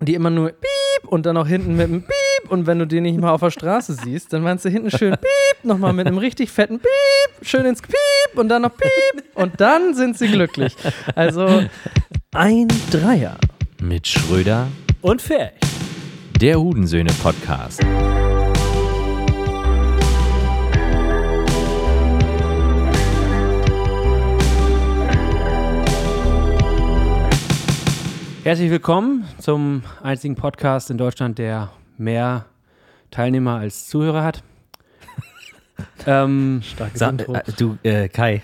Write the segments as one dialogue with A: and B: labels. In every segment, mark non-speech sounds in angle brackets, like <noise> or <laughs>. A: die immer nur piep und dann auch hinten mit einem piep und wenn du den nicht mal auf der Straße siehst, dann meinst du hinten schön piep, nochmal mit einem richtig fetten piep, schön ins piep und dann noch piep und dann sind sie glücklich. Also ein Dreier.
B: Mit Schröder,
C: Und Ferch.
B: der Hudensöhne Podcast.
C: Herzlich willkommen zum einzigen Podcast in Deutschland, der mehr Teilnehmer als Zuhörer <laughs> hat. ähm,
A: Starkes
B: Sa
A: Intro.
B: äh, du, äh, Kai,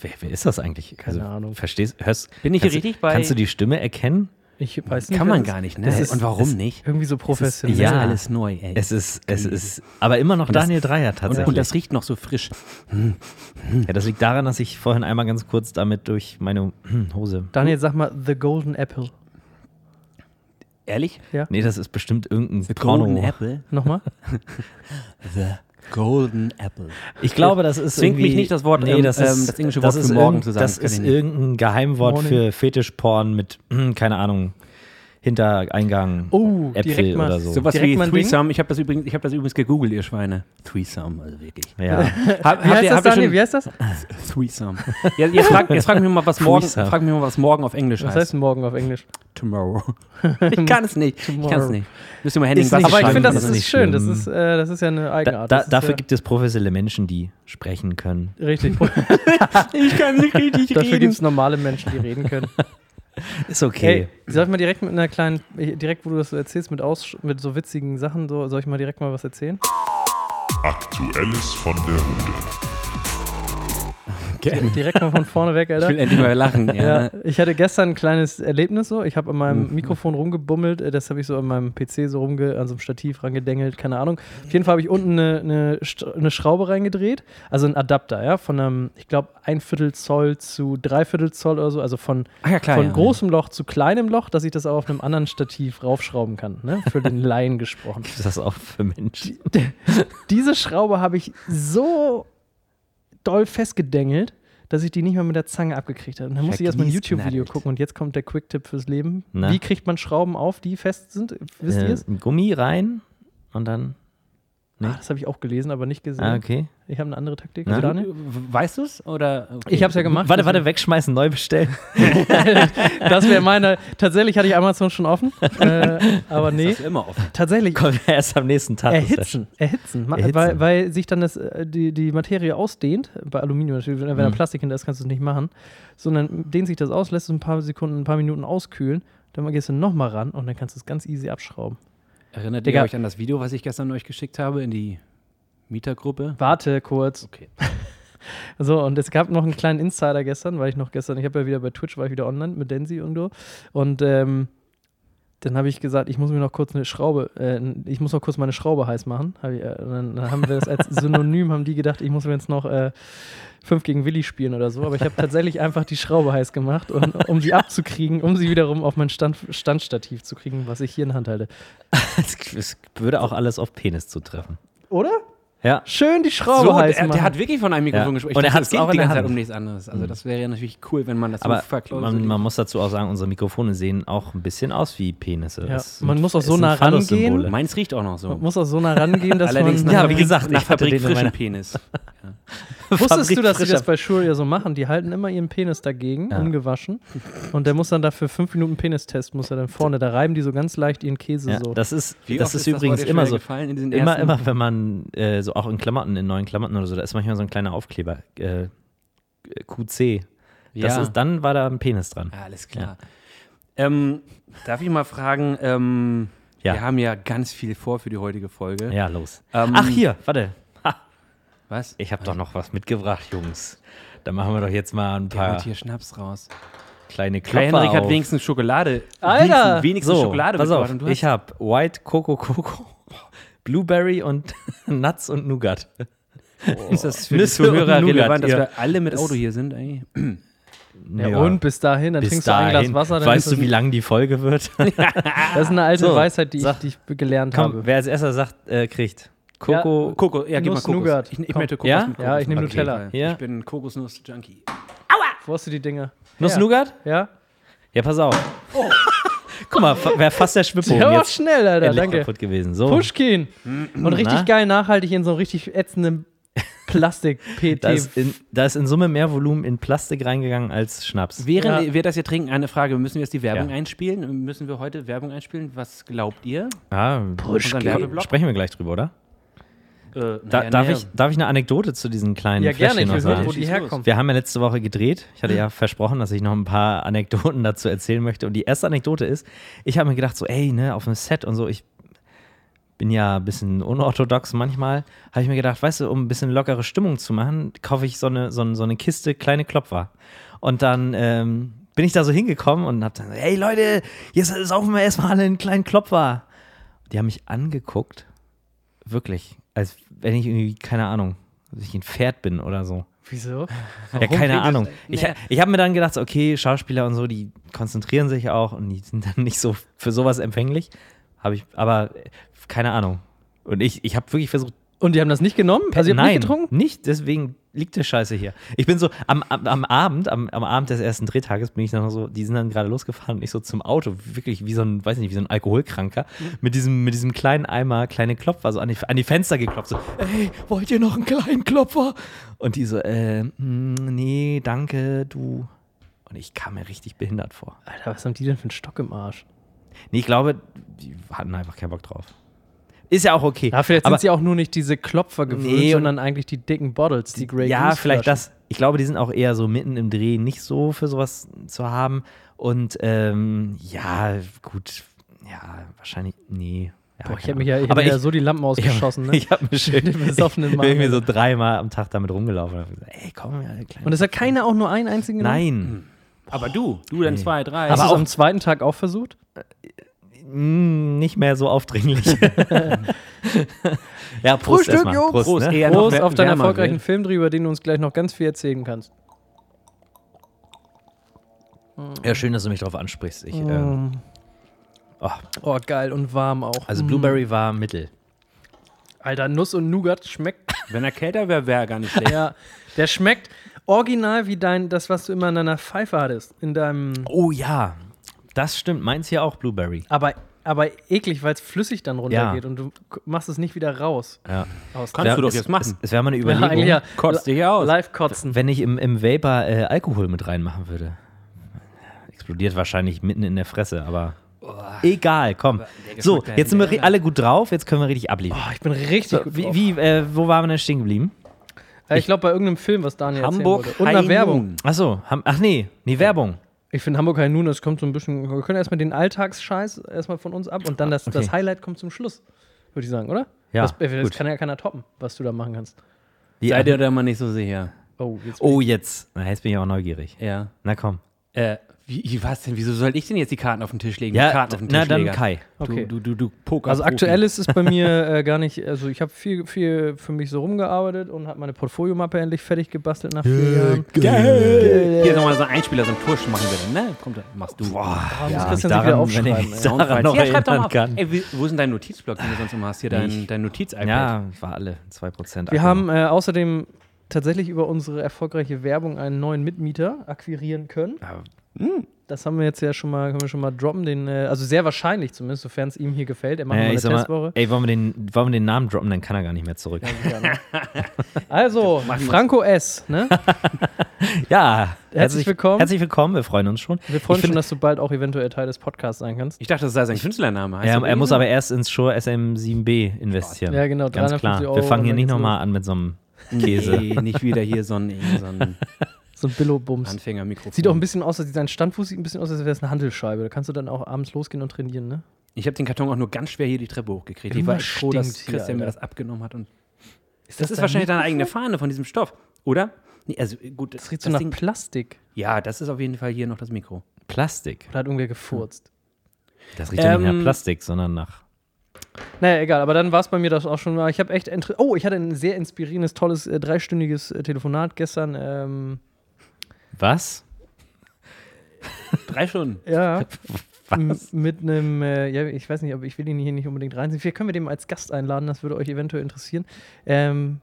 B: wer, wer ist das eigentlich? Keine
A: Ahnung.
B: Verstehst hörst,
C: Bin ich hier
B: kannst, du-
C: richtig bei-
B: Kannst du die Stimme erkennen?
A: Ich weiß nicht.
C: kann man
A: das
C: gar
A: ist
C: nicht, ne?
A: das ist-
C: Und warum nicht?
A: Irgendwie so professionell.
B: ja.
C: Das ist alles neu, ey.
B: Es ist, es ist, aber immer noch Daniel Dreier
C: und,
B: tatsächlich.
C: und das riecht noch so frisch.
B: ja, das liegt daran, dass ich vorhin einmal ganz kurz damit durch meine hm, Hose.
A: Daniel, sag mal The Golden Apple.
C: Ehrlich?
B: Nee, das ist bestimmt irgendein
C: Golden
B: Porno.
C: Apple. <laughs>
A: Nochmal?
C: The Golden Apple.
B: Ich glaube, das ist
C: Zwingt mich
B: irgendwie-
C: nicht, das Wort, ähm, ähm, das englische Wort
B: ist
C: für morgen
B: irgend-
C: zu sagen.
B: Das
C: Kann ich
B: ist
C: nicht.
B: irgendein Geheimwort
A: Morning.
B: für Fetischporn mit, hm, keine Ahnung, Hintereingang,
A: Oh, direkt
B: Äpfel
A: mal
B: oder so.
C: Sowas
A: Direkt
C: wie
A: mal ein Ding?
C: Threesome. Ich habe das übrigens, ich habe das übrigens gegoogelt, ihr Schweine. Threesome, also wirklich. <laughs>
B: Ja.
C: Hab,
A: Wie heißt das, Daniel? Wie heißt das?
C: Threesome. Ja, jetzt, fragt, jetzt fragt mich mal, was morgen,
B: Threesome.
C: fragt mich mal, was morgen auf Englisch
A: Was
C: heißt.
A: heißt denn morgen auf Englisch?
B: <laughs>
C: Tomorrow. ich kann es nicht. Ich kann es nicht. Müssen wir mal Henning
B: Ist nicht
C: Bass
A: Aber ich
B: schlimm,
C: schreiben.
A: finde, das,
B: das ist
A: ist
B: nicht
A: schön. Das
B: schlimm.
A: ist, äh, das ist ja eine
B: Da,
A: Eigenart.
B: da,
A: Das ist äh,
B: dafür
C: äh,
A: ja
B: gibt es professionelle Menschen, die sprechen können.
A: Richtig.
C: <laughs> Ich kann nicht <laughs> richtig
A: Dafür gibt es normale Menschen, die reden können.
B: Ist
A: Hey,
B: okay.
A: soll ich mal direkt mit einer kleinen, direkt wo du das so erzählst, mit, Aus, mit so witzigen Sachen, so, soll ich mal direkt mal was
C: <laughs>
A: erzählen?
D: Aktuelles von der Hunde.
A: Direkt mal von vorne weg,
C: Ich
A: Alter.
C: will endlich mal lachen. Ja.
A: Ja,
C: ne?
A: ich hatte gestern ein kleines Erlebnis so. Ich habe an meinem
C: Mhm.
A: Mikrofon rumgebummelt, äh, das habe ich so an meinem PC so rumge, an so einem Stativ rangedengelt, keine Ahnung. Auf jeden Fall habe ich unten eine, eine, St- eine Schraube reingedreht, also einen Adapter, ja, von einem, ich glaube, ein Viertel Zoll zu dreiviertel Zoll oder so, also von,
C: Ach Ah, ja, klar.
A: von
C: ja.
A: großem Loch zu kleinem Loch, dass ich das auch auf einem anderen Stativ raufschrauben kann, ne? Für
C: <laughs>
A: den Laien gesprochen.
B: Ist das auch für Menschen?
A: Diese Schraube habe ich so doll festgedengelt, dass ich die nicht mehr mit der Zange abgekriegt habe. Und dann musste ich erstmal ein
B: Verkniest
A: YouTube-Video
B: knattert.
A: gucken und jetzt kommt der Quick-Tipp fürs Leben.
B: Na?
A: Wie kriegt man Schrauben auf, die fest sind? Wisst ihr es?
B: Äh, Ein Gummi rein und dann. ne?
A: Ah, das habe ich auch gelesen, aber nicht gesehen.
B: Ah, okay.
A: Ich habe eine andere Taktik. Also
B: Na?
A: Daniel?
C: Weißt du es? Oder? Okay.
A: Ich habe es ja gemacht. <laughs>
B: Warte, warte, wegschmeißen, neu bestellen. <laughs>
A: Das wäre meine. Tatsächlich hatte ich Amazon schon
B: <laughs>
A: offen, äh, aber nee.
C: Das ist immer offen.
A: Tatsächlich.
B: Kommt erst am nächsten Tag. Das ist ja
A: Erhitzen, erhitzen, Ma-
B: Erhitzen.
A: Weil, weil sich dann das, äh, die, die Materie ausdehnt, bei Aluminium natürlich, wenn da Plastik hinter ist, kannst du es nicht machen, sondern dehnt sich das aus, lässt es ein paar Sekunden, ein paar Minuten auskühlen, dann gehst du nochmal ran und dann kannst du es ganz easy abschrauben.
C: Erinnert
A: Digga.
C: ihr euch an das Video, was ich gestern euch geschickt habe in die Mietergruppe?
A: Warte kurz.
C: Okay.
A: <laughs> So, und es gab noch einen kleinen Insider gestern, weil ich noch gestern, ich habe ja wieder bei Twitch, war ich wieder online mit Denzi und so. Und ähm, dann habe ich gesagt, ich muss mir noch kurz eine Schraube, äh, ich muss noch kurz meine Schraube heiß machen. Hab ich, äh, dann, dann haben wir das
C: <laughs>
A: als Synonym, haben die gedacht, ich muss mir jetzt noch äh, 5 gegen Willi spielen oder so. Aber ich habe tatsächlich einfach die Schraube heiß gemacht, und, um sie abzukriegen, um sie wiederum auf mein Stand, Standstativ zu kriegen, was ich hier in Hand halte.
B: das. Es würde auch alles auf Penis zutreffen.
A: Oder?
B: Ja.
A: Schön die
B: Oh,
A: Schraube
C: So,
A: heiß
C: der,
A: machen.
C: der hat wirklich von einem Mikrofon
B: Ja.
C: gesprochen. Ich
B: Und er
C: dachte,
B: hat's
C: es geht
B: auch in
C: die
B: der
C: ganze Zeit
B: Hand. Mhm.
C: um nichts anderes. Also das wäre ja natürlich cool, wenn man das
B: Aber
C: so verklausuliert.
B: man, man muss dazu auch sagen, unsere Mikrofone sehen auch ein bisschen aus wie Penisse.
A: Ja,
B: Das
A: man
B: sind-
A: muss auch so
B: es sind
A: nah
B: Phallus-Symbole.
A: rangehen.
C: Meins riecht auch noch so.
A: Man muss auch so nah rangehen, dass
C: Allerdings
A: man.
B: Ja,
C: nach
B: wie
C: Fabrik,
B: gesagt,
C: nach
B: ich hatte
C: Fabrik
B: den in
C: frischen
B: meiner- <laughs>
C: Penis.
A: Wusstest du, dass sie das
B: Fabrikfrischer-
A: bei Schulia so machen? Die halten immer ihren Penis dagegen,
B: Ja.
A: ungewaschen. Und der muss dann dafür fünf Minuten Penistest, muss er dann vorne. Da reiben die so ganz leicht ihren Käse
B: Ja,
A: so.
B: das ist,
C: Wie
B: das
C: oft
B: ist übrigens
C: heute schon
B: immer
C: wieder
B: so.
C: Gefallen in diesen
B: Immer,
C: ersten-
B: immer, wenn man äh, so auch in Klamotten, in neuen Klamotten oder so, da ist manchmal so ein kleiner Aufkleber. Äh, QC. Das
C: Ja.
B: ist, dann war da ein Penis dran.
C: Ja, alles klar. Ähm, darf ich mal fragen, ähm,
B: Ja.
C: wir haben ja ganz viel vor für die heutige Folge.
B: Ja, los.
C: Ähm,
B: Ach, hier, warte. Ha,
C: Was?
B: ich habe doch noch was mitgebracht, Jungs. Da machen wir doch jetzt mal ein
C: Der
B: paar
C: holt hier Schnaps raus.
B: kleine
C: Kai
B: Klopfer
C: Henrik hat
B: auf.
C: wenigstens Schokolade.
A: Alter!
C: Wenigstens, wenigstens
B: so,
C: Schokolade
B: pass auf,
C: mitgebracht und du hast-
B: ich habe White Coco Coco, <laughs> Blueberry und <laughs> Nuts und Nougat.
C: Oh, Ist das für die
B: Nüsse und
C: Zuhörer
B: Nougat,
C: relevant, dass
B: ja.
C: wir alle mit
B: Das-
C: Auto hier sind eigentlich?
A: Ja, Und bis dahin, dann
B: bis
A: trinkst
B: dahin,
A: du ein Glas Wasser. Dann
B: weißt
A: ist
B: du,
A: das-
B: wie lang die Folge wird?
A: Das ist eine alte
B: So,
A: Weisheit, die ich,
B: sag-
A: die ich gelernt
B: Komm,
A: habe.
B: <laughs> wer als erster sagt, äh, kriegt. Coco,
A: Ja.
C: Koko, Oh, ja, gib mal
A: Nuss,
C: Kokos.
A: Nougat.
C: Ich, ich
A: Komm.
C: möchte Kokos
B: Ja?
C: mit Kokos.
A: Ja, ich nehm
C: auf jeden
A: Nutella.
C: Fall.
B: Ja.
C: Ich bin Kokosnuss-Junkie.
A: Wo hast du die Dinger?
B: Nuss
A: Ja.
B: Nougat?
A: Ja?
B: Ja, pass auf. <laughs> Guck mal, fa- wäre fast der Schwippbogen
A: Der war
B: Oh, jetzt
A: schnell, Alter.
B: endlich
A: Danke.
B: kaputt gewesen. So,
A: Pushkin. Und richtig
B: Na?
A: geil nachhaltig in so einem richtig
B: <laughs>
A: ätzenden
B: da ist,
A: Plastik-PT.
B: in, da ist in Summe mehr Volumen in Plastik reingegangen als Schnaps.
C: Während
A: Ja.
C: wir das hier trinken, eine Frage. Müssen wir jetzt die Werbung
B: Ja.
C: einspielen? Müssen wir heute Werbung einspielen? Was glaubt ihr? Äh,
B: Ah,
C: Pushkin. Werbeblock?
B: Sprechen wir gleich drüber, oder? Da,
C: Äh, naja,
B: darf,
C: naja.
B: ich, darf ich eine Anekdote zu diesen kleinen
A: Ja, gerne.
B: Fläschchen
A: Ich
B: noch
A: will hören,
B: sagen?
A: wo die
C: Schieß los.
A: herkommt.
B: Wir haben ja letzte Woche gedreht. Ich hatte ja versprochen, dass ich noch ein paar <laughs> Anekdoten dazu erzählen möchte. Und die erste Anekdote ist, ich habe mir gedacht, so, ey, ne, auf dem Set und so, ich bin ja ein bisschen unorthodox manchmal, habe ich mir gedacht, weißt du, um ein bisschen lockere Stimmung zu machen, kaufe ich so eine, so, ein- so eine Kiste kleine Klopfer. Und dann ähm, bin ich da so hingekommen und habe dann, hey Leute, jetzt saufen wir erstmal alle einen kleinen Klopfer. Die haben mich angeguckt, wirklich, als wenn ich irgendwie, keine Ahnung, als ich ein Pferd bin oder so.
A: Wieso?
B: Ja, keine
C: geht
B: Ahnung.
C: das?
B: Ich,
C: Naja.
B: ich habe mir dann gedacht, so, okay, Schauspieler und so, die konzentrieren sich auch und die sind dann nicht so für sowas empfänglich. Habe ich, aber äh, keine Ahnung. Und ich, ich habe wirklich versucht,
A: Und die haben das nicht genommen? Also, ihr habt
B: Äh, nein,
A: nicht getrunken?
B: nicht, deswegen liegt der Scheiße hier. Ich bin so, am, am, am Abend, am, am Abend des ersten Drehtages bin ich dann noch so, die sind dann gerade losgefahren und ich so zum Auto, wirklich wie so ein, weiß nicht, wie so ein Alkoholkranker,
A: Mhm.
B: mit diesem, mit diesem kleinen Eimer, kleine Klopfer, so an die, an die Fenster geklopft, so, ey, wollt ihr noch einen kleinen Klopfer? Und die so, äh, mm, nee, danke, du. Und ich kam mir richtig behindert vor.
A: Alter, was haben die denn für einen Stock im Arsch?
B: Nee, ich glaube, die hatten einfach keinen Bock drauf. Ist ja auch okay.
A: Ja, vielleicht
B: Aber-
A: sind sie auch nur nicht diese Klopfer gewöhnt,
B: Nee, und-
A: sondern eigentlich die dicken Bottles, die Grey
B: Ja,
A: Goose
B: vielleicht
A: Flaschen.
B: das. Ich glaube, die sind auch eher so mitten im Dreh nicht so für sowas zu haben. Und ähm, ja, gut, ja, wahrscheinlich, nee. Ja,
A: Boah, ich
B: keine
A: habe mich ja, ich
B: Ahnung.
A: hab
B: aber
A: mir ja
B: <laughs> ich,
A: so die Lampen ausgeschossen. Ne?
B: ich habe
A: <laughs>
B: mir schön,
A: dem
B: ich,
A: besoffenen
B: ich
A: Mann,
B: bin mir so
A: Alter.
B: dreimal am Tag damit rumgelaufen. Und hab gesagt, ey, komm, ja, kleine.
A: Und es hat keiner auch nur einen einzigen genommen?
B: Nein.
C: Aber du, du dann zwei, drei.
A: Hast du
B: Aber
A: es
B: auch-
A: am zweiten Tag auch versucht?
B: Mm, nicht mehr so
A: <laughs>
B: aufdringlich. ja, Prost
A: Frühstück,
B: erstmal.
A: Jungs.
B: Prost,
C: Prost,
B: ne?
C: eher noch
A: Groß
C: wär-
A: auf deinen
C: wärmer
A: erfolgreichen
C: wird.
A: Film drüber, über den du uns gleich noch ganz viel erzählen kannst.
B: Ja, schön, dass du mich darauf ansprichst. Ich, ähm, oh,
A: Oh, geil und warm auch.
B: also
A: Mm.
B: Blueberry war mittel.
A: Alter, Nuss und Nougat schmeckt.
C: Wenn er kälter wäre, wäre er gar nicht schlecht.
B: <laughs>
A: ja, der schmeckt original wie dein, das, was du immer in deiner Pfeife hattest. In deinem.
B: Oh ja, das stimmt. Meins hier auch Blueberry.
A: Aber, aber eklig, weil es flüssig dann runtergeht
B: Ja.
A: und du k- machst es nicht wieder raus.
B: Ja.
A: Aus
C: Kannst
B: Wär-
C: du doch
B: es-
C: jetzt machen.
B: Es, es wäre mal eine Überlegung,
A: eigentlich <laughs> ja.
C: Kotzt dich hier aus.
A: Live kotzen.
B: wenn ich im, im Vapor äh, Alkohol mit reinmachen würde. Explodiert wahrscheinlich mitten in der Fresse, aber egal, komm. So,
C: Geschmack
B: jetzt sind wir ri- alle gut drauf, jetzt können wir richtig abliefern.
A: Oh, ich bin richtig
B: so,
A: gut.
B: wie,
A: drauf.
B: wie, äh, wo waren wir denn stehen geblieben?
A: Äh, ich glaube, bei irgendeinem Film, was Daniel
C: Hamburg,
A: erzählen wollte. Und einer
C: High
A: Werbung.
C: Noon.
B: Achso, ach nee, nee, Werbung.
A: Ich finde Hamburg High Noon, das kommt so ein bisschen. Wir können erstmal den Alltagsscheiß erstmal von uns ab und dann das,
B: Ah, Okay.
A: das Highlight kommt zum Schluss, würde ich sagen, oder?
B: Ja,
A: Das, äh, das
B: gut.
A: kann ja keiner toppen, was du da machen kannst.
B: Die
C: Seid ihr
B: Ad-
C: da mal nicht so sicher?
A: Oh, jetzt
B: oh, jetzt. Na, jetzt bin ich auch neugierig.
C: Ja.
B: Na komm.
C: Äh, wie, was denn? Wieso soll ich denn jetzt die Karten auf den Tisch legen?
B: Ja,
C: Die Karten auf den Tisch
B: na dann
C: Leger.
B: Kai.
A: Okay.
C: Du, du, du, du Poker.
A: Also aktuell ist es bei
B: <laughs>
A: mir äh, gar nicht, also ich habe viel, viel für mich so rumgearbeitet und habe meine Portfoliomappe endlich fertig gebastelt nach vier Jahren.
C: Hier nochmal so ein Einspieler, so ein Tusch machen wir dann, ne? Komm, da machst du.
B: Boah,
A: muss
B: ja,
A: Christian sich wieder
B: daran, wenn ich
A: aufschreiben,
B: mich
A: ey.
B: daran noch
C: ja, schreib doch mal
B: erinnern
C: auf.
B: kann.
C: Ey, wie- wo ist denn dein Notizblock, den du sonst immer hast? Hier dein,
B: Ich-
C: dein Notiz-iPad.
B: Ja, war alle 2%.
A: Wir
B: Akku.
A: haben äh, außerdem tatsächlich über unsere erfolgreiche Werbung einen neuen Mitmieter akquirieren können.
B: Ja.
C: Hm.
A: Das haben wir jetzt ja schon mal, können wir schon mal droppen, den, äh, also sehr wahrscheinlich zumindest, sofern es ihm hier gefällt. Er macht
B: Naja,
A: mal eine
B: Äh, ich sag mal,
A: Testwoche.
B: ey, wollen wir, den, wollen wir den Namen droppen, dann kann er gar nicht mehr zurück.
A: Also,
B: <laughs>
A: Franco S., ne?
B: Ja,
A: willkommen.
B: Herzlich willkommen, wir freuen uns schon.
A: Wir freuen
B: Ich
A: uns schon,
B: find-
A: dass du bald auch eventuell Teil des Podcasts sein kannst.
C: Ich dachte, das sei sein Künstlername. Heißt
B: er,
C: das
B: Ähm, er muss
C: irgendwie
B: aber erst ins Shure SM7B investieren.
A: Ja, genau,
B: Ganz
A: 350
B: klar.
A: Euro
B: Wir fangen
A: und
B: hier
A: dann
B: nicht
A: geht's
B: nochmal an mit so einem
C: so?
B: Käse.
C: Nee, nicht wieder hier so ein, so ein
A: So ein Billo-Bums.
C: Anfängermikrofon.
A: Sieht auch ein bisschen aus, als dein Standfuß sieht ein bisschen aus, als wäre es eine Handelscheibe. Da kannst du dann auch abends losgehen und trainieren, ne?
C: Ich habe den Karton auch nur ganz schwer hier die Treppe hochgekriegt. Ich
A: Immer
C: war echt froh, dass
A: stinkt hier,
C: Christian mir
A: Alter.
C: das abgenommen hat. Und
A: Ist
C: das, ist wahrscheinlich deine eigene Fahne von diesem Stoff, oder? Nee, also äh, gut,
A: Das riecht so nach
C: Ding-
A: Plastik.
C: Ja, das ist auf jeden Fall hier noch das Mikro.
B: Plastik.
A: Oder hat irgendwer gefurzt?
B: Das riecht ja nicht
C: Ähm,
B: nach Plastik, sondern nach.
A: Naja, egal, aber dann war es bei mir das auch schon mal. Ich habe echt. inter- Oh, ich hatte ein sehr inspirierendes, tolles, äh, dreistündiges äh, Telefonat gestern. Ähm,
B: Was? Oh,
C: Drei Stunden.
A: ja.
B: <laughs>
A: M- Mit einem, äh, ja, ich weiß nicht, aber ich will ihn hier nicht unbedingt reinziehen. Vielleicht können wir den mal als Gast einladen, das würde euch eventuell interessieren. Ähm,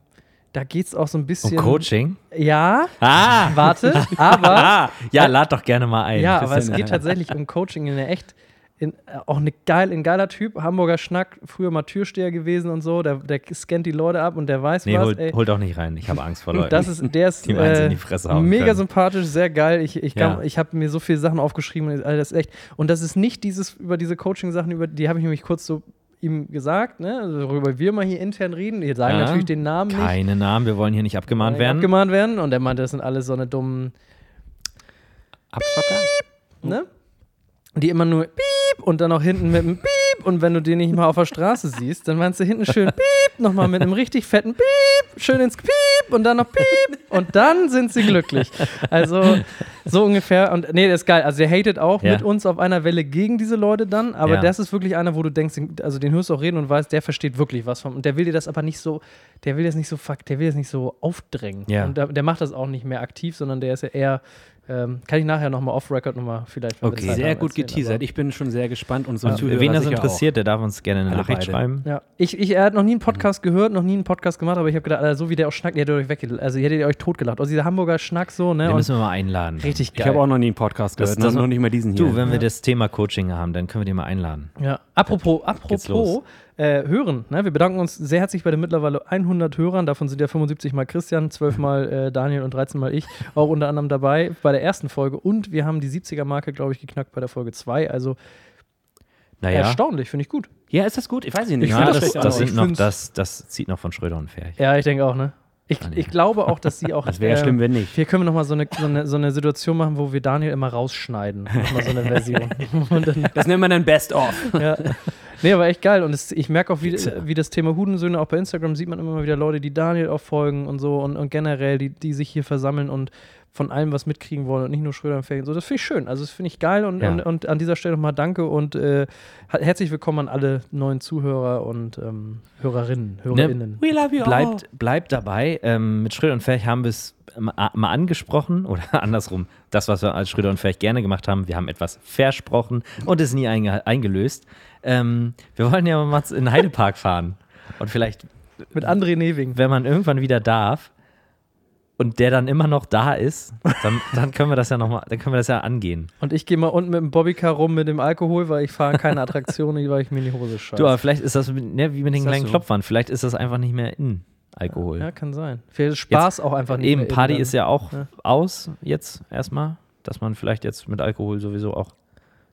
A: da geht es auch so ein
B: Um
A: bisschen.
B: Coaching?
A: Ja,
B: Ah!
A: warte, <laughs> aber.
B: <laughs> Ah, ja, lad doch gerne mal
A: <laughs>
B: ein.
A: Ja, aber es
B: Christian. <laughs>
A: geht tatsächlich um Coaching in der echt in, auch eine geil, ein geiler Typ, Hamburger Schnack, früher mal Türsteher gewesen und so, der, der scannt die Leute ab und der weiß
B: Nee,
A: was.
B: holt,
A: ey.
B: holt auch nicht rein. Ich habe Angst vor
A: <laughs>
B: Leuten.
A: Das ist, der ist
B: die mir eins in
A: äh,
B: die Fresse hauen
A: mega
B: können.
A: sympathisch, sehr geil. Ich, ich, kann-
B: Ja.
A: ich habe mir so viele Sachen aufgeschrieben, und all das echt. Und das ist nicht dieses über diese Coaching-Sachen, über die habe ich nämlich kurz so ihm gesagt, ne, also worüber wir mal hier intern reden. Wir sagen
B: Ja.
A: natürlich den Namen nicht.
B: Keine Namen, wir wollen hier nicht abgemahnt
A: Nein,
B: werden.
A: abgemahnt werden. Und er meinte, das sind alles so eine dummen,
C: Abzocker?
A: ne? Die immer nur piep und dann auch hinten mit einem piep. Und wenn du den nicht mal auf der Straße siehst, dann meinst du hinten schön piep, nochmal mit einem richtig fetten piep, schön ins piep und dann noch piep. Und dann sind sie glücklich. Also so ungefähr. Und nee, das ist geil. Also der hatet auch
B: Ja.
A: mit uns auf einer Welle gegen diese Leute dann. Aber
B: Ja.
A: das ist wirklich einer, wo du denkst, also den hörst du auch reden und weißt, der versteht wirklich was von. Und der will dir das aber nicht so, der will das nicht so, fuck, der will das nicht so aufdrängen.
B: Ja.
A: Und der, der macht das auch nicht mehr aktiv, sondern der ist ja eher, ähm, kann ich nachher nochmal off-Record nochmal vielleicht wenn wir
B: Okay.
A: Zeit
C: Sehr
A: haben,
C: gut
A: erzählen,
C: geteasert. Ich bin schon sehr gespannt und so
B: Also, wen das interessiert, der darf uns gerne eine
C: Alle
B: Nachricht
C: beide.
B: schreiben.
A: aber- Ja, ich, ich, er hat noch nie einen Podcast gehört, noch nie einen Podcast gemacht, aber ich habe gedacht, Alter, so wie der auch schnackt, ihr hättet euch weggelacht, also ihr hättet euch totgelacht. Also dieser Hamburger Schnack so, ne?
B: Den
A: Und
B: müssen wir mal einladen.
A: richtig
C: Ich
A: geil.
C: habe auch noch nie einen Podcast
B: Das-
C: gehört,
B: das-
C: noch- noch nicht mal diesen hier.
B: Du, wenn wir das Thema Coaching haben, dann können wir den mal einladen.
A: Ja, apropos,
B: Geht's los.
A: apropos äh, Hören. Ne? Wir bedanken uns sehr herzlich bei den mittlerweile 100 Hörern. Davon sind ja 75 mal Christian, 12 mal äh, Daniel und 13 mal ich auch unter anderem dabei bei der ersten Folge. Und wir haben die 70er-Marke, glaube ich, geknackt bei der Folge 2. Also
B: Naja,
A: erstaunlich, finde ich gut.
C: ja, ist das gut? Ich weiß nicht.
A: Ich
B: ja,
A: find das
B: das, das,
A: vielleicht auch
B: sind
A: nicht.
B: noch,
A: Ich find's-
B: das, das zieht noch von Schröder und Ferch.
A: Ja, ich denke auch, ne? Ich,
B: Ah, nee.
A: ich glaube auch, dass
C: <laughs>
A: sie auch.
C: das wäre ja
A: ähm,
C: schlimm, wenn nicht.
A: Hier können wir nochmal so eine, so, eine, so eine Situation machen, wo wir Daniel immer rausschneiden. Nochmal so eine
C: <laughs>
A: Version. Und dann,
C: Das nennt man dann Best-of.
A: ja. Nee, aber echt geil. Und es, ich merke auch, wie,
B: Wichser.
A: wie das Thema Hudensöhne, auch bei Instagram sieht man immer mal wieder Leute, die Daniel auch folgen und so und, und generell, die, die sich hier versammeln und von allem was mitkriegen wollen und nicht nur Schröder und Ferien. So, das finde ich schön. Also, das finde ich geil und,
B: Ja.
A: und, und an dieser Stelle nochmal danke und äh, ha- herzlich willkommen an alle neuen Zuhörer und ähm, Hörerinnen,
C: Ne,
A: Hörerinnen.
C: We love you
B: Bleibt, bleibt dabei. Ähm, mit Schröder und Ferch haben wir es ma- mal angesprochen <laughs> oder andersrum. Das, was wir als Schröder und Ferch gerne gemacht haben, wir haben etwas versprochen und es nie einge eingelöst. Ähm, wir wollen ja mal in
A: <laughs>
B: den Heidepark fahren. Und vielleicht,
A: Mit André Neving.
B: wenn man irgendwann wieder darf und der dann immer noch da ist, dann, dann können wir das ja noch mal, dann können wir das ja angehen.
A: Und ich gehe mal unten mit dem Bobbycar rum mit dem Alkohol, weil ich fahre keine Attraktionen, weil ich mir in die Hose scheiße.
B: Du, aber vielleicht ist das mit- ne, wie mit den
C: Ist das
B: kleinen
C: so?
B: Klopfern. Vielleicht ist das einfach nicht mehr in Alkohol.
A: ja, kann sein. Vielleicht ist Spaß auch einfach nicht
B: Eben,
A: mehr in
B: Party
C: ne?
A: dann.
B: ist ja auch
A: Ja.
B: aus jetzt erstmal, dass man vielleicht jetzt mit Alkohol sowieso auch,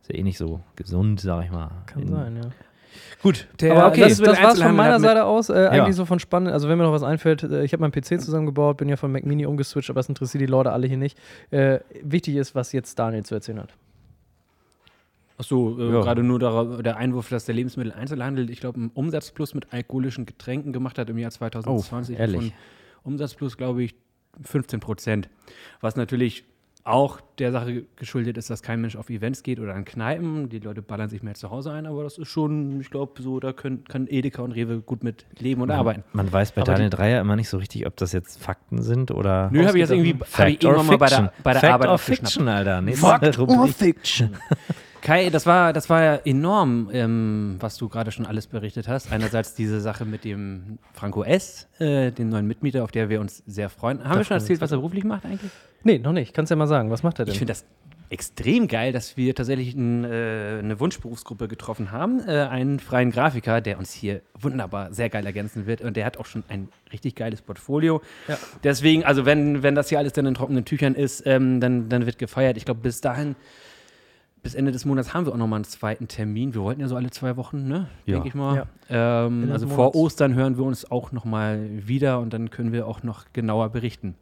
B: ist ja eh nicht so gesund, sag ich mal.
A: Kann
B: in,
A: sein, ja.
C: Gut.
A: Aber okay, das, das war's von meiner Seite aus. Äh, eigentlich so von spannend. Also, wenn mir noch was einfällt, äh, ich habe meinen PC zusammengebaut, bin ja von Mac Mini umgeswitcht, aber es interessiert die Leute alle hier nicht. Äh, wichtig ist, was jetzt Daniel zu erzählen hat.
C: Achso, äh,
B: Ja.
C: gerade nur dar- der Einwurf, dass der Lebensmitteleinzelhandel, ich glaube, einen Umsatzplus mit alkoholischen Getränken gemacht hat im Jahr 2020.
B: Oh, ehrlich?
C: Von Umsatzplus, glaube ich, 15 Prozent. Was natürlich auch der Sache geschuldet ist, dass kein Mensch auf Events geht oder an Kneipen. Die Leute ballern sich mehr zu Hause ein, aber das ist schon, ich glaube, so, da können, kann Edeka und Rewe gut mit leben und
B: Mhm.
C: arbeiten.
B: Man weiß bei
A: Aber
B: Daniel Dreier immer nicht so richtig, ob das jetzt Fakten sind oder.
C: Nö, habe ich jetzt irgendwie hab ich
B: Fact or
C: irgendwann mal bei
B: Fiction.
C: der, bei der
B: Fact
C: Arbeit
B: or
C: aufgeschnappt.
B: Fiction, Alter. Nächste
A: Fact or
B: Rubrik.
A: Fiction.
C: Kai, das war, das war ja enorm, ähm, was du gerade schon alles berichtet hast. Einerseits diese Sache mit dem Franco S., äh, dem neuen Mitmieter, auf der wir uns sehr freuen. Haben wir schon erzählt, was er beruflich macht eigentlich?
A: Nee, noch nicht. Kannst ja mal sagen, was macht er denn?
C: Ich finde das extrem geil, dass wir tatsächlich ein, äh, eine Wunschberufsgruppe getroffen haben. Äh, einen freien Grafiker, der uns hier wunderbar sehr geil ergänzen wird. Und der hat auch schon ein richtig geiles Portfolio. Deswegen, also wenn, wenn das hier alles dann in trockenen Tüchern ist, ähm, dann, dann wird gefeiert. Ich glaube, bis dahin, bis Ende des Monats haben wir auch nochmal einen zweiten Termin. Wir wollten ja so alle zwei Wochen, ne?
B: Ja.
C: Denke ich mal. Ähm,
A: Ende des
C: also vor
A: Monats.
C: Ostern hören wir uns auch nochmal wieder und dann können wir auch noch genauer berichten.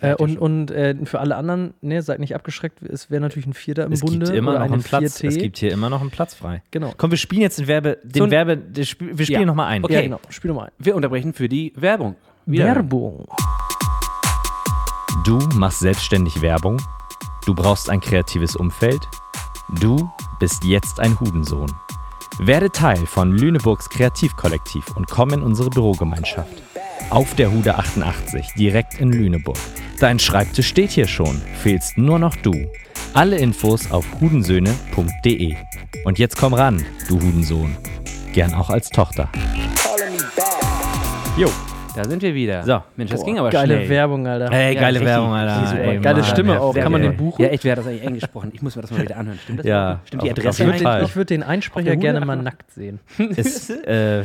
A: Äh, und und äh, für alle anderen, ne, seid nicht abgeschreckt, es wäre natürlich ein Vierter im
B: Es
A: Bunde.
B: gibt immer
A: oder
B: noch
A: eine
B: einen Platz.
A: 4T.
B: Es gibt hier immer noch einen Platz frei.
A: Genau.
B: Komm, wir spielen jetzt den Werbe. Den
C: So ein-
B: Werbe den Spiel, wir spielen
C: Ja.
B: nochmal ein.
C: Okay.
A: Ja, genau. Spiel nochmal ein.
C: Wir unterbrechen für die Werbung. Wieder.
A: Werbung.
B: Du machst selbstständig Werbung. Du brauchst ein kreatives Umfeld. Du bist jetzt ein Hudensohn. Werde Teil von Lüneburgs Kreativkollektiv und komm in unsere Bürogemeinschaft. Auf der Hude 88, direkt in Lüneburg. Dein Schreibtisch steht hier schon, fehlst nur noch du. Alle Infos auf hudensöhne.de. Und jetzt komm ran, du Hudensohn. Gern auch als Tochter. Jo,
C: Da sind wir wieder.
B: So.
C: Mensch, das
B: Boah,
C: ging aber
A: Geile
C: schnell.
A: Werbung, Alter.
B: Ey,
C: Ja,
B: geile
C: richtig.
B: Werbung, Alter.
C: Richtig super.
B: Ey,
A: Geile
B: Mann,
A: Stimme auch.
B: sehr
A: Kann man
B: geil.
A: den buchen?
C: Ja, echt, wer hat das eigentlich eng gesprochen? Ich muss mir das mal wieder anhören. Stimmt das?
B: Ja,
C: Stimmt die
B: auf- auf
C: Adresse
A: Ich
B: jeden
A: würde
B: Fall.
A: den, ich würd den Einsprecher
C: Auf der
A: gerne
C: Huhn-
A: mal nackt sehen.
B: Ist, äh,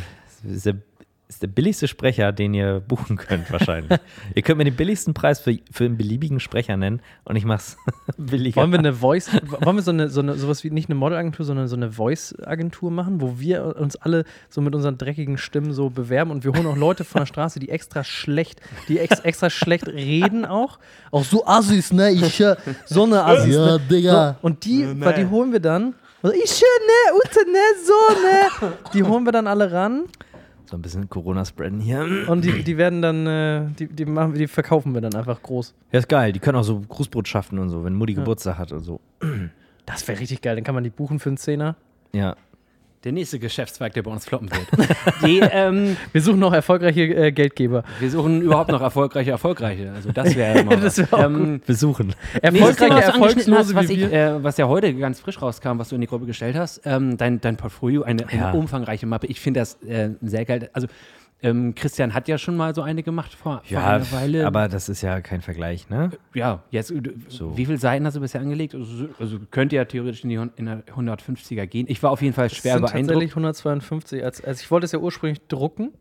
B: ist, der, ist der billigste Sprecher, den ihr buchen könnt, wahrscheinlich. ihr könnt mir den billigsten Preis für, für einen beliebigen Sprecher nennen und ich mach's <laughs> billiger.
A: Wollen wir eine Voice, wollen wir so eine, so eine, sowas wie nicht eine Modelagentur, sondern so eine Voice-Agentur machen, wo wir uns alle so mit unseren dreckigen Stimmen so bewerben und wir holen auch Leute von der Straße, die extra schlecht, die ex, extra schlecht reden auch. Auch so Assis, ne? Ich äh, so eine Assis.
E: Ja,
A: ne?
E: Digga.
A: So, und die, weil die holen wir dann. Also Ich äh, ne, Ute, ne, so, ne? Die holen wir dann alle ran
B: so ein bisschen Corona-Spreaden hier.
A: und die, die werden dann, äh, die, die, machen, wir- die verkaufen wir dann einfach groß.
B: Ja, ist geil. Die können auch so Grußbotschaften und so, wenn Mutti Geburtstag hat und so.
A: Das wäre richtig geil, dann kann man die buchen für einen Zehner.
B: Ja.
C: Der nächste Geschäftszweig, der bei uns floppen wird. <laughs> Die, ähm,
A: Wir suchen noch erfolgreiche äh, Geldgeber.
C: wir suchen überhaupt noch erfolgreiche, erfolgreiche. Also das wäre mal
A: Das
C: was.
A: wär auch
C: ähm,
B: Besuchen.
C: nächstes
A: Erfolgreiche,
C: Thema, was du angeschnitten hast,
A: erfolgslose
C: was,
A: wie
C: ich,
A: wir.
C: äh, was ja heute ganz frisch rauskam, was du in die Gruppe gestellt hast, ähm, dein, dein Portfolio, eine, eine
B: Ja.
C: umfangreiche Mappe. Ich finde das äh, sehr geil. Also ähm, Christian hat ja schon mal so eine gemacht vor, vor
B: Ja,
C: einer Weile.
B: aber das ist ja kein Vergleich, ne?
C: ja, jetzt, äh,
B: So.
C: wie viele Seiten hast du bisher angelegt? Also, also könnt ihr ja theoretisch in die hun- in der 150er gehen. Ich war auf jeden Fall schwer
A: sind
C: beeindruckt.
A: tatsächlich 152. Als, als ich wollte es ja ursprünglich drucken,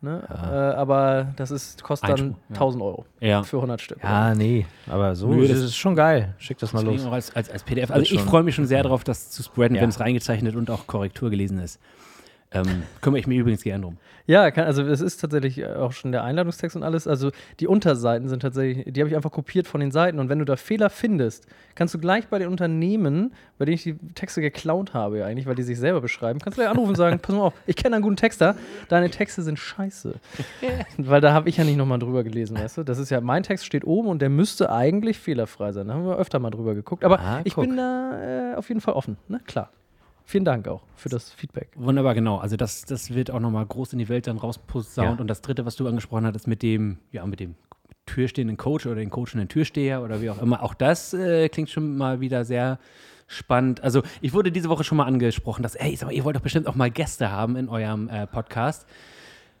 A: ne? äh, aber das ist, kostet dann
C: Einspruch, ja.
A: 1000 Euro
C: Ja.
A: für 100 Stück.
B: Ja, nee. Aber so
C: Nö,
B: ist
C: das-
B: es schon geil. Schick das mal los.
C: Deswegen auch als, als, als PDF. Also
B: Wird
C: ich
B: schon.
C: freue mich schon sehr darauf, das zu spreaden,
B: Ja.
C: wenn es reingezeichnet und auch Korrektur gelesen ist. Ähm, <laughs> kümmere ich mich übrigens gerne drum.
A: Ja, kann, also es ist tatsächlich auch schon der Einladungstext und alles. Also die Unterseiten sind tatsächlich, die habe ich einfach kopiert von den Seiten. Und wenn du da Fehler findest, kannst du gleich bei den Unternehmen, bei denen ich die Texte geklaut habe eigentlich, weil die sich selber beschreiben, kannst du gleich anrufen und
B: <laughs>
A: sagen, pass mal auf, ich kenne einen guten Texter, deine Texte sind scheiße. weil da habe ich ja nicht nochmal drüber gelesen, weißt du? Das ist ja, mein Text steht oben und der müsste eigentlich fehlerfrei sein. Da haben wir öfter mal drüber geguckt. Aber
B: Ah,
A: ich
B: guck.
A: bin da äh, auf jeden Fall offen, ne? Klar. Vielen Dank auch für das Feedback.
C: Wunderbar, genau. Also das, das wird auch nochmal groß in die Welt dann rausposaunt.
B: Ja.
C: Und das dritte, was du angesprochen hattest, mit dem, ja, mit dem türstehenden Coach oder den coachenden Türsteher oder wie auch immer, auch das äh, klingt schon mal wieder sehr spannend. Also ich wurde diese Woche schon mal angesprochen, dass, ey, sag mal, ihr wollt doch bestimmt auch mal Gäste haben in eurem äh, Podcast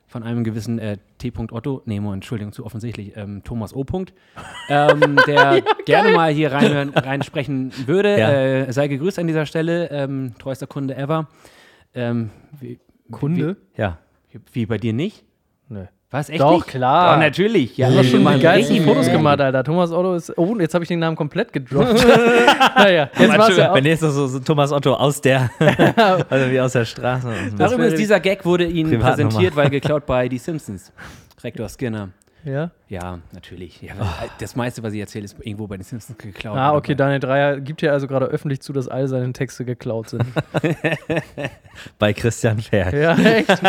C: von einem gewissen äh, T. Otto, nee, Moment, Entschuldigung, zu offensichtlich, ähm, Thomas O. Punkt,
A: <laughs>
C: ähm, der gerne mal hier reinhören, reinsprechen würde.
B: Ja.
C: Äh, sei gegrüßt an dieser Stelle, ähm, treuester Kunde ever. Ähm, wie,
A: Kunde?
B: Ja.
C: Wie, wie bei dir nicht?
A: Nö.
C: Was, echt
A: Doch,
C: nicht?
A: klar.
C: Doch, natürlich. Ja,
A: Wir haben doch schon
C: mal
A: die geilsten
C: richtig
A: Fotos
C: mal-
A: gemacht, Alter. Thomas Otto ist. Oh, jetzt habe ich den Namen komplett gedroppt. naja, jetzt war's ja auch.
B: Wenn jetzt noch so, so Thomas Otto aus der, <laughs> also wie aus der Straße.
C: Ach, übrigens, dieser Gag wurde Ihnen
B: Privatnummer.
C: präsentiert, weil geklaut bei Die Simpsons. Rektor Skinner.
A: <laughs> Ja.
C: Ja, natürlich. Ja,
B: Ah.
C: weil äh, Das meiste, was ich erzähle, ist irgendwo bei den Simpsons geklaut.
A: Ah,
C: Oder
A: okay,
C: bei-
A: Daniel Dreier gibt ja also gerade öffentlich zu, dass all seine Texte geklaut sind. <laughs>
B: Bei Christian Ferg.
A: ja, echt.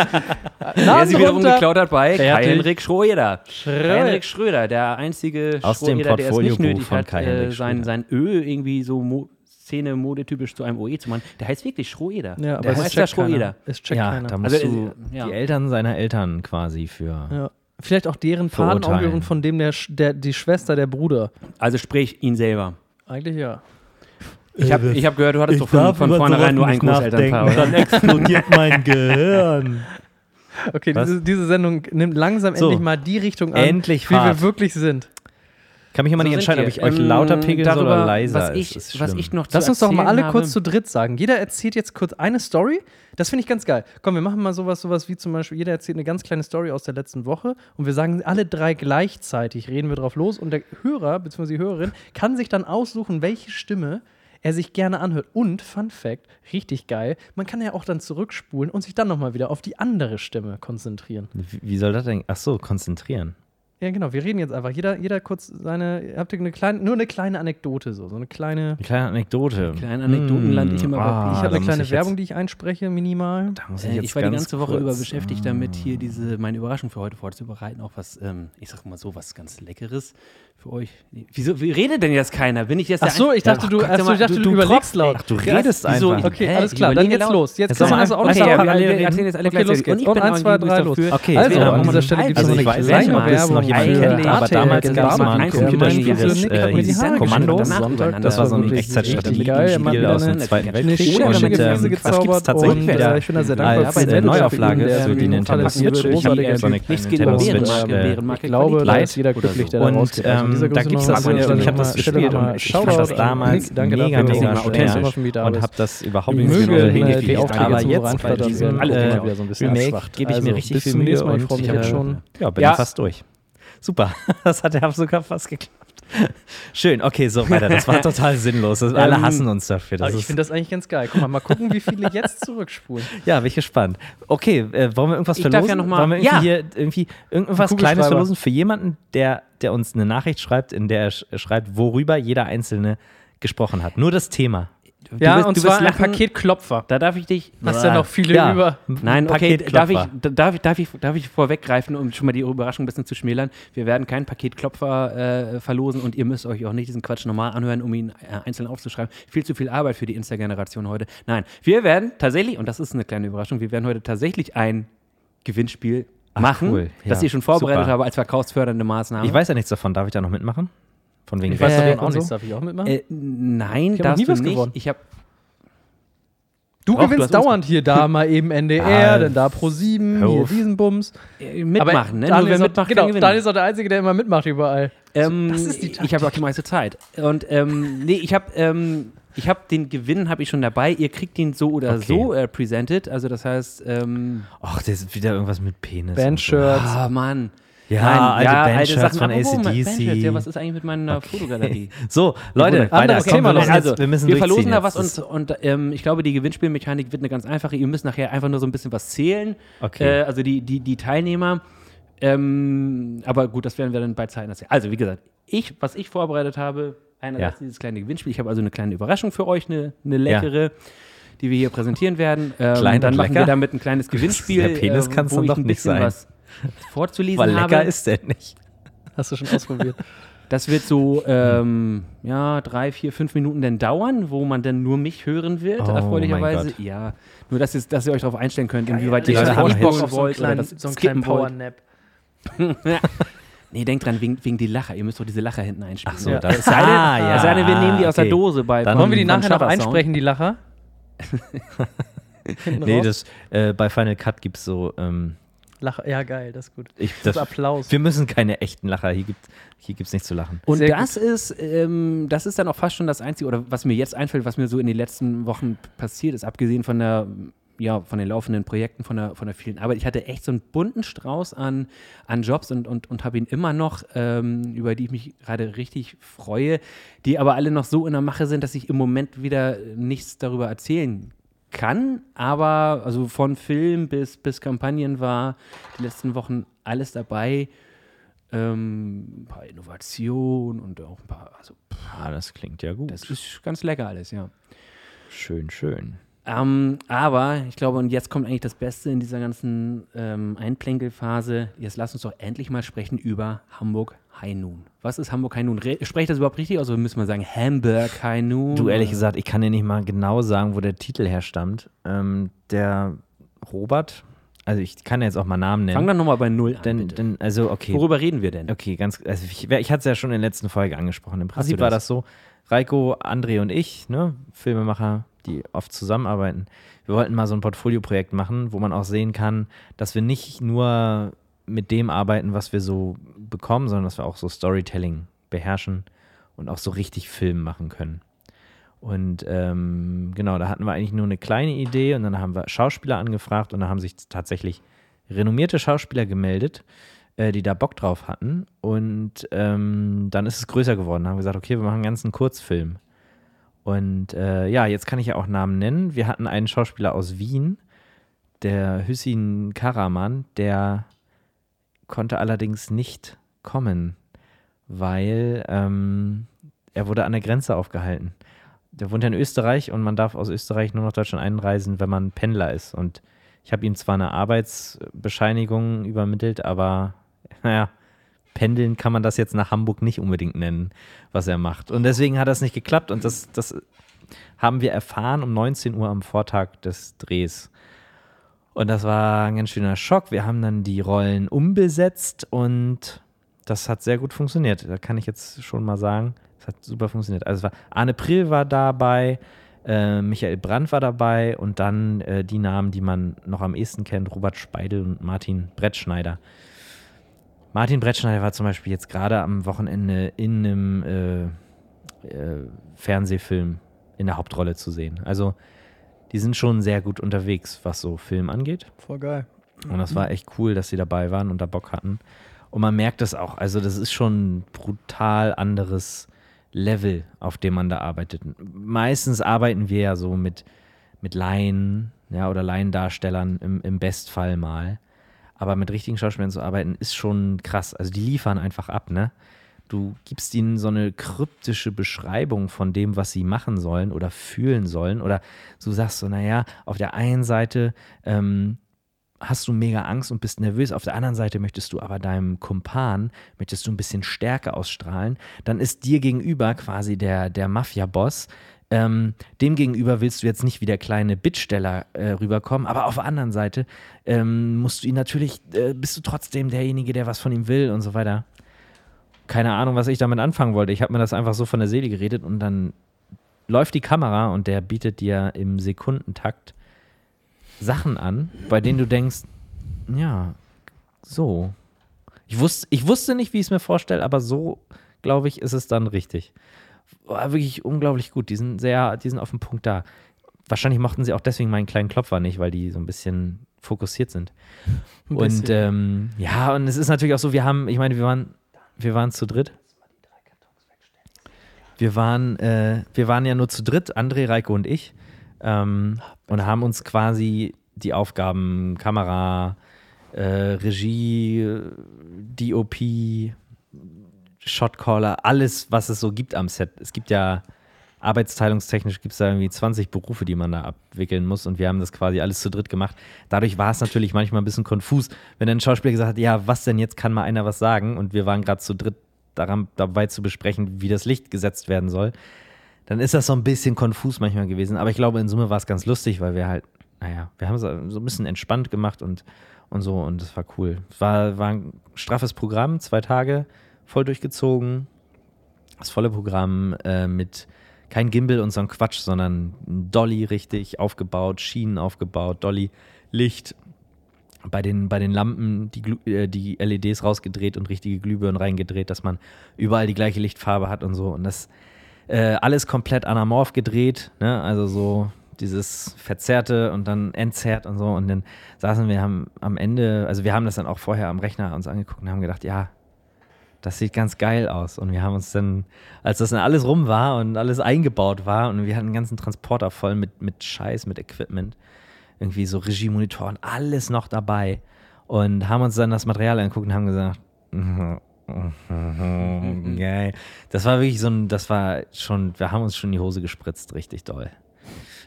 C: Wer
A: Namen
C: sie wiederum
A: runter.
C: geklaut hat bei
A: Fertig.
C: Heinrich Schröder.
A: Schröder.
C: Heinrich Schröder, der einzige
B: Aus dem
C: Schröder, der es nicht
B: Portfoliobuch
C: nötig
B: von
C: hat,
B: Kai
C: äh,
B: Heinrich
C: sein,
B: Schröder.
C: sein Ö irgendwie so Mo Szene modetypisch zu einem OE zu machen. Der heißt wirklich Schröder.
A: Ja, aber
C: der
A: es
C: heißt
A: ist
C: ja
A: checkt
C: Schröder.
A: keiner. Es checkt
B: Ja,
A: keiner.
B: da musst
C: Also,
B: du
C: äh, ja.
B: die Eltern seiner Eltern quasi für.
A: ja. Vielleicht auch deren Patenonkel
B: Verurteilen.
A: und von dem der, Sch- der, die Schwester, der Bruder.
C: Also sprich ihn selber.
A: Eigentlich ja.
C: Ich
A: Äh,
C: habe ich hab gehört, du hattest
E: Ich
C: doch von,
E: darf
C: von
E: über
C: vornherein
E: sowas
C: nur einen
E: nicht
C: Großelternpaar,
E: nachdenken,
C: oder?
E: Dann explodiert mein Gehirn.
A: Okay,
B: Was?
A: diese, diese Sendung nimmt langsam
B: So.
A: endlich mal die Richtung an,
B: Endlich
A: wie
B: Fahrt.
A: wir wirklich sind.
B: Kann mich immer
C: So
B: nicht
C: sind
B: entscheiden,
C: wir.
B: ob ich euch
C: Ähm,
B: lauter pegeln soll
C: darüber,
B: oder leiser.
C: Was
B: Es
C: ich,
B: ist
C: was
B: schlimm.
C: ich noch zu
A: Lass uns doch mal
C: erzählen
A: alle
C: habe.
A: kurz zu dritt sagen. Jeder erzählt jetzt kurz eine Story. Das finde ich ganz geil. Komm, wir machen mal sowas, sowas wie zum Beispiel, jeder erzählt eine ganz kleine Story aus der letzten Woche und wir sagen alle drei gleichzeitig, reden wir drauf los und der Hörer bzw. die Hörerin kann sich dann aussuchen, welche Stimme er sich gerne anhört. Und, Fun Fact, richtig geil, man kann ja auch dann zurückspulen und sich dann nochmal wieder auf die andere Stimme konzentrieren.
B: Wie wie soll das denn? Ach so, konzentrieren.
A: Ja, genau, wir reden jetzt einfach. Jeder, jeder kurz seine, habt ihr eine kleine, nur eine kleine Anekdote, so, so eine kleine.
B: Eine kleine Anekdote. Hm. Ah,
C: Kleine Anekdotenland, ich immer bei-
A: ich
B: da
A: habe eine
B: muss
A: kleine
B: ich jetzt-
A: Werbung, die ich einspreche, minimal.
B: Da muss ich,
C: Äh,
B: jetzt
C: ich war die
B: ganz
C: ganze Woche
B: kurz-
C: über beschäftigt damit, hier diese meine Überraschung für heute vorzubereiten, auch was, ähm, ich sag mal so, was ganz Leckeres für euch. Nee. Wieso wie redet denn jetzt keiner? Bin ich jetzt
A: Ach so, ich dachte, du, ach so, ich dachte, du, überlegst laut.
B: Ach, du redest einfach.
A: Okay, alles klar, dann geht's los. Jetzt
B: Jetzt sollen wir
A: kannst du
B: einfach-
A: alles
B: Okay, ja,
A: parallel
C: wir- wir
A: reden.
C: erzählen jetzt alle
A: okay, los
C: gleichzeitig.
A: geht's.
C: Und ich
A: Und
C: bin
A: eins, zwei,
C: irgendwie
A: drei,
C: übrigens
A: los.
C: dafür.
B: Okay,
A: Also,
B: wir haben
A: an
B: noch
A: dieser
B: einen
A: Stelle
B: Alten.
A: gibt's
B: also
A: noch
B: ich
A: eine
B: weiß nicht, ob wir es noch
A: Werbung
B: jemals
A: für
B: kennen, aber
A: RTL
B: damals
A: Geld
B: gab es mal ein
A: machen.
B: Computerspiel,
A: Ja,
B: das
A: Nick hat
B: äh,
A: mir die
B: hieß
A: Haare
B: Kommando.
A: geschnitten am Sonntag.
B: Das war so ein
A: Das war richtig
B: Echtzeitstrategiespiel
A: geil.
B: aus dem
A: Immer
B: Zweiten
C: wieder
A: eine
B: Weltkrieg.
A: schöne
B: Und
A: schöne Gefäße
B: äh, das gibt
A: gezaubert
B: es tatsächlich
A: und äh,
B: wieder
A: ich bin da sehr dankbar
B: als
A: für
B: äh,
A: die
B: Neuauflage für die Nintendo
A: Fantasie
B: Switch.
A: würde
B: Ich
A: großartiger
B: habe so eine
A: Geld.
B: kleine
C: Nichts gegen
B: Nintendo
A: Bären-
B: Switch. äh,
A: Ich glaube, da
B: Light
A: ist jeder glücklich, der da
B: und
A: rausgeht. Also
B: ähm,
A: dieser
B: da
A: große
B: gibt es
A: Nummer-
B: das und ich habe das
A: Stelle noch
B: gespielt
A: mal
B: und ich fand
A: Shoutout
B: das
A: an
B: damals
A: Nick. Danke
B: mega,
A: dafür, dass du
B: mega
A: uns erklärt hast, warum
B: schwer
A: du da
B: und
A: bist.
B: habe das überhaupt
A: Wir
B: nicht
A: mögen,
B: genau
A: äh, die
B: hingekriegt.
A: Aufträge
B: Aber
A: zum
B: jetzt bei
A: Reinflattern
B: diesem
A: werden.
B: äh,
A: Alle wieder so ein bisschen
B: Remake
A: abschwacht.
B: gebe ich
A: Also,
B: mir richtig
A: bis
B: viel
A: zum
B: Mühe
A: nächsten Mal. Ich
B: und
A: freue mich
B: ich
A: jetzt
B: äh,
C: Also
A: schon.
B: Ja, bin
C: Ja.
B: ja. fast durch. Super, <laughs> das hat ja sogar fast geklappt. <laughs> Schön, okay, so weiter. Das war total sinnlos. Das, alle
C: Ähm,
B: hassen uns dafür. Das
A: Aber ich
B: ist,
A: finde das eigentlich ganz geil. Guck mal, mal gucken, wie viele jetzt <laughs> zurückspulen.
B: ja, bin ich gespannt. Okay, äh, wollen wir irgendwas
C: Ich darf
B: verlosen?
C: ja noch mal-
B: wollen wir irgendwie
C: Ja.
B: hier irgendwie irgendwas
A: Ein
B: Kleines
A: Kugelschreiber.
B: verlosen für jemanden, der, der uns eine Nachricht schreibt, in der er sch- äh, schreibt, worüber jeder Einzelne gesprochen hat. Nur das Thema.
A: Ja,
C: bist-
A: und
C: du
A: zwar
C: wirst
A: ein
C: lachen.
A: Paket Klopfer.
C: Da darf ich dich.
A: Hast ja noch viele
B: Ja.
A: über.
C: Nein, okay,
B: Paket
C: darf ich,
B: Klopfer.
C: darf, ich, darf, ich, darf ich vorweggreifen, um schon mal die Überraschung ein bisschen zu schmälern. Wir werden kein Paketklopfer äh, verlosen und ihr müsst euch auch nicht diesen Quatsch normal anhören, um ihn äh, einzeln aufzuschreiben. Viel zu viel Arbeit für die Insta-Generation heute. Nein, wir werden tatsächlich, und das ist eine kleine Überraschung, wir werden heute tatsächlich ein Gewinnspiel machen,
B: cool, ja.
C: das ich schon vorbereitet
B: Super.
C: habe als verkaufsfördernde Maßnahme.
B: Ich weiß ja nichts davon. Darf ich da noch mitmachen? Von wegen
A: Ich weiß
B: Wettbewerb
A: davon
B: und
A: auch
B: so?
A: nichts. Darf ich auch mitmachen?
C: äh, nein,
A: Ich hab noch
C: darfst
A: nie
C: du
A: was
C: nicht.
A: gewonnen.
C: Ich habe
A: Du
C: Doch, du
A: gewinnst
C: hast uns-
A: dauernd hier da mal eben
C: <laughs>
A: NDR,
B: Ah,
A: dann da pro 7,
B: hör
A: hier
B: auf.
A: diesen Bums.
C: äh, mitmachen, ne?
A: Daniel
C: Nur wer
A: ist auch-
C: mitmacht,
A: genau,
C: kann gewinnen.
A: Daniel ist auch der Einzige, der immer mitmacht überall.
C: Ähm,
A: Das ist die
C: ich habe auch die meiste Zeit. Und ähm, nee, ich habe ähm, ich habe den Gewinn habe ich schon dabei. Ihr kriegt den so oder
B: Okay.
C: so äh, presented. Also das heißt, ähm,
B: Ach, das ist wieder irgendwas mit Penis. und so.
A: Bandshirts.
C: ah Mann,
B: Ja,
C: Nein,
B: alte
C: ja,
B: Bandshirts
C: Sachen.
B: von
C: Apropos
B: ACDC.
C: Bandshirts, ja, was ist eigentlich mit meiner Fotogalerie?
B: So, Leute, weiter.
A: anderes
B: Komm,
A: Thema
B: wir müssen
A: noch.
B: jetzt-
C: Also,
B: wir müssen
C: wir verlosen da was
B: uns.
C: und, und ähm, ich glaube, die Gewinnspielmechanik wird eine ganz einfache. Ihr müsst nachher einfach nur so ein bisschen was zählen.
B: Okay.
C: Äh, also die, die, die Teilnehmer. Ähm, aber gut, das werden wir dann bei Zeiten erzählen. Also, wie gesagt, ich, was ich vorbereitet habe, einerseits
B: Ja.
C: dieses kleine Gewinnspiel. Ich habe also eine kleine Überraschung für euch, eine, eine leckere. Die wir hier präsentieren werden. Ähm,
B: Klein und
C: dann machen wir
B: lecker?
C: damit ein kleines Gewinnspiel.
B: <laughs> Der Penis
C: äh,
B: kann's
C: wo
B: dann
C: ich
B: doch
C: ein
B: nicht
C: bisschen
B: sein.
C: Was vorzulesen
B: Weil
C: habe.
B: lecker ist der nicht.
A: Hast du schon
C: <laughs>
A: ausprobiert.
C: Das wird so ähm, ja, drei, vier, fünf Minuten dann dauern, wo man dann nur mich hören wird,
B: Oh mein
C: erfreulicherweise.
B: Gott.
C: Ja, nur dass, ihr- dass ihr euch darauf einstellen könnt, inwieweit ihr
B: Leute
C: das
B: haben
C: vorspulen
B: Bock
C: wollt oder das skippen wollt.
A: Powernap.
C: Nee, denkt dran, wegen, wegen die Lacher. Ihr müsst doch diese Lacher hinten einspielen.
B: Ach so,
A: Ja.
B: da <laughs> ist
C: Es sei denn,
B: Ah,
C: es sei denn, wir nehmen die aus
B: okay.
C: der Dose bei.
B: Dann
C: von-
A: Wollen wir die
C: von
A: nachher noch
C: Shutter Sound.
A: einsprechen, die
B: <laughs>
A: Lacher? Hinten
B: Nee,
A: raus?
B: das, äh, bei Final Cut gibt es so. Ähm,
A: Lacher. Ja, geil, das ist gut.
B: ich,
A: Das
B: das,
A: ist Applaus.
B: wir müssen keine echten Lacher. Hier gibt es hier gibt's nichts zu lachen.
C: Und
A: Sehr
C: das ist, ähm, das ist dann auch fast schon das Einzige, oder was mir jetzt einfällt, was mir so in den letzten Wochen passiert ist, abgesehen von der, ja, von den laufenden Projekten, von der, von der vielen Arbeit. Ich hatte echt so einen bunten Strauß an, an Jobs und, und, und habe ihn immer noch, ähm, über die ich mich gerade richtig freue, die aber alle noch so in der Mache sind, dass ich im Moment wieder nichts darüber erzählen kann, aber also von Film bis, bis Kampagnen war die letzten Wochen alles dabei. Ähm, ein paar Innovationen und auch ein paar, also
B: Ah, das klingt ja gut.
C: das ist ganz lecker alles, ja.
B: schön, schön.
C: Ähm, aber ich glaube, und jetzt kommt eigentlich das Beste in dieser ganzen ähm, Einplänkelphase. Jetzt lass uns doch endlich mal sprechen über Hamburg High Noon. Was ist Hamburg High Noon? Re spreche ich das überhaupt richtig aus oder müssen wir sagen Hamburg High Noon?
B: Du, ehrlich gesagt, ich kann dir nicht mal genau sagen, wo der Titel herstammt. Ähm, der Robert, also ich kann ja jetzt auch mal Namen nennen.
C: Fang dann nochmal bei Null an.
B: denn,
C: bitte.
B: denn, also, okay.
C: Worüber reden wir denn?
B: Okay, ganz. Also ich ich hatte es ja schon in der letzten Folge angesprochen. Im Prinzip
C: du
B: war
C: das?
B: das so: Reiko, André und ich, ne, Filmemacher, die oft zusammenarbeiten, wir wollten mal so ein Portfolioprojekt machen, wo man auch sehen kann, dass wir nicht nur mit dem arbeiten, was wir so bekommen, sondern dass wir auch so Storytelling beherrschen und auch so richtig Film machen können. Und ähm, genau, da hatten wir eigentlich nur eine kleine Idee und dann haben wir Schauspieler angefragt und da haben sich tatsächlich renommierte Schauspieler gemeldet, äh, die da Bock drauf hatten. Und ähm, dann ist es größer geworden. Da haben wir gesagt, okay, wir machen einen ganzen Kurzfilm. Und äh, ja, jetzt kann ich ja auch Namen nennen. Wir hatten einen Schauspieler aus Wien, der Hüssin Karaman, der konnte allerdings nicht kommen, weil ähm, er wurde an der Grenze aufgehalten. Der wohnt ja in Österreich und man darf aus Österreich nur nach Deutschland einreisen, wenn man Pendler ist. Und ich habe ihm zwar eine Arbeitsbescheinigung übermittelt, aber naja, Pendeln kann man das jetzt nach Hamburg nicht unbedingt nennen, was er macht. Und deswegen hat das nicht geklappt und das, das haben wir erfahren um 19 Uhr am Vortag des Drehs. Und das war ein ganz schöner Schock. Wir haben dann die Rollen umbesetzt und das hat sehr gut funktioniert. Da kann ich jetzt schon mal sagen, es hat super funktioniert. Also es war, Arne Prill war dabei, äh, Michael Brandt war dabei und dann äh, die Namen, die man noch am ehesten kennt, Robert Speidel und Martin Brettschneider. Martin Brettschneider war zum Beispiel jetzt gerade am Wochenende in einem äh, äh, Fernsehfilm in der Hauptrolle zu sehen. Also die sind schon sehr gut unterwegs, was so Film angeht.
A: Voll geil.
B: Und das war echt cool, dass sie dabei waren und da Bock hatten. Und man merkt das auch. Also, das ist schon ein brutal anderes Level, auf dem man da arbeitet. Meistens arbeiten wir ja so mit, mit Laien ja, oder Laiendarstellern im, im Bestfall mal. Aber mit richtigen Schauspielern zu arbeiten, ist schon krass. Also, die liefern einfach ab, ne? Du gibst ihnen so eine kryptische Beschreibung von dem, was sie machen sollen oder fühlen sollen. Oder du sagst so, naja, auf der einen Seite ähm, hast du mega Angst und bist nervös. Auf der anderen Seite möchtest du aber deinem Kumpan, möchtest du ein bisschen Stärke ausstrahlen. Dann ist dir gegenüber quasi der, der Mafia-Boss. Ähm, dem gegenüber willst du jetzt nicht wie der kleine Bittsteller äh, rüberkommen, aber auf der anderen Seite ähm, musst du ihn natürlich, äh, bist du trotzdem derjenige, der was von ihm will und so weiter. Keine Ahnung, was ich damit anfangen wollte. Ich habe mir das einfach so von der Seele geredet und dann läuft die Kamera und der bietet dir im Sekundentakt Sachen an, bei denen du denkst, ja, so. Ich wusste, ich wusste nicht, wie ich es mir vorstelle, aber so, glaube ich, ist es dann richtig. War Oh, wirklich unglaublich gut. Die sind sehr, die sind auf dem Punkt da. Wahrscheinlich mochten sie auch deswegen meinen kleinen Klopfer nicht, weil die so ein bisschen fokussiert sind.
A: Ein
B: Und
A: bisschen.
B: ähm, ja, und es ist natürlich auch so, wir haben, ich meine, wir waren, wir waren zu dritt. Wir waren, äh, wir waren ja nur zu dritt, André, Reiko und ich. Ähm, und haben uns quasi die Aufgaben Kamera, äh, Regie, äh, DOP, Shotcaller, alles, was es so gibt am Set. Es gibt ja arbeitsteilungstechnisch gibt es da irgendwie 20 Berufe, die man da abwickeln muss und wir haben das quasi alles zu dritt gemacht. Dadurch war es natürlich manchmal ein bisschen konfus, wenn dann ein Schauspieler gesagt hat, ja, was denn jetzt kann mal einer was sagen und wir waren gerade zu dritt daran, dabei zu besprechen, wie das Licht gesetzt werden soll dann ist das so ein bisschen konfus manchmal gewesen. Aber ich glaube, in Summe war es ganz lustig, weil wir halt, naja, wir haben es so ein bisschen entspannt gemacht und, und so und das war cool. Es war, war ein straffes Programm, zwei Tage, voll durchgezogen. Das volle Programm äh, mit kein Gimbal und so ein Quatsch, sondern ein Dolly richtig aufgebaut, Schienen aufgebaut, Dolly, Licht. Bei den, bei den Lampen die, Glu- äh, die LEDs rausgedreht und richtige Glühbirnen reingedreht, dass man überall die gleiche Lichtfarbe hat und so. Und das, äh, alles komplett anamorph gedreht, ne? also so dieses Verzerrte und dann entzerrt und so. Und dann saßen wir haben am Ende, also wir haben das dann auch vorher am Rechner uns angeguckt und haben gedacht, ja, das sieht ganz geil aus. Und wir haben uns dann, als das dann alles rum war und alles eingebaut war und wir hatten einen ganzen Transporter voll mit, mit Scheiß, mit Equipment, irgendwie so Regiemonitoren, alles noch dabei und haben uns dann das Material angeguckt und haben gesagt, <laughs> geil. Das war wirklich so ein, das war schon, wir haben uns schon in die Hose gespritzt, richtig doll.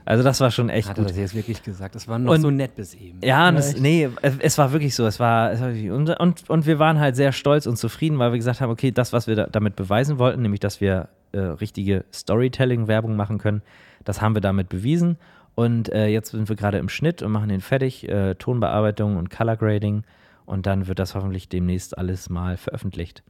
B: Also das war schon echt
C: Hat er
B: gut.
C: das jetzt wirklich gesagt? Das war noch
B: Und-
C: so nett bis eben.
B: Ja, und
A: Ja,
B: es,
A: echt.
B: nee, es- es war wirklich so. Es war, es war wirklich- und, und, und wir waren halt sehr stolz und zufrieden, weil wir gesagt haben, okay, das, was wir da, damit beweisen wollten, nämlich, dass wir äh, richtige Storytelling-Werbung machen können, das haben wir damit bewiesen. Und äh, jetzt sind wir gerade im Schnitt und machen den fertig, äh, Tonbearbeitung und Color Grading. Und dann wird das hoffentlich demnächst alles mal veröffentlicht.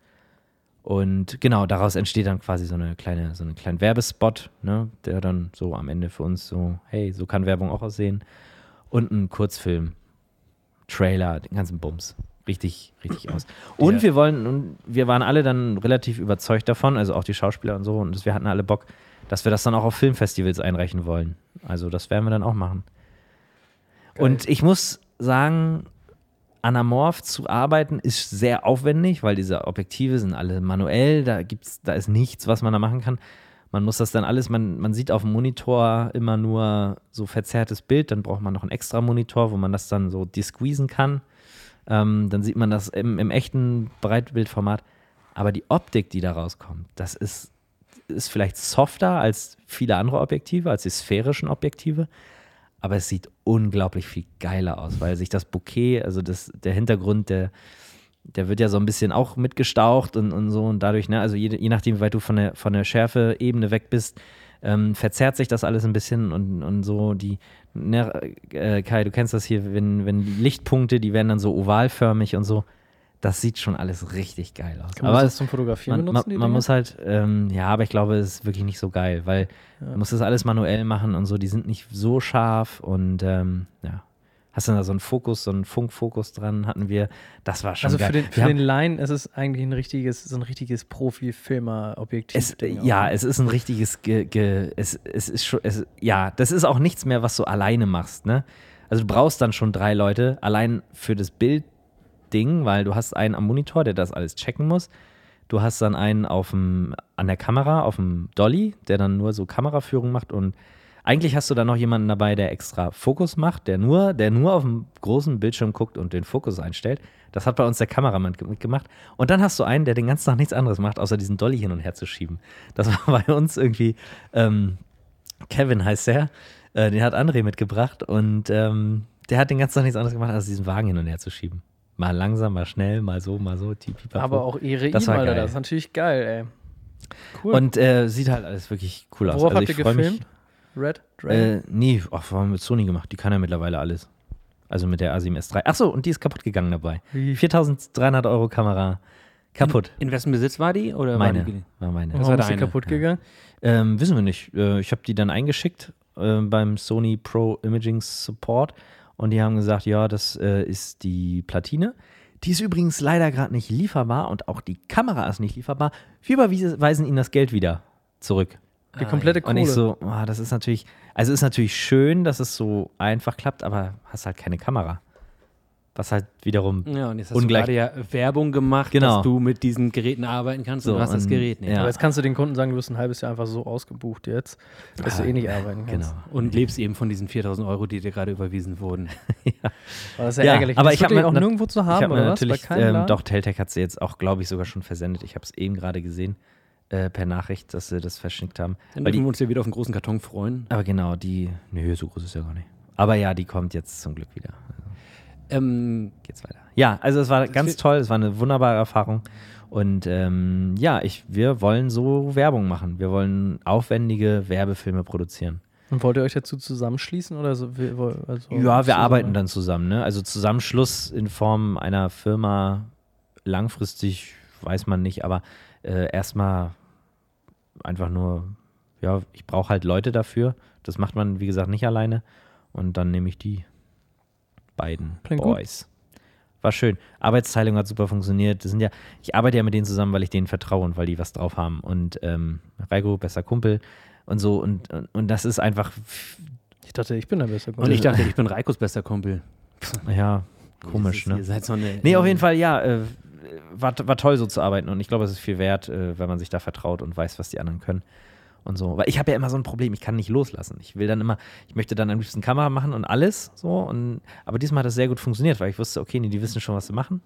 B: Und genau, daraus entsteht dann quasi so eine kleine, so einen kleinen Werbespot, ne, der dann so am Ende für uns so, hey, so kann Werbung auch aussehen. Und ein Kurzfilm, Trailer, den ganzen Bums. Richtig, richtig aus. Und wir wollen, und wir waren alle dann relativ überzeugt davon, also auch die Schauspieler und so, und wir hatten alle Bock, dass wir das dann auch auf Filmfestivals einreichen wollen. Also das werden wir dann auch machen. Und ich muss sagen, anamorph zu arbeiten ist sehr aufwendig, weil diese Objektive sind alle manuell, da gibt's, da ist nichts, was man da machen kann. Man muss das dann alles, man, man sieht auf dem Monitor immer nur so verzerrtes Bild, dann braucht man noch einen extra Monitor, wo man das dann so desqueezen kann. Ähm, dann sieht man das im, im echten Breitbildformat. Aber die Optik, die da rauskommt, das ist, ist vielleicht softer als viele andere Objektive, als die sphärischen Objektive aber es sieht unglaublich viel geiler aus, weil sich das Bouquet, also das, der Hintergrund, der, der wird ja so ein bisschen auch mitgestaucht und, und so und dadurch, ne, also je, je nachdem, wie weit du von der, von der Schärfe-Ebene weg bist, ähm, verzerrt sich das alles ein bisschen und, und so die, ne, äh, Kai, du kennst das hier, wenn, wenn die Lichtpunkte, die werden dann so ovalförmig und so. Das sieht schon alles richtig geil aus.
A: Kann man
B: Aber
A: das zum Fotografieren
B: man,
A: benutzen? die
B: man, man
A: Dinger?
B: muss halt, ähm, ja, aber ich glaube, es ist wirklich nicht so geil, weil man muss das alles manuell machen und so, die sind nicht so scharf und ähm, ja. Hast du da so einen Fokus, so einen Funkfokus dran hatten wir. Das war schon
A: also
B: geil.
A: für den,
B: Wir
A: für
B: haben-
A: den Laien ist es eigentlich ein richtiges, so ein richtiges Profi-Filmer-Objektiv.
B: es,
A: ne?
B: ja, es ist ein richtiges, ge, ge, es, es ist schon, es, ja, das ist auch nichts mehr, was du alleine machst, ne? Also du brauchst dann schon drei Leute, allein für das Bildding, weil du hast einen am Monitor, der das alles checken muss. Du hast dann einen auf dem, an der Kamera, auf dem Dolly, der dann nur so Kameraführung macht und eigentlich hast du dann noch jemanden dabei, der extra Fokus macht, der nur, der nur auf dem großen Bildschirm guckt und den Fokus einstellt. Das hat bei uns der Kameramann ge- mitgemacht. Und dann hast du einen, der den ganzen Tag nichts anderes macht, außer diesen Dolly hin und her zu schieben. Das war bei uns irgendwie, ähm, Kevin heißt der, äh, den hat André mitgebracht und ähm, der hat den ganzen Tag nichts anderes gemacht, als diesen Wagen hin und her zu schieben. Mal langsam, mal schnell, mal so, mal so. tipipapo.
A: Aber auch ihre
B: Das war
A: E-Mail,
B: geil.
A: das ist natürlich geil, ey. Cool.
B: Und äh, sieht halt alles wirklich cool aus.
A: Worauf
B: Also
A: habt
B: ich
A: ihr
B: freu mich-
A: gefilmt? Red? Dragon?
B: Äh, nee, ach, wir haben mit Sony gemacht. Die kann ja mittlerweile alles. Also mit der A7 S3. Achso, und die ist kaputt gegangen dabei.
A: Wie? Hm.
B: 4300 Euro Kamera. Kaputt.
C: In wessen Besitz war die? Oder War
B: Meine.
C: die
B: War meine.
C: das war
A: Warum ist die
C: deine,
A: kaputt gegangen?
B: Ähm, wissen wir nicht. Äh, ich habe die dann eingeschickt äh, beim Sony Pro Imaging Support und die haben gesagt, ja, das äh, ist die Platine. Die ist übrigens leider gerade nicht lieferbar und auch die Kamera ist nicht lieferbar. Wir überweisen Ihnen das Geld wieder zurück.
A: Die komplette
B: Und
A: Kohle.
B: ich so, ah, das ist natürlich, also ist natürlich schön, dass es so einfach klappt, aber hast halt keine Kamera. Was halt wiederum
C: Ja, und jetzt hast
B: Ungleich-
C: du gerade ja Werbung gemacht,
B: Genau.
C: dass du mit diesen Geräten arbeiten kannst und
B: So,
C: du hast das
B: und-
C: Gerät nicht.
B: ja.
A: Aber jetzt kannst du den Kunden sagen, du bist ein halbes Jahr einfach so ausgebucht jetzt, dass du eh nicht arbeiten kannst.
B: genau.
A: Genau.
C: Und lebst eben von diesen 4000 Euro, die dir gerade überwiesen wurden.
A: Aber das ist ja,
B: Ja,
A: ärgerlich.
B: aber
A: das
B: ich
A: ist
B: hab
A: wirklich
B: mir
A: auch
B: nat-
A: nirgendwo zu
B: ich
A: haben,
B: habe
A: oder was?
B: natürlich,
A: Bei keinem
B: ähm,
A: Laden?
B: doch, Teltec hat sie jetzt auch, glaube ich, sogar schon versendet. Ich habe es eben gerade gesehen äh, per Nachricht, dass sie das verschickt haben.
C: Dann
B: Weil
C: dürfen
B: die,
C: wir uns ja wieder auf einen großen Karton freuen.
B: aber genau, die, nö, so groß ist ja gar nicht. Aber ja, die kommt jetzt zum Glück wieder.
C: Ähm,
B: Geht's weiter. Ja, also es war ganz
C: wird-
B: toll, es war eine wunderbare Erfahrung. Und ähm, ja, ich, wir wollen so Werbung machen. Wir wollen aufwendige Werbefilme produzieren.
A: Und wollt ihr euch dazu zusammenschließen oder so? Wir- wo- Also
B: Ja, wir
A: zusammen-
B: arbeiten dann zusammen. Ne? Also Zusammenschluss in Form einer Firma langfristig weiß man nicht, aber äh, erstmal einfach nur, ja, ich brauche halt Leute dafür. Das macht man, wie gesagt, nicht alleine. Und dann nehme ich die beiden
A: Klingt gut.
B: Boys. War schön. Arbeitsteilung hat super funktioniert. Das sind ja, ich arbeite ja mit denen zusammen, weil ich denen vertraue und weil die was drauf haben. Und ähm, Reigo, besser Kumpel und so. Und, und, und das ist einfach,
A: Ich dachte, ich bin der beste
C: und ich dachte, ich bin Reikos bester Kumpel.
B: ja, komisch,
C: Dieses-
B: ne?
C: Ihr seid so eine,
B: Nee, auf jeden Fall, ja. Äh, war, war toll so zu arbeiten und ich glaube, es ist viel wert, äh, wenn man sich da vertraut und weiß, was die anderen können und so. Weil ich habe ja immer so ein Problem, ich kann nicht loslassen. Ich will dann immer, ich möchte dann am liebsten Kamera machen und alles so. Und, aber diesmal hat das sehr gut funktioniert, weil ich wusste, okay, nee, die wissen schon, was sie machen.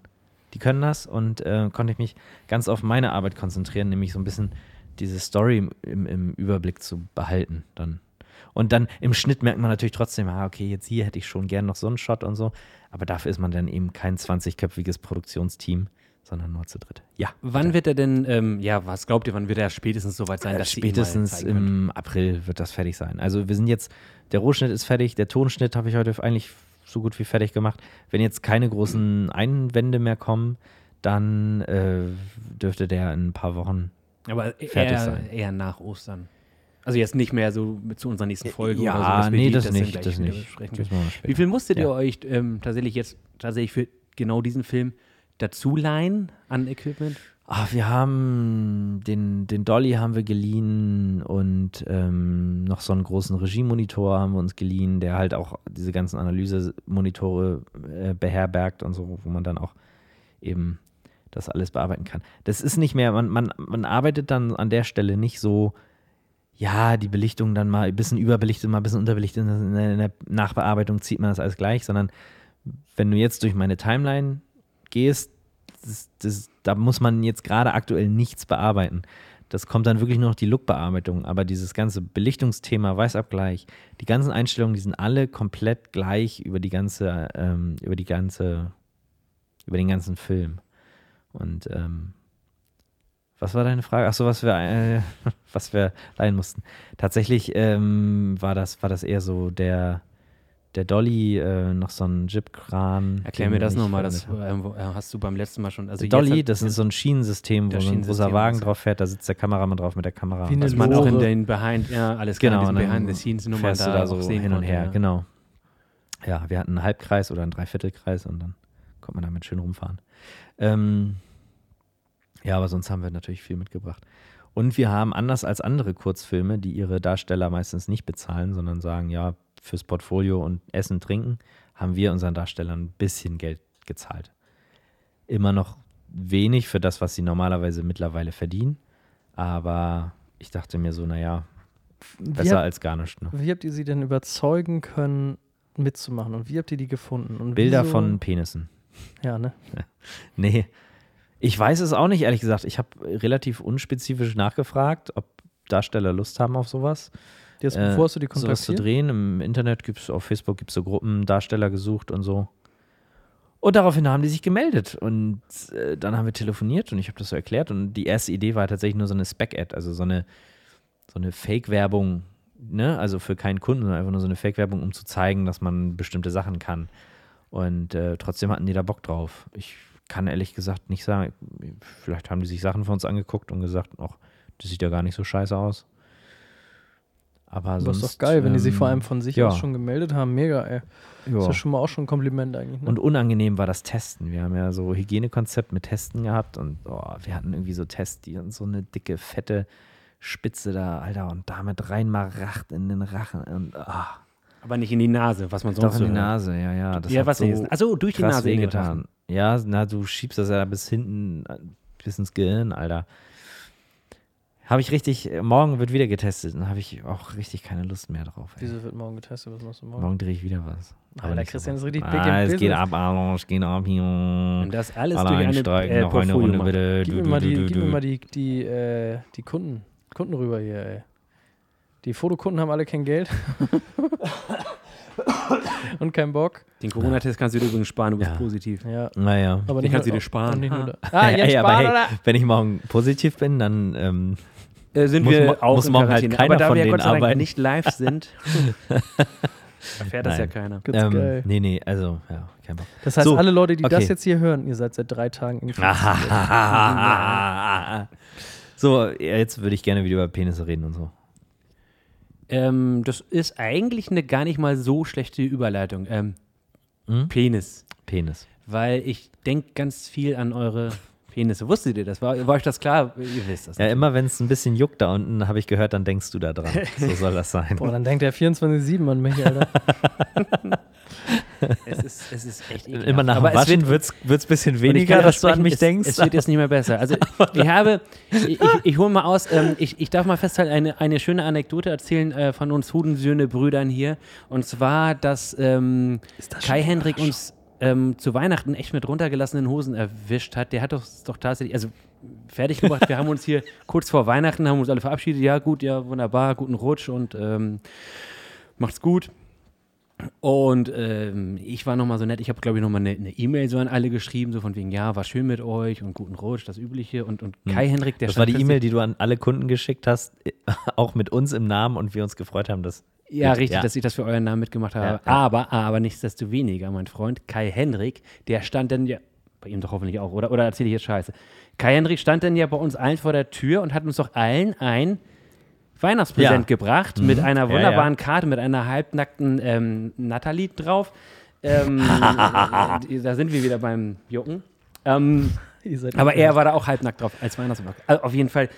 B: Die können das und äh, konnte ich mich ganz auf meine Arbeit konzentrieren, nämlich so ein bisschen diese Story im, im, im Überblick zu behalten dann. Und dann im Schnitt merkt man natürlich trotzdem, ah, okay, jetzt hier hätte ich schon gern noch so einen Shot und so. Aber dafür ist man dann eben kein 20-köpfiges Produktionsteam, sondern nur zu dritt. Ja.
C: Wann wird er denn, ähm, ja, was glaubt ihr, wann wird er spätestens soweit sein, dass ihr ihn mal
B: Spätestens
C: zeigen könnt?
B: im April wird das fertig sein. Also wir sind jetzt, der Rohschnitt ist fertig, der Tonschnitt habe ich heute eigentlich so gut wie fertig gemacht. Wenn jetzt keine großen Einwände mehr kommen, dann äh, dürfte der in ein paar Wochen.
C: Aber eher,
B: fertig sein.
C: eher nach Ostern. Also jetzt nicht mehr so mit zu unserer nächsten Folge
B: ja,
C: oder so. dass wir
B: nee,
C: die-
B: das,
C: dann
B: nicht,
C: gleich
B: das
C: wieder
B: nicht.
C: besprechen
B: Das
C: können.
B: machen wir
C: Wie
B: später.
C: viel musstet
B: Ja.
C: ihr euch ähm, tatsächlich jetzt tatsächlich für genau diesen Film dazu leihen an Equipment?
B: Ach, wir haben den, den Dolly haben wir geliehen und ähm, noch so einen großen Regiemonitor haben wir uns geliehen, der halt auch diese ganzen Analysemonitore äh, beherbergt und so, wo man dann auch eben das alles bearbeiten kann. Das ist nicht mehr, man, man, man arbeitet dann an der Stelle nicht so, ja, die Belichtung dann mal ein bisschen überbelichtet, mal ein bisschen unterbelichtet, in der, in der Nachbearbeitung zieht man das alles gleich, sondern wenn du jetzt durch meine Timeline gehst, das, das, da muss man jetzt gerade aktuell nichts bearbeiten. Das kommt dann wirklich nur noch die Look-Bearbeitung. Aber dieses ganze Belichtungsthema, Weißabgleich, die ganzen Einstellungen, die sind alle komplett gleich über die ganze, ähm, über die ganze, über den ganzen Film. Und ähm, was war deine Frage? Ach so, was wir, äh, <laughs> was wir leihen mussten. Tatsächlich ähm, war, das, war das eher so der, der Dolly, äh, noch so ein Jeep-Kran.
C: Erklär
B: den
C: mir das
B: ich
C: nochmal.
B: verwendet
C: Das ähm, wo- äh, hast du beim letzten Mal schon.
B: also
C: Also jetzt
B: Dolly,
C: hat-
B: das ist so ein Schienensystem, wo
C: Das
B: so ein großer
C: Schienensystem,
B: Wagen
C: also.
B: drauf fährt, da sitzt der Kameramann drauf mit der Kamera.
A: Wie eine
B: Das
C: dass man auch in
A: Lore.
C: den Behind, ja, alles klar,
B: Genau,
C: diesen
B: und dann
C: Behind the Scenes Nummern
B: fährst du
C: da,
B: da so
C: auch sehen
B: hin und
C: konnte,
B: her,
C: ja.
B: genau. Ja, wir hatten einen Halbkreis oder einen Dreiviertelkreis und dann konnte man damit schön rumfahren. Ähm, ja, aber sonst haben wir natürlich viel mitgebracht. Und wir haben, anders als andere Kurzfilme, die ihre Darsteller meistens nicht bezahlen, sondern sagen, ja, fürs Portfolio und Essen, Trinken, haben wir unseren Darstellern ein bisschen Geld gezahlt. Immer noch wenig für das, was sie normalerweise mittlerweile verdienen. Aber ich dachte mir so, naja, besser
A: habt-
B: als gar nichts. Ne?
A: Wie habt ihr sie denn überzeugen können, mitzumachen? Und wie habt ihr die gefunden? Und
B: Mhm. Bilder
A: wieso-
B: von Penissen.
A: Ja, ne?
B: Nee. Ich weiß es auch nicht, ehrlich gesagt. Ich habe relativ unspezifisch nachgefragt, ob Darsteller Lust haben auf sowas.
A: Jetzt,
B: Äh,
A: bevor hast du die
B: sowas zu
A: kontaktiert?
B: drehen. Im Internet gibt es, auf Facebook gibt es so Gruppen, Darsteller gesucht und so. Und daraufhin haben die sich gemeldet. Und äh, dann haben wir telefoniert und ich habe das so erklärt. Und die erste Idee war tatsächlich nur so eine Spec-Ad, also so eine, so eine Fake-Werbung, ne? Also für keinen Kunden, sondern einfach nur so eine Fake-Werbung, um zu zeigen, dass man bestimmte Sachen kann. Und äh, trotzdem hatten die da Bock drauf. Ich kann ehrlich gesagt nicht sagen, vielleicht haben die sich Sachen von uns angeguckt und gesagt, ach, das sieht ja gar nicht so scheiße aus. Aber
A: Das
B: sonst,
A: ist doch geil, wenn die sich vor allem
B: ähm,
A: von sich
B: ja.
A: aus schon gemeldet haben. Mega, ey. Ist
B: ja.
A: ja schon mal auch schon ein Kompliment eigentlich. Ne?
B: Und unangenehm war das Testen. Wir haben ja so Hygienekonzept mit Testen gehabt und oh, wir hatten irgendwie so Tests, die und so eine dicke, fette Spitze da, Alter, und damit rein mal racht in den Rachen und ah,
C: Aber nicht in die Nase, was man sonst
B: doch
C: so
B: in die
C: hört.
B: Nase, ja, ja. Das
C: ja,
B: hat
C: was
B: so
C: so Also durch die
B: krass
C: Nase in den Rachen.
B: wehgetan. Ja, na, du schiebst das ja bis hinten, äh, bis ins Gehirn, Alter. Habe ich richtig, äh, morgen wird wieder getestet und habe ich auch richtig keine Lust mehr drauf. Ey.
A: Wieso wird morgen getestet? Was machst du morgen?
B: Morgen drehe ich wieder was.
A: Alter, Christian ist richtig big im
B: ah, es geht
A: Business.
B: ab, Alter, es geht ab hier.
C: Und das alles
B: Alle
C: durch eine
B: einsteigen,
C: äh,
B: noch eine Runde
C: Portfolio-Mappe.
B: bitte.
A: Gib
B: Du,
A: mir mal
B: du,
A: die,
B: du,
A: gib
B: du.
A: mir mal die, die, äh, die Kunden, Kunden rüber hier, ey. Die Fotokunden haben alle kein Geld. Und keinen Bock.
C: Den Corona-Test kannst du dir übrigens sparen, du bist
B: Ja.
C: positiv.
A: Ja.
B: Naja.
A: Aber
C: Den kannst du
A: nur-
C: dir sparen.
A: und Nicht nur da.
B: <laughs> Ja,
A: Oh, Ah, Jens
B: ey, aber
A: Spahn,
B: hey,
A: oder?
B: wenn ich morgen positiv bin, dann ähm,
C: Äh, sind
B: Muss
C: wir
B: mo-
C: auch
B: muss
C: in
B: morgen halt
C: Quarantäne.
B: keiner
C: Aber da
B: von
C: wir
B: denen
C: Gott sei Dank
B: arbeiten.
C: nicht live sind, <laughs> erfährt das ja
B: Nein.
C: keiner.
A: Ganz
B: ähm,
A: geil.
B: nee, nee, also, ja, kein Bock.
A: Das heißt,
B: So,
A: alle Leute, die das
B: okay.
A: jetzt hier hören, ihr seid seit drei Tagen infiziert.
B: so, ja, jetzt würde ich gerne wieder über Penisse reden und so.
C: Ähm, das ist eigentlich eine gar nicht mal so schlechte Überleitung. Ähm,
B: Hm?
C: Penis.
B: Penis.
C: Weil ich denke ganz viel an eure Penisse. Wusstet ihr das? War, war euch das klar? Ihr wisst das.
B: Ja,
C: natürlich.
B: immer wenn es ein bisschen juckt da unten, habe ich gehört, dann denkst du da dran. So soll das sein.
A: Boah, dann denkt er 24-7 an mich, Alter.
C: <laughs> Es ist, es ist echt ekelhaft.
B: Immer nach dem
C: Aber es wird
B: Waschen wird es ein bisschen
C: Und ich kann
B: weniger,
C: dir
B: dass du an
C: versprechen,
B: mich
C: es,
B: denkst.
C: Es wird jetzt nicht mehr
B: <laughs>
C: besser. Also ich habe, ich, ich hole mal aus, ähm, ich, ich darf mal festhalten, eine, eine schöne Anekdote erzählen äh, von uns Hudensöhne Brüdern hier. Und zwar, dass ähm, Kai Hendrik uns ähm, zu Weihnachten echt mit runtergelassenen Hosen erwischt hat. Der hat uns doch tatsächlich, also fertig gemacht. Wir haben
B: <laughs>
C: uns hier kurz vor Weihnachten, haben uns alle verabschiedet. Ja gut, ja wunderbar, guten Rutsch und ähm, macht's gut. Und ähm, ich war nochmal so nett, ich habe, glaube ich, nochmal eine eine ne E-Mail so an alle geschrieben, so von wegen, ja, war schön mit euch und guten Rutsch, das Übliche. Und, und Kai Henrik, der
B: Hm. Das war
C: stand
B: die E-Mail,
C: plötzlich-
B: die du an alle Kunden geschickt hast, <laughs> auch mit uns im Namen und wir uns gefreut haben, dass.
C: Ja, richtig,
B: Ja.
C: dass ich das für euren Namen mitgemacht habe.
B: Ja, ja.
C: Aber, aber nichtsdestoweniger, mein Freund, Kai Henrik, der stand dann ja, bei ihm doch hoffentlich auch, oder? Oder erzähle ich jetzt Scheiße? Kai Henrik stand dann ja bei uns allen vor der Tür und hat uns doch allen ein Weihnachtspräsent
B: Ja. Mhm.
C: gebracht mit einer
B: Ja, ja.
C: wunderbaren Karte, mit einer halbnackten ähm, Nathalie drauf. Ähm,
B: <laughs>
C: äh, da sind wir wieder beim Jucken. Ähm,
A: Ihr seid
C: aber er war da auch halbnackt drauf als Weihnachtsmarkt. Also auf jeden Fall,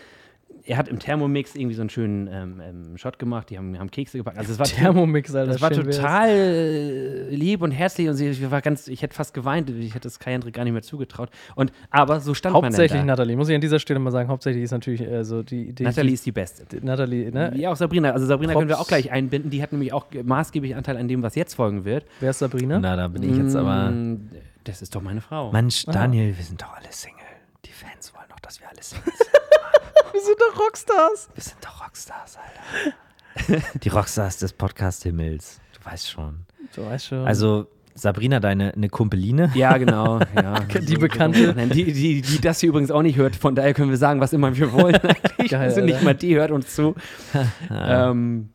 C: er hat im Thermomix irgendwie so einen schönen ähm, ähm, Shot gemacht. Die haben, haben Kekse gebacken. Also
A: <laughs>
C: es war
A: Thermomix, Alter.
C: das war
A: schön wär's.
C: total äh, lieb und herzlich und sie- ich war ganz, ich hätte fast geweint, ich hätte es Kai Hendrik gar nicht mehr zugetraut. Und aber so stand
A: Hauptsächlich
C: man dann da.
A: Nathalie. Muss ich an dieser Stelle mal sagen, hauptsächlich ist natürlich äh, so die, die
C: Nathalie ist die Beste.
A: die, Nathalie, ne?
C: Ja, auch Sabrina. Also Sabrina können wir
A: Props.
C: auch gleich einbinden. Die hat nämlich auch ge- maßgeblich Anteil an dem, was jetzt folgen wird.
A: Wer ist Sabrina?
B: Na, da bin ich jetzt aber.
C: Mm, Das ist doch meine Frau.
B: Mensch, Daniel, wir sind doch alle Single. Die Fans wollen doch, dass wir alle Single sind.
A: Wir sind doch Rockstars.
B: Wir sind doch Rockstars, Alter.
C: <laughs>
B: Die Rockstars des Podcast-Himmels. Du weißt schon.
A: Du weißt schon.
B: Also, Sabrina, deine eine Kumpeline.
C: Ja, genau. Ja. genau.
A: Die Bekannte.
C: Nein, Die, die, die das hier übrigens auch nicht hört, von daher können wir sagen, was immer wir wollen. Eigentlich.
A: Geil,
C: also nicht
A: Alter.
C: mal die hört uns zu. ähm,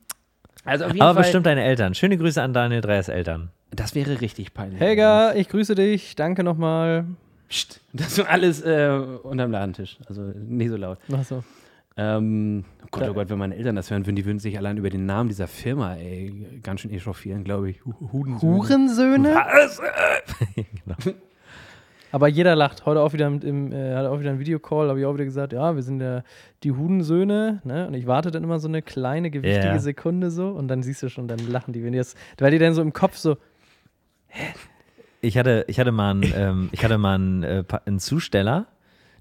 C: also auf jeden
B: Aber
C: Fall,
B: bestimmt deine Eltern. Schöne Grüße an Daniel Dreyers Eltern.
C: das wäre richtig peinlich.
A: Helga, ich grüße dich. Danke nochmal.
C: Psst, das ist alles äh, unterm Ladentisch. Also nicht so laut.
A: Achso.
C: Ähm, oh Gott, oh Gott, wenn meine Eltern das hören würden, die würden sich allein über den Namen dieser Firma ey, ganz schön echauffieren, glaube ich. Hu- Ah, Hudensöhne.
A: Hurensöhne?
C: Was?
A: Aber jeder lacht. Heute auch wieder mit im, äh, hat auch wieder ein Videocall, habe ich auch wieder gesagt, ja, wir sind ja die Hudensöhne, ne? Und ich warte dann immer so eine kleine, gewichtige
B: Ja.
A: Sekunde so und dann siehst du schon, dann lachen die, wenn die das, weil die dann so im Kopf so,
B: Ich hatte, ich hatte mal einen, ähm, ich hatte mal einen, äh, Pa- einen Zusteller,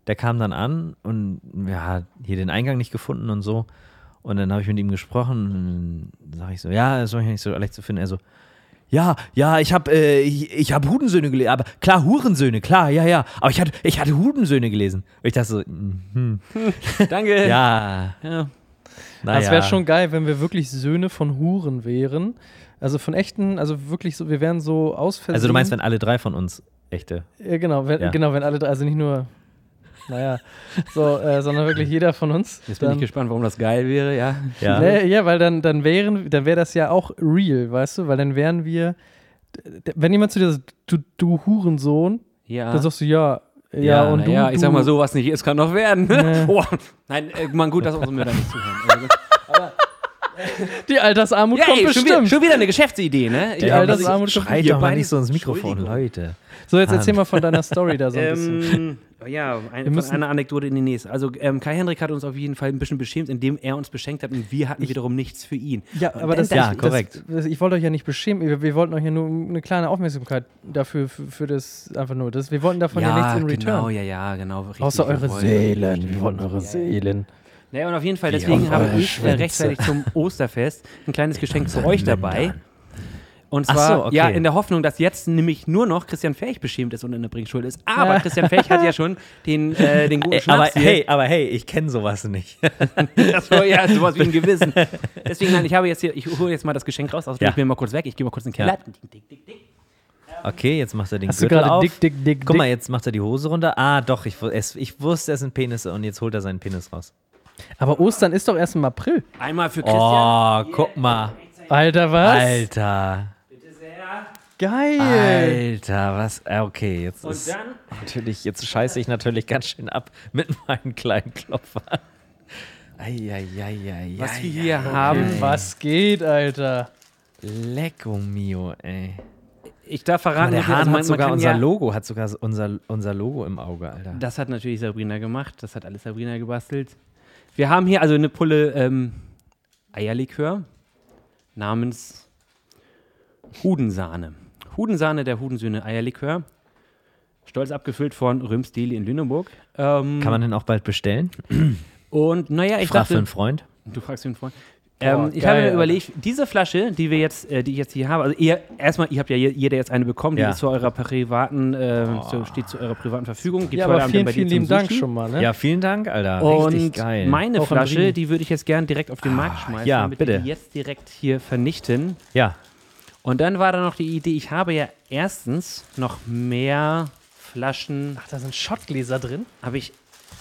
B: der kam dann an und ja, hier den Eingang nicht gefunden und so. Und dann habe ich mit ihm gesprochen und dann sage ich so, ja, das war ja nicht so leicht zu finden. Er so, ja, ja, ich habe äh, ich, ich hab Hudensöhne gelesen, aber klar, Hurensöhne, klar, ja, ja. Aber ich hatte, ich hatte Hudensöhne gelesen. Und ich dachte so, mhm,
C: Danke.
B: ja,
C: Ja.
B: naja.
A: Das wäre schon geil, wenn wir wirklich Söhne von Huren wären. Also von echten, also wirklich so, wir wären so ausfällig.
B: Also du meinst, wenn alle drei von uns echte.
A: Ja, genau, wenn,
B: Ja.
A: genau, wenn alle drei, also nicht nur, naja, so, äh, sondern wirklich jeder von uns.
C: Jetzt bin ich gespannt, warum das geil wäre, ja.
B: Ja.
A: Nee, Ne, ja, weil dann, dann wären, dann wäre das ja auch real, weißt du, weil dann wären wir, d- d- wenn jemand zu dir sagt, du, du Hurensohn,
C: Ja.
A: dann sagst du ja, ja,
B: Ja,
A: und
C: Na
A: du.
C: ja, ich
A: du,
C: sag mal so, was nicht ist, kann noch werden. <laughs>
A: Ja.
C: oh, nein, äh, man, gut, dass unsere Mütter nicht zuhören. Also,
A: Die Altersarmut
C: ja,
A: kommt
C: ey, schon, wieder,
A: bestimmt.
C: schon wieder eine Geschäftsidee, ne?
A: Die
C: Ja,
A: Alters-
C: das-
A: Altersarmut schon-
B: Schreit Halt
C: Ihr
B: doch mal
C: beide-
B: nicht so ins Mikrofon,
C: Entschuldigung.
B: Leute.
A: So, jetzt erzähl mal von deiner Story da
C: <laughs>
A: so ein bisschen.
C: Ah. ähm, ja, ein, von
A: müssen-
C: einer Anekdote in die nächste. Also ähm, Kai Hendrik hat uns auf jeden Fall ein bisschen beschämt, indem er uns beschenkt hat und wir hatten wiederum nichts für ihn.
A: Ja, aber das,
B: Ja,
A: ich,
B: korrekt.
A: Das, das, ich wollte euch ja nicht beschämen. Wir, wir wollten euch ja nur eine kleine Aufmerksamkeit dafür, für, für das einfach nur. Das, wir wollten davon ja, nichts in Return.
C: genau, ja, ja, genau. Richtig,
A: Außer
C: wir
A: eure
C: wollen-
A: Seelen. Wir wollten eure Seelen.
C: Naja, und auf jeden Fall, deswegen habe ich äh, rechtzeitig zum Osterfest ein kleines Geschenk für euch dabei. Und
B: Ach
C: zwar,
B: so, okay.
C: ja, in der Hoffnung, dass jetzt nämlich nur noch Christian Ferch beschämt ist und in der Bringschuld ist. Aber Christian
B: <laughs>
C: Ferch hat ja schon den, äh, den guten
B: Äh, aber
C: Schnaps hier.
B: hey, aber hey, ich kenne sowas nicht.
C: Das war ja sowas wie
B: <laughs>
C: ein Gewissen. Deswegen, nein, ich habe jetzt hier, ich hole jetzt mal das Geschenk raus. Also
B: Ja.
C: Ich bin mal kurz weg, ich gehe mal kurz in den
B: Ja.
C: Keller.
B: <laughs> Okay, jetzt macht er den
A: Hast du
B: Gürtel
A: gerade
B: auf.
A: dick, dick, dick,
B: Guck mal,
A: dick?
B: jetzt macht er die Hose runter. Ah, doch, ich, wu- es, ich wusste, es sind Penisse und jetzt holt er seinen Penis raus.
A: Aber Ostern ist doch erst im April.
C: Einmal für
B: Oh,
C: Christian.
B: guck mal.
A: Alter, was?
B: Alter.
A: Geil.
B: Alter, was? Ah, Okay, jetzt
C: Und
B: ist
C: dann,
B: natürlich, jetzt scheiße ich natürlich ganz schön ab mit <laughs> meinen kleinen Klopfern. Eieieiei.
C: was wir hier haben,
A: Was geht, Alter?
B: Lecco mio, ey.
C: ich darf verraten,
B: Der
C: also
B: Hahn
C: man-
B: hat
C: man
B: sogar
C: kann
B: unser
C: ja-
B: Logo, hat sogar unser, unser Logo im Auge, Alter.
C: Das hat natürlich Sabrina gemacht. Das hat alles Sabrina gebastelt. Wir haben hier also eine Pulle ähm, Eierlikör namens Hudensahne. Hudensahne der Hudensöhne Eierlikör. Stolz abgefüllt von Röms Deli in Lüneburg. Ähm,
B: Kann man den auch bald bestellen?
C: und naja, ich
B: Ich frage für
C: dachte,
B: einen Freund.
C: Du fragst ihn vorhin. Ähm, ich
A: geil,
C: habe mir
A: Alter.
C: überlegt, diese Flasche, die wir jetzt, äh, die ich jetzt hier habe, also ihr erstmal, ihr habt ja je- jeder jetzt eine bekommen, die
B: Ja.
C: ist zu eurer privaten, äh, zu, steht zu eurer privaten Verfügung. Gibt
A: Ja,
C: heute
A: aber
C: Abend
A: vielen,
C: dann bei dir
A: vielen
C: zum
A: lieben Dank
C: Sushi.
A: schon mal, ne?
B: Ja, vielen Dank, Alter.
C: Und
B: Richtig geil. Ah,
C: meine
A: Auch von
C: Flasche,
A: Rini.
C: die würde ich jetzt gern direkt auf den Markt schmeißen,
B: ja,
C: damit wir
B: bitte.
C: die jetzt direkt hier vernichten.
B: ja,
C: Und dann war da noch die Idee, ich habe ja erstens noch mehr Flaschen,
A: Ach, da sind Schottgläser drin.
C: habe ich,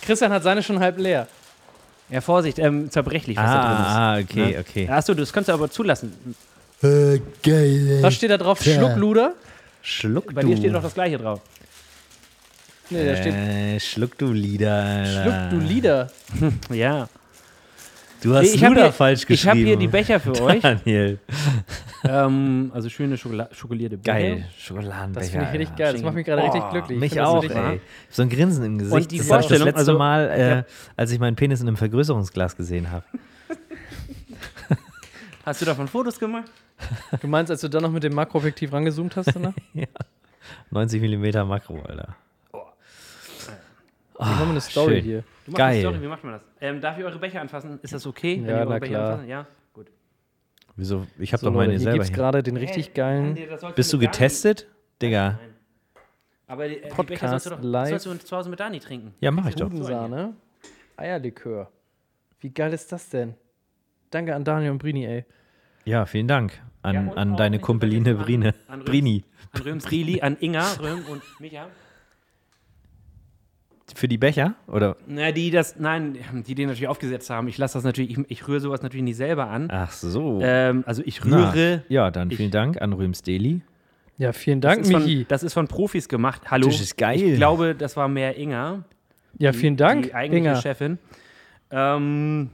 A: Christian hat seine schon halb leer.
C: ja Vorsicht, ähm, zerbrechlich, was da
B: ah, ah,
C: drin
B: okay,
C: ist.
B: okay.
C: Achso, das kannst du aber zulassen.
A: Was steht da drauf? Schluckluder?
B: Schluck
C: Bei
B: du.
C: dir steht noch das gleiche drauf.
A: Nee, da steht
B: äh, Schluck du Lieder, Alter.
A: Schluck, du Lieder.
C: Ja.
B: Du hast
C: ich hab
B: Luder
C: hier-
B: falsch
C: Ich
B: geschrieben.
C: habe hier die
B: <laughs>
C: Becher für euch.
B: Daniel.
C: ähm, also schöne Schokola schokolierte Becher.
B: Geil. Schokoladenbecher.
A: Das finde ich richtig
B: Alter.
A: geil. Das macht mich gerade richtig glücklich. Ich
B: Mich
A: find das
B: auch,
A: richtig-
B: ey. Ich hab so ein Grinsen im Gesicht.
C: Und die
B: das hab ich das
C: Vorstellung,
B: letzte
C: also-
B: Mal, äh, als ich meinen Penis in einem Vergrößerungsglas gesehen habe.
C: Hast du davon Fotos gemacht?
A: Du meinst, als du dann noch mit dem Makroobjektiv rangezoomt hast danach?
B: 90 Millimeter Makro, Alter.
A: Wir haben eine Story
B: schön.
A: hier.
C: Du machst
B: Geil.
C: eine Story, wie macht man das? Ähm, darf ich eure Becher anfassen? Ist das okay? wenn
A: Ja,
C: ich eure
A: na
C: Becher
A: klar.
C: anfasse? Ja, gut.
B: Wieso? Ich habe
A: So,
B: doch meine
A: Leute, hier
B: selber
A: gibt's
B: hier.
A: gerade den richtig geilen
C: Nee, das sollst
B: Bist du
C: mit Dani-
B: getestet? Digga.
C: Aber die, äh, die Becher
A: Podcast
C: sollst du doch
A: live.
C: sollst du zu Hause mit Dani trinken.
B: Ja, mache ich doch.
A: Hudensahne. Eierlikör. Wie geil ist das denn? Danke an Daniel und Brini, ey.
B: Ja, vielen Dank an,
C: Ja, und
B: an
C: auch
B: deine
C: nicht
B: Kumpeline
C: vergessen
B: Brine.
C: an- an Rübs.
B: Brini.
C: An Röms Rili, an Inga, Röm und Micha.
B: Für die Becher? Oder?
C: Na, die das, nein, die den natürlich aufgesetzt haben. Ich lasse das natürlich, ich, ich rühre sowas natürlich nicht selber an.
B: Ach so.
C: Ähm, also ich
B: Na,
C: rühre.
B: ja, dann
C: Ich-
B: vielen Dank an Rüms Deli.
A: Ja, vielen
C: Das
A: Dank,
C: ist, von,
A: Michi.
C: das ist von Profis gemacht. Hallo.
B: Das ist geil.
C: Ich glaube, das war mehr Inga.
A: Ja, vielen Dank,
C: Die eigentliche
A: Inga.
C: Chefin. Ähm,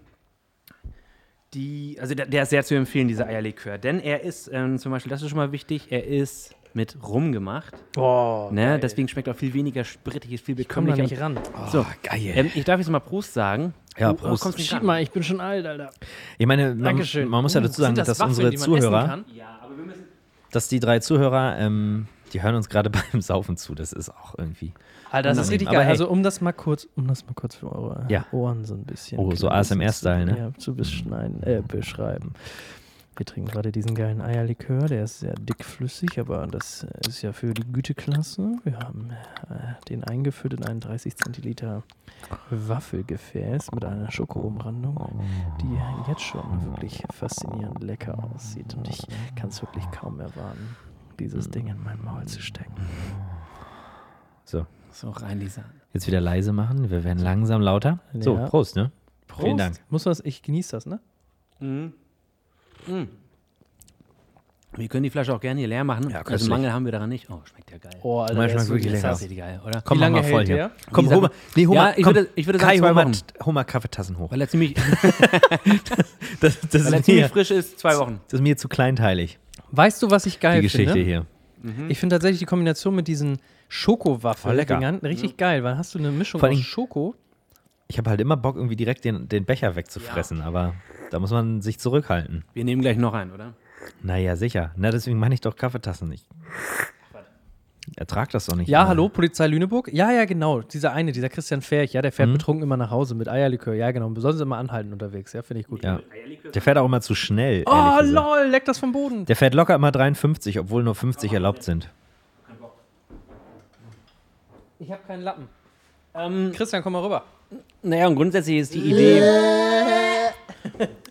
C: die, also der, der ist sehr zu empfehlen, dieser Eierlikör. Denn er ist, ähm, zum Beispiel, das ist schon mal wichtig, er ist mit Rum gemacht.
A: Boah,
C: Ne? Deswegen schmeckt auch viel weniger sprittig, ist viel
A: komm da
C: bekömmlicher.
A: nicht ran.
C: so,
B: Ah, geil.
C: ähm, ich darf jetzt mal Prost sagen.
B: Oh, Ja,
C: Oh, oh,
B: Prost.
C: kommst nicht
A: Schieb
C: ran.
A: mal, ich bin schon alt, Alter.
B: Ich meine, man,
A: Dankeschön.
B: man muss ja dazu
A: Uh,
B: sagen,
A: sind
B: dass
A: Waffeln,
B: unsere
A: die man essen
B: Zuhörer,
A: kann?
C: Ja, aber wir müssen.
B: dass die drei Zuhörer, ähm, die hören uns gerade <laughs> beim Saufen zu. Das ist auch irgendwie.
A: Alter, das ist
B: Unangenehm,
A: richtig
B: aber
A: geil.
B: hey.
A: Also um das mal kurz, um das mal kurz für eure
B: Ja.
A: Ohren so ein bisschen.
B: Oh, so
A: kleines
B: ASMR-Style, ne?
A: Ja, zu beschneiden, äh, beschreiben. Wir trinken gerade diesen geilen Eierlikör, der ist sehr dickflüssig, aber das äh, ist ja für die Güteklasse. Wir haben äh, den eingefüllt in ein 30 Zentiliter Waffelgefäß mit einer Schokoumrandung, die jetzt schon wirklich faszinierend lecker aussieht. Und ich kann es wirklich kaum erwarten, dieses Ding in mein Maul zu stecken.
B: So,
C: So, rein, Lisa.
B: jetzt wieder leise machen. Wir werden langsam lauter. So,
A: Ja.
B: Prost, ne? Vielen Dank.
A: Muss man das, ich genieße das, ne?
C: Wir können die Flasche auch gerne hier leer machen. also
B: köstlich.
C: Mangel haben wir daran nicht. Oh, schmeckt ja geil.
A: Oh, Alter,
B: Manchmal
A: der ist
B: wirklich
A: wirklich
B: lecker.
A: krass.
C: Das ist geil, oder?
B: Komm,
A: Wie lange
B: mach mal voll
A: hält
B: hier.
A: der?
B: Komm,
C: Lisa,
B: Homer. Nee, Homer,
C: Ja, ich
B: komm,
C: würde- ich würde sagen,
B: Kai,
C: zwei
B: Homer,
C: Wochen.
B: Homer Kaffeetassen hoch.
C: Weil er ziemlich,
B: Das, das,
C: weil er
B: ist
C: ziemlich
B: mir,
C: frisch ist, zwei Wochen.
B: das ist mir zu kleinteilig,
A: Weißt du, was ich geil
B: die Geschichte
A: finde?
B: hier. Oh,
A: Ich finde tatsächlich die Kombination mit diesen Schokowaffeln
B: lecker.
A: richtig geil, weil hast du eine Mischung
B: Vor
A: aus
B: allem-
A: Schoko.
B: Ich habe halt immer Bock, irgendwie direkt den, den Becher wegzufressen, aber da muss man sich zurückhalten.
C: Wir nehmen gleich noch einen, oder?
B: Naja, sicher. Na, deswegen meine ich doch Kaffeetassen nicht. Ertrag das doch nicht.
A: Ja,
B: Mann.
A: hallo, Polizei Lüneburg. Ja, ja, genau. Dieser eine, dieser Christian Ferch, ja, der fährt
B: Mhm.
A: betrunken immer nach Hause mit Eierlikör. Ja, genau. Und Besonders immer anhalten unterwegs. Ja, finde ich gut.
B: Ja. Der fährt auch immer zu schnell.
A: Oh,
B: ehrlich gesagt.
A: lol, leck das vom Boden.
B: Der fährt locker immer 53, obwohl nur 50 erlaubt sind.
A: Ich habe keinen Lappen. Christian, komm mal rüber.
C: Naja, und grundsätzlich ist die Idee.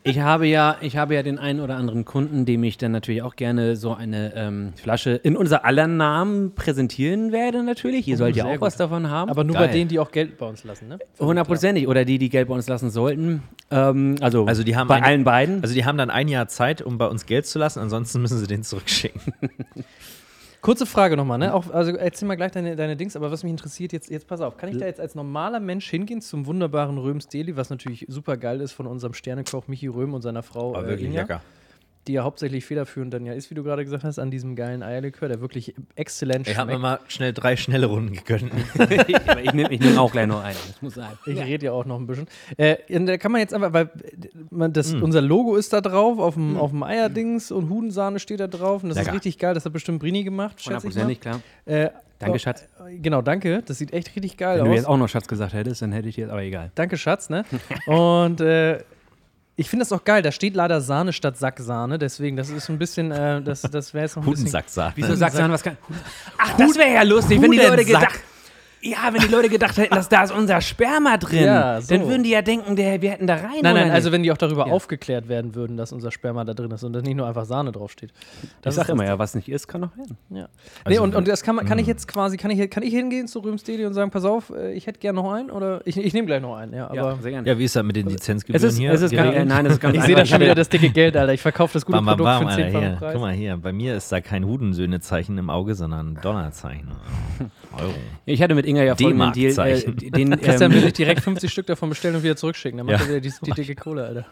C: Ich habe, ja, ich habe ja den einen oder anderen Kunden, dem ich dann natürlich auch gerne so eine ähm, Flasche in unser aller Namen präsentieren werde, natürlich. Ihr sollt ja auch
A: sehr gut.
C: was davon haben.
A: Aber nur
B: Geil.
A: bei denen, die auch Geld bei uns lassen, ne?
C: hundertprozentig. Oder die, die Geld bei uns lassen sollten. Ähm, also,
B: Also die haben
C: bei
B: eine-
C: allen beiden.
B: Also die haben dann ein Jahr Zeit, um bei uns Geld zu lassen, ansonsten müssen sie den zurückschicken.
A: Kurze Frage nochmal,
C: Mhm.
A: ne? Auch, also erzähl mal gleich deine, deine Dings, aber was mich interessiert, jetzt, jetzt pass auf, kann ich da jetzt als normaler Mensch hingehen zum wunderbaren Röms Deli, was natürlich super geil ist von unserem Sternekoch Michi Röhm und seiner Frau äh, Inga, die ja hauptsächlich federführend dann ja ist, wie du gerade gesagt hast, an diesem geilen Eierlikör, der wirklich exzellent
B: Ich habe mir
A: schmeckt.
B: mal schnell drei schnelle Runden gegönnt.
C: Also <laughs> ich aber ich nehme ich nehm auch gleich noch einen. Das muss sein.
A: Ich rede ja auch noch ein bisschen. Äh, und da kann man jetzt einfach, weil äh, man das,
C: Mhm.
A: unser Logo ist da drauf, auf dem, auf dem Eierdings und Hudensahne steht da drauf und das
B: Lecker.
A: ist richtig geil, das hat bestimmt Brini gemacht, schätze ich mal.
C: Hundertprozentig, klar.
A: Äh,
C: Danke,
A: oh,
C: Schatz.
A: Genau, danke, das sieht echt richtig geil
C: Wenn du
A: aus.
C: jetzt auch noch Schatz gesagt hättest, dann hätte ich jetzt, aber egal.
A: Danke, Schatz, ne? Und äh, ich finde das auch geil. Da steht leider Sahne statt Sacksahne. Deswegen, das ist so ein bisschen, äh, das, das wäre jetzt noch ein bisschen.
B: Hutensack sagt.
C: Wieso sagst du dann was kann. Ach, das wäre ja lustig, wenn die Leute gedacht. Ja, wenn die Leute gedacht hätten, dass da ist unser Sperma drin,
A: Ja, so.
C: dann würden die ja denken, der, wir hätten da rein.
A: Nein,
C: oder
A: nein,
C: nicht?
A: also wenn die auch darüber aufgeklärt werden würden, dass unser Sperma da drin ist und dass nicht nur einfach Sahne draufsteht.
C: ich
A: Das
C: sag
A: ist
C: immer, ja, was nicht ist, kann noch werden.
A: Ja. Nee,
B: Also,
A: und, und das kann, man, kann ich jetzt quasi, kann ich, kann ich hingehen zu Rüms Deli und sagen, pass auf, äh, ich hätte gern noch einen oder ich, ich nehme gleich noch einen, ja. Aber
C: sehr gerne.
B: Ja, wie ist das mit
A: Also,
B: den Lizenzgebühren
C: es ist,
B: hier?
C: es ist ganz,
B: geregelt?
C: äh, nein, es ist ganz
A: ich
C: einfach.
A: sehe da schon
C: hatte-
A: wieder das dicke Geld, Alter. Ich verkaufe das gute
B: Bam, bam,
A: Produkt
B: bam,
A: für
B: Alter,
A: einen
B: hier.
A: zehnfachen
B: Guck
A: Preis.
B: mal hier, bei mir ist da kein Hudensöhnezeichen im Auge, sondern ein
A: <laughs>
B: Dollarzeichen. Euro.
C: Ich hatte mit Inga ja vorhin einen Deal, äh,
B: D-Mark-Zeichen.
C: den,
A: Christian will sich
C: ähm,
A: direkt 50 Stück davon bestellen und wieder zurückschicken. Dann macht
B: Ja.
A: er wieder die, die
B: <laughs>
A: dicke Kohle, Alter.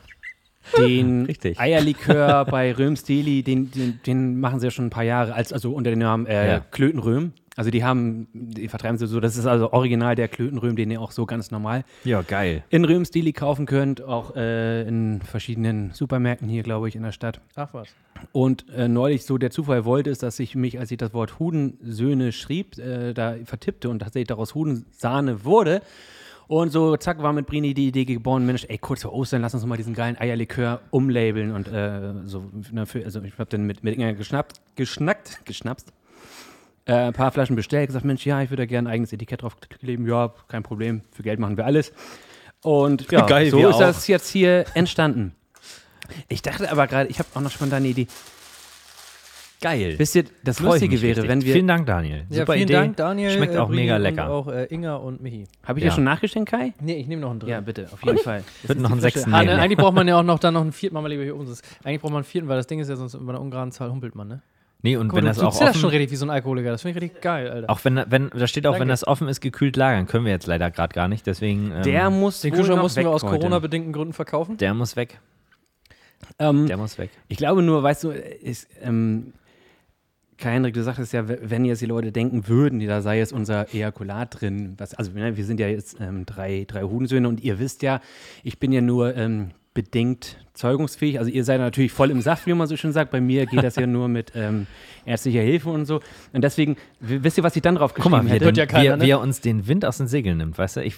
C: den
B: Richtig.
C: Eierlikör bei Röms Deli, den, den, den machen sie ja schon ein paar Jahre, als, also unter dem Namen äh,
B: Ja.
C: Klötenröhm. Also die haben, die vertreiben sie so, das ist also original der Klötenröhm, den ihr auch so ganz normal
B: Ja, geil.
C: in Röms Deli kaufen könnt, auch äh, in verschiedenen Supermärkten hier, glaube ich, in der Stadt.
A: Ach was.
C: Und äh, neulich so der Zufall wollte es, dass ich mich, als ich das Wort Hudensöhne schrieb, äh, da vertippte und tatsächlich daraus Hudensahne wurde. Und so, zack, war mit Brini die Idee geboren, Mensch, ey, kurz vor Ostern, lass uns mal diesen geilen Eierlikör umlabeln. Und äh, so, ne, für, also ich habe dann mit, mit Inga geschnappt, geschnackt, <laughs> geschnapst, äh, ein paar Flaschen bestellt, gesagt, Mensch, ja, ich würde da gerne ein eigenes Etikett drauf kleben. Ja, kein Problem, für Geld machen wir alles. Und ja,
B: Geil,
C: so
B: wir
C: ist
B: auch.
C: das jetzt hier entstanden. Ich dachte aber gerade, ich habe auch noch spontan eine Idee.
B: Geil.
C: Wisst ihr, das
B: Freu ich
C: Lustige
B: mich
C: wäre,
B: richtig.
C: wenn wir.
B: Vielen Dank, Daniel.
A: Ja,
B: Super
A: vielen
B: Idee.
A: Dank, Daniel.
B: Schmeckt auch
A: Brigi
B: mega
A: und
B: lecker.
A: auch äh, Inga und Michi.
C: Habe ich
B: Ja.
C: ja. schon nachgeschenkt, Kai?
A: Nee, ich nehme noch einen dritten.
C: Ja, bitte, auf jeden Fall.
B: Wird noch einen sechsten
A: Ah, ne,
B: nehmen.
A: eigentlich braucht man ja auch noch dann noch einen vierten. Machen wir lieber hier oben. Das- Eigentlich braucht man einen vierten, weil das Ding ist ja sonst bei einer ungeraden Zahl humpelt man, ne?
B: Nee, und
A: Guck
B: wenn
A: mal,
B: das
A: du
B: auch
A: zitterst
B: offen,
A: schon richtig wie so ein Alkoholiker. Das finde ich richtig geil, Alter.
B: auch wenn, wenn da steht auch, wenn
A: Danke.
B: das offen ist, gekühlt lagern, können wir jetzt leider gerade gar nicht. Deswegen ähm,
C: Der muss.
A: Den
C: wohl
A: Kühlschrank
C: noch
A: mussten
C: weg
A: wir aus
C: heute.
A: Corona-bedingten Gründen verkaufen.
B: der muss weg.
C: Ähm,
B: Der muss weg.
C: Ich glaube nur, weißt du, ist, ähm, Kai Henrik, du sagtest ja, w- wenn jetzt die Leute denken würden, da sei jetzt unser Ejakulat drin. Was, also ne, wir sind ja jetzt ähm, drei, drei Hudensöhne und ihr wisst ja, ich bin ja nur ähm, bedingt zeugungsfähig. Also ihr seid natürlich voll im Saft, wie man so schön sagt. Bei mir geht das ja nur mit ähm, ärztlicher Hilfe und so. Und deswegen, w- wisst ihr, was ich dann drauf
B: Guck
C: geschrieben
B: mal, wie,
C: hätte?
B: er
A: Hört
B: den-
A: ja keiner,
B: wie, er-
A: ne?
B: wie er uns den Wind aus den Segeln nimmt, weißt du? Ich,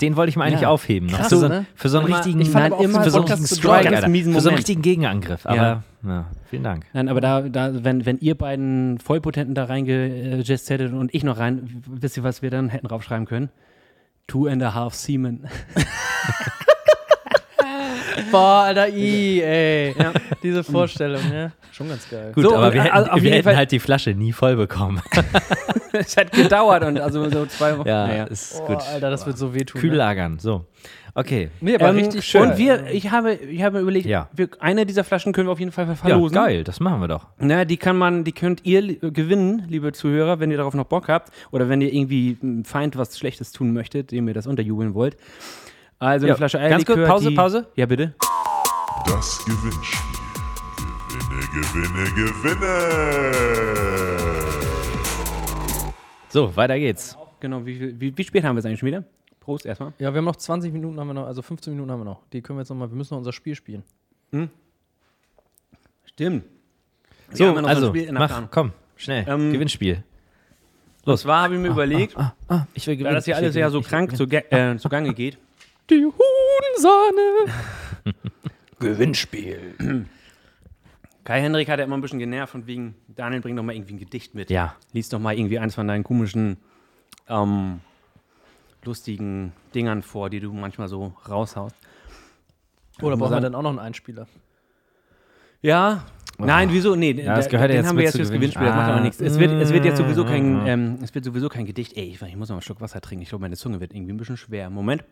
B: den wollte ich mir eigentlich
C: Ja.
B: aufheben. Noch
A: Krass,
B: für, so,
A: ne?
B: für so einen
C: Immer-
B: richtigen,
C: ich fand aber auch so
B: für so einen
C: Podcast
B: richtigen
C: zu
B: Strike,
C: Drive ist
B: Alter.
C: ein miesen
B: Für so einen
C: Moment.
B: richtigen Gegenangriff. Aber ja.
C: Ja.
B: vielen Dank.
C: Nein, aber da, da wenn, wenn ihr beiden Vollpotenten da reingejest hättet und ich noch rein, w- wisst ihr, was wir dann hätten draufschreiben können? Two and a half Seaman.
A: Boah, Alter, i, ey. Diese Vorstellung, ne? Schon ganz geil.
B: Gut,
C: So,
B: aber
C: und,
B: wir
C: äh,
B: hätten,
C: also auf
B: wir
C: jeden
B: hätten
C: Fall-
B: halt die Flasche nie voll
C: <laughs>
B: bekommen.
C: <laughs> Es hat gedauert und also so zwei Wochen.
B: ja,
C: naja.
B: ist
A: Boah,
B: gut.
A: Alter, das wird so wehtun.
B: Kühl
A: ne?
B: lagern, so. Okay.
A: Nee, aber
C: Ähm,
A: richtig
C: schön.
A: geil.
C: Und wir, ich habe, ich habe mir überlegt,
B: Ja.
C: wir, eine dieser Flaschen können wir auf jeden Fall
B: Ja,
C: verlosen.
B: geil, das machen wir doch.
C: Na, die kann man, die könnt ihr li- gewinnen, liebe Zuhörer, wenn ihr darauf noch Bock habt oder wenn ihr irgendwie einem Feind was Schlechtes tun möchtet, dem ihr das unterjubeln wollt. Also
B: Ja,
C: eine Flasche
B: ganz kurz,
C: Eierlikör.
B: Pause,
C: die,
B: Pause.
C: Ja, bitte.
D: Das Gewinnspiel. Gewinne, gewinne, gewinne.
B: So, weiter geht's.
C: Genau, wie, viel- wie, wie spät haben wir es eigentlich schon wieder? Prost erstmal.
A: Ja, wir haben noch 20 Minuten, haben wir noch, also 15 Minuten haben wir noch. Die können wir jetzt nochmal, wir müssen noch unser Spiel spielen.
C: Stimmt.
B: So,
C: haben ja noch so ein
B: also,
C: Spiel in der
B: mach,
C: Planung.
B: komm, schnell,
C: Ähm,
B: Gewinnspiel.
C: Und zwar habe ich mir überlegt,
B: Ich will gewinnen.
C: ah, da das hier
B: ich will
C: alles ja so
B: gewinnen, ich will
C: krank zu, ge- äh, zu Gange geht,
A: Die Huhnsahne.
C: <laughs> Kai Henrik hat ja immer ein bisschen genervt von wegen, Daniel, bring doch mal irgendwie ein Gedicht mit.
B: Ja.
C: Lies doch mal irgendwie eins von deinen komischen, ähm, lustigen Dingern vor, die du manchmal so raushaust.
A: Oder Oh, brauchen wir
C: sagen-
A: dann auch noch einen Einspieler?
C: Ja. Nein, wieso? Nee, ja,
B: das gehört ja
C: den
B: jetzt
C: haben wir
B: mit
C: jetzt
B: zu
C: fürs
B: Gewinnspiel.
C: Gewinnspiel, das macht
B: Ah. Mhm.
C: aber nichts. Es wird, es wird jetzt sowieso kein, ähm, es wird sowieso kein Gedicht. Ey, ich, ich muss noch einen Schluck Wasser trinken. Ich glaube, meine Zunge wird irgendwie ein bisschen schwer. Moment.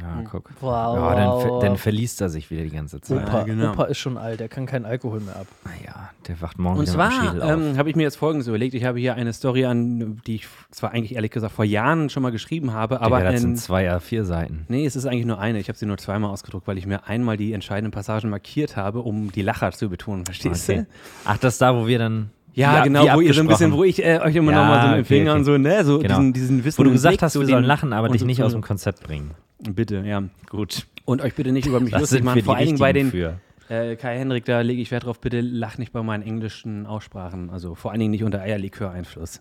B: Ja, Ah,
C: Hm.
B: guck.
A: Wow,
B: Ja, dann,
A: wow,
B: ver-
A: wow.
B: dann verliest er sich wieder die ganze Zeit. Ah,
A: Opa,
C: genau.
A: Opa ist schon alt, der kann keinen Alkohol mehr ab.
B: Ja, der wacht morgen
C: Und
B: wieder mit dem
C: zwar
B: Schädel auf.
C: ähm, habe ich mir jetzt Folgendes überlegt. Ich habe hier eine Story an, die ich zwar eigentlich ehrlich gesagt vor Jahren schon mal geschrieben habe,
B: Digga,
C: aber
B: das
C: in,
B: sind zwei a vier Seiten.
C: Nee, es ist eigentlich nur eine. Ich habe sie nur zweimal ausgedruckt, weil ich mir einmal die entscheidenden Passagen markiert habe, um die Lacher zu betonen, verstehst
B: Okay.
C: du?
B: Ach, das ist da, wo wir dann.
C: Ja,
B: wie-
C: genau,
B: wie
C: wo ihr so ein
B: abgesprochen.
C: bisschen, wo ich äh, euch immer
B: Ja,
C: noch mal so mit dem
B: okay,
C: Finger
B: okay.
C: und so, ne, so
B: Genau.
C: diesen, diesen Wissen.
B: Wo du gesagt hast, wir sollen lachen, aber dich nicht aus dem Konzept bringen.
C: Bitte, ja.
B: Gut.
C: Und euch bitte nicht über mich
B: Das
C: lustig
B: sind wir
C: machen,
B: die
C: vor allen Dingen bei
B: Richtigen
C: den
B: für.
C: äh, Kai Henrik, da lege ich Wert drauf, bitte lach nicht bei meinen englischen Aussprachen, also vor allen Dingen nicht
B: <laughs>
C: unter Eierlikör-Einfluss.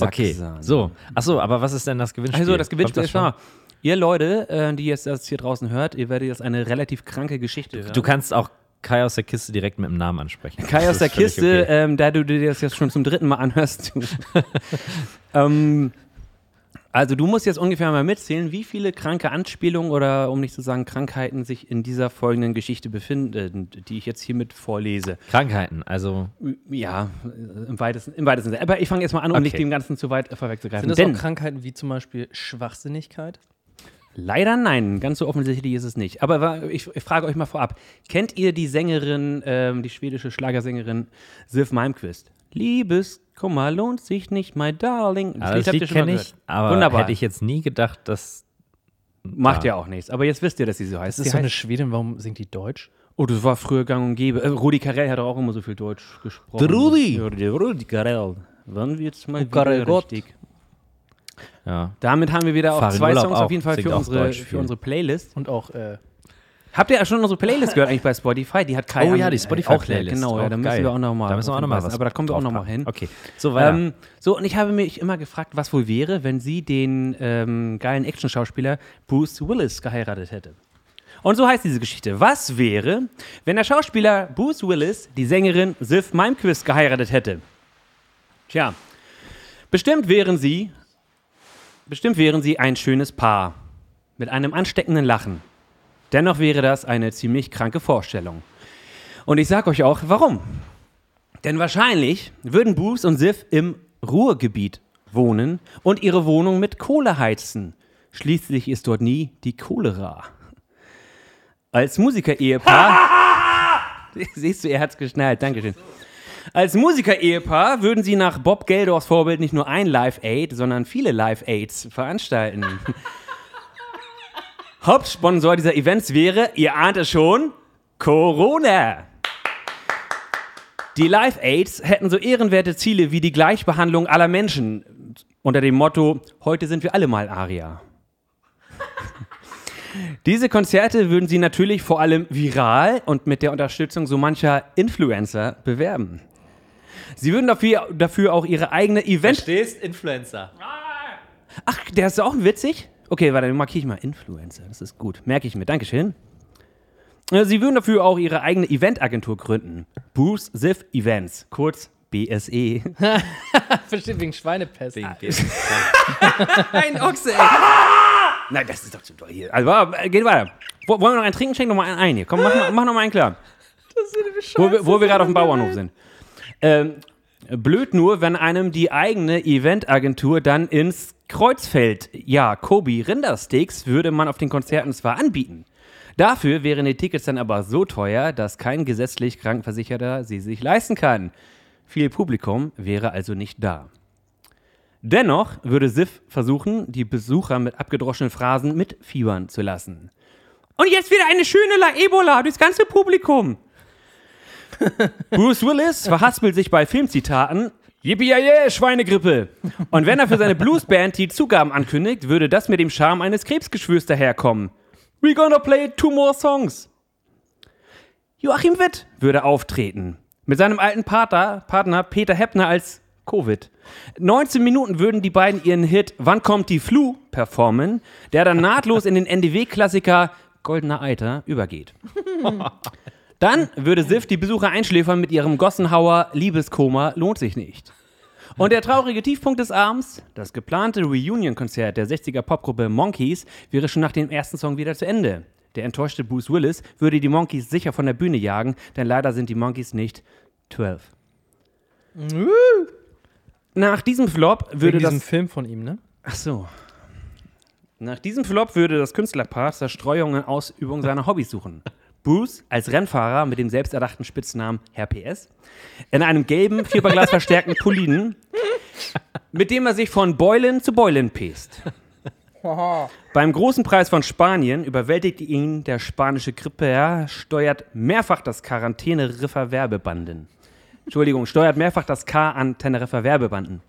B: Okay,
C: Sachsen.
B: so. Achso, aber was ist denn das Gewinnspiel?
C: Also das
B: Kommt
C: Gewinnspiel ist
B: schon?
C: wahr. Ihr Leute, äh, die jetzt das hier draußen hört, ihr werdet jetzt eine relativ kranke Geschichte hören.
B: Du kannst auch Kai aus der Kiste direkt mit dem Namen ansprechen.
C: Kai
B: Das
C: aus der
B: ist völlig
C: Kiste,
B: okay.
C: ähm, da du dir das jetzt schon zum dritten Mal anhörst. <laughs> Du. ähm, also du musst jetzt ungefähr mal mitzählen, wie viele kranke Anspielungen oder um nicht zu sagen Krankheiten sich in dieser folgenden Geschichte befinden, die ich jetzt hiermit vorlese.
B: Krankheiten, also
C: Ja, äh, im weitesten, im weitesten Sinne. Aber ich fange jetzt mal an, um
B: Okay.
C: nicht dem Ganzen zu weit äh, vorwegzugreifen.
A: Sind das auch
C: Denn
A: Krankheiten wie zum Beispiel Schwachsinnigkeit?
C: leider nein, ganz so offensichtlich ist es nicht. Aber wa- ich, ich frage euch mal vorab, kennt ihr die Sängerin, ähm, die schwedische Schlagersängerin Siv Malmquist? Liebeskummer lohnt sich nicht, my darling.
B: ah, das
C: habt ihr
B: Lied
C: schon mal
B: kenne ich,
C: gehört.
B: aber
C: Wunderbar.
B: hätte ich jetzt nie gedacht, dass
C: Macht
B: Ja.
C: ja auch nichts. Aber jetzt wisst ihr, dass sie so heißt.
A: Das
C: Sie
A: ist so eine
C: heißt
A: Schwedin, warum singt die Deutsch?
C: oh, das war früher gang und gäbe. Äh, Rudi Carell hat doch auch immer so viel Deutsch gesprochen.
B: Der Rudi.
C: Ja, der Rudi Carell. Wann wird's mal
A: Oh, Carell
C: wieder
A: Gott.
C: richtig?
B: ja.
C: Damit haben wir wieder auch
B: Fahren
C: zwei
B: Urlaub
C: Songs
B: auch.
C: auf jeden Fall
B: Singt
C: für
B: auch
C: unsere,
B: Deutsch viel.
C: für unsere Playlist.
A: Und auch, äh,
C: Habt ihr ja schon unsere Playlist gehört eigentlich bei Spotify? Die hat Kai
B: Oh ja,
C: am-
B: die
C: äh,
B: Spotify-Playlist.
C: auch, Genau, ja,
B: Auch
C: da
B: geil.
C: müssen wir auch nochmal.
B: Da müssen wir auch nochmal was.
C: Aber da kommen wir auch nochmal
B: draufpacken.
C: hin.
B: Okay, so weiter.
C: Ähm, so, und ich habe mich immer gefragt, was wohl wäre, wenn sie den ähm, geilen Action-Schauspieler Bruce Willis geheiratet hätte. Und so heißt diese Geschichte. Was wäre, wenn der Schauspieler Bruce Willis die Sängerin Sif Malmquist geheiratet hätte? Tja, bestimmt wären sie, bestimmt wären sie ein schönes Paar mit einem ansteckenden Lachen. Dennoch wäre das eine ziemlich kranke Vorstellung. Und ich sag euch auch, warum. Denn wahrscheinlich würden Bruce und Sif im Ruhrgebiet wohnen und ihre Wohnung mit Kohle heizen. Schließlich ist dort nie die Cholera. Als Musiker-Ehepaar. <laughs> Siehst du, er hat's geschnallt. Dankeschön. Als Musiker-Ehepaar würden sie nach Bob Geldors Vorbild nicht nur ein Live-Aid, sondern viele Live-Aids veranstalten. Hauptsponsor dieser Events wäre, ihr ahnt es schon, Corona. Die Live Aids hätten so ehrenwerte Ziele wie die Gleichbehandlung aller Menschen unter dem Motto, heute sind wir alle mal Aria. <laughs> Diese Konzerte würden sie natürlich vor allem viral und mit der Unterstützung so mancher Influencer bewerben. Sie würden dafür, dafür auch ihre eigene Event...
B: Stehst Influencer.
C: Ach, der ist auch witzig? Okay, warte, dann markiere ich mal Influencer. Das ist gut. Merke ich mir. Dankeschön. Äh, Sie würden dafür auch ihre eigene Eventagentur gründen. Bruce Sif Events, kurz E. BSE.
A: <laughs> Versteht wegen Schweinepest. Ah,
C: Ein Ochse, ey. <laughs> Nein, das ist doch zu doll hier. Also, warte, äh, geht weiter. Wo, wollen wir noch einen trinken? Schenk noch mal einen ein hier. Komm, mach, mal- mach noch mal einen klar. Wo, wir- wo wir gerade auf dem Bauernhof sind. Ähm, blöd nur, wenn einem die eigene Eventagentur dann ins Kreuz fällt. Ja, Kobi Rindersteaks würde man auf den Konzerten zwar anbieten. Dafür wären die Tickets dann aber so teuer, dass kein gesetzlich Krankenversicherter sie sich leisten kann. Viel Publikum wäre also nicht da. Dennoch würde Sif versuchen, die Besucher mit abgedroschenen Phrasen mitfiebern zu lassen. Und jetzt wieder eine schöne La Ebola durchs ganze Publikum. Bruce Willis verhaspelt sich bei Filmzitaten. Yippie, Schweinegrippe. Und wenn er für seine Bluesband die Zugaben ankündigt, würde das mit dem Charme eines Krebsgeschwürs daherkommen. We gonna play two more songs. Joachim Witt würde auftreten. Mit seinem alten Partner, Partner Peter Heppner als Covid. 19 Minuten würden die beiden ihren Hit Wann kommt die Flu performen, der dann nahtlos in den NDW-Klassiker Goldener Eiter übergeht. Dann würde Sif die Besucher einschläfern mit ihrem Gossenhauer Liebeskoma lohnt sich nicht. Und der traurige Tiefpunkt des Abends, das geplante Reunion-Konzert der 60er Popgruppe Monkeys, wäre schon nach dem ersten Song wieder zu Ende. Der enttäuschte Bruce Willis würde die Monkeys sicher von der Bühne jagen, denn leider sind die Monkeys nicht 12. Nach diesem Flop
A: Wegen
C: würde
A: diesem
C: das
A: Film von ihm, <laughs> ne?
C: Ach so. Nach diesem Flop würde das Künstlerpaar Zerstreuung in Ausübung seiner Hobbys suchen. Bruce als Rennfahrer mit dem selbsterdachten Spitznamen Herr PS in einem gelben, Fiberglas verstärkten Puliden, mit dem er sich von Beulen zu Beulen pest. Beim großen Preis von Spanien überwältigt ihn der spanische Grippeherr, steuert mehrfach das Quarantäne-Riffer Werbebanden. Entschuldigung, steuert mehrfach das K an Teneriffer Werbebanden.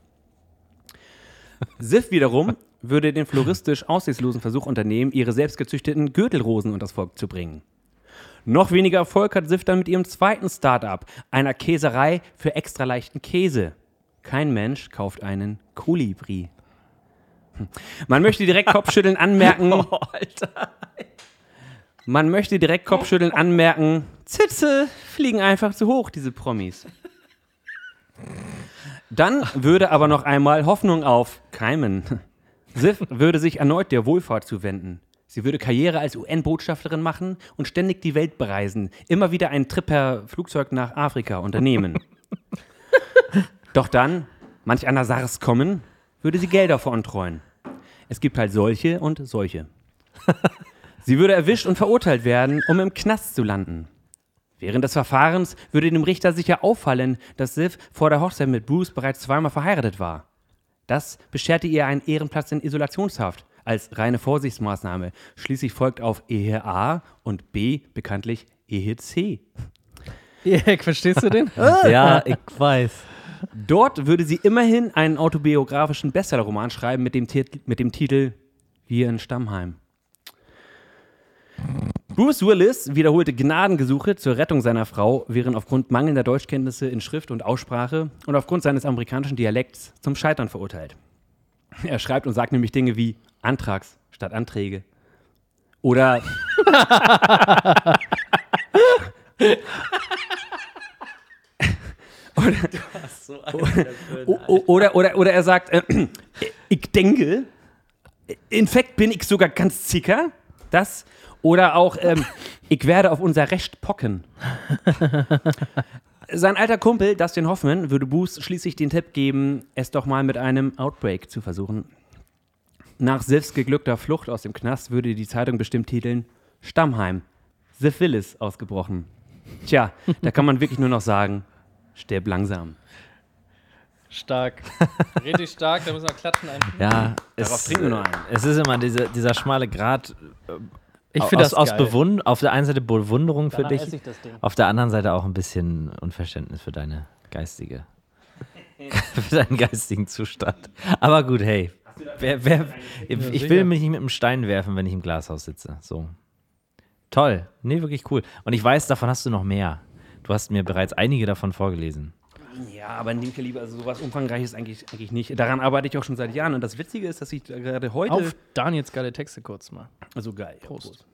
C: Sif wiederum würde den floristisch aussichtslosen Versuch unternehmen, ihre selbstgezüchteten Gürtelrosen unters Volk zu bringen. Noch weniger Erfolg hat Sif dann mit ihrem zweiten Start-up, einer Käserei für extra leichten Käse. Kein Mensch kauft einen Kolibri. Hm. Man möchte direkt Kopfschütteln anmerken. Man möchte direkt Kopfschütteln anmerken. Zitze fliegen einfach zu hoch, diese Promis. Dann würde aber noch einmal Hoffnung aufkeimen. Sif würde sich erneut der Wohlfahrt zuwenden. Sie würde Karriere als UN-Botschafterin machen und ständig die Welt bereisen, immer wieder einen Trip per Flugzeug nach Afrika unternehmen. Doch dann, manch einer sah es kommen, würde sie Gelder veruntreuen. Es gibt halt solche und solche. Sie würde erwischt und verurteilt werden, um im Knast zu landen. Während des Verfahrens würde dem Richter sicher auffallen, dass Sif vor der Hochzeit mit Bruce bereits zweimal verheiratet war. Das bescherte ihr einen Ehrenplatz in Isolationshaft als reine Vorsichtsmaßnahme. Schließlich folgt auf Ehe A und B bekanntlich Ehe C.
A: Erik, verstehst du den?
B: Ja, ich weiß.
C: Dort würde sie immerhin einen autobiografischen Bestsellerroman schreiben mit dem, Tit mit dem Titel Wir in Stammheim. Bruce Willis wiederholte Gnadengesuche zur Rettung seiner Frau, wären aufgrund mangelnder Deutschkenntnisse in Schrift und Aussprache und aufgrund seines amerikanischen Dialekts zum Scheitern verurteilt. Er schreibt und sagt nämlich Dinge wie Antrags statt Anträge. Oder O- o- Oh, oder, oder, oder er sagt, äh, <clears throat> ich denke, in fact bin ich sogar ganz sicher, dass, Oder auch, ähm, ich werde auf unser Recht pocken. Sein alter Kumpel Dustin Hoffman würde Boos schließlich den Tipp geben, es doch mal mit einem Outbreak zu versuchen. Nach Sivs geglückter Flucht aus dem Knast würde die Zeitung bestimmt titeln Stammheim. Siv Willis ausgebrochen. Tja, da kann man wirklich nur noch sagen, stirb langsam.
A: <laughs> Stark. Richtig stark, da müssen wir klatschen.
B: Ja,
C: Darauf
B: es,
C: trinken wir nur einen.
B: Es ist immer diese, dieser schmale Grat
A: Ich
B: aus,
A: finde das
B: aus
A: geil.
B: Bewund auf der einen Seite Bewunderung für
A: Danach
B: dich,
A: esse ich das Ding.
B: auf der anderen Seite auch ein bisschen Unverständnis für deine geistige, <laughs> für deinen geistigen Zustand. Aber gut, hey, wer, wer, ich, ich will
A: sicher.
B: mich nicht mit einem Stein werfen, wenn ich im Glashaus sitze. So. Toll. Nee, wirklich cool. Und ich weiß, davon hast du noch mehr. Du hast mir bereits einige davon vorgelesen.
C: Ja, aber in dem Kaliber, also sowas Umfangreiches eigentlich, eigentlich nicht. Daran arbeite ich auch schon seit Jahren. Und das Witzige ist, dass ich da gerade heute.
A: Auf Daniels geile Texte kurz mal.
C: Also geil. ja,
A: Prost.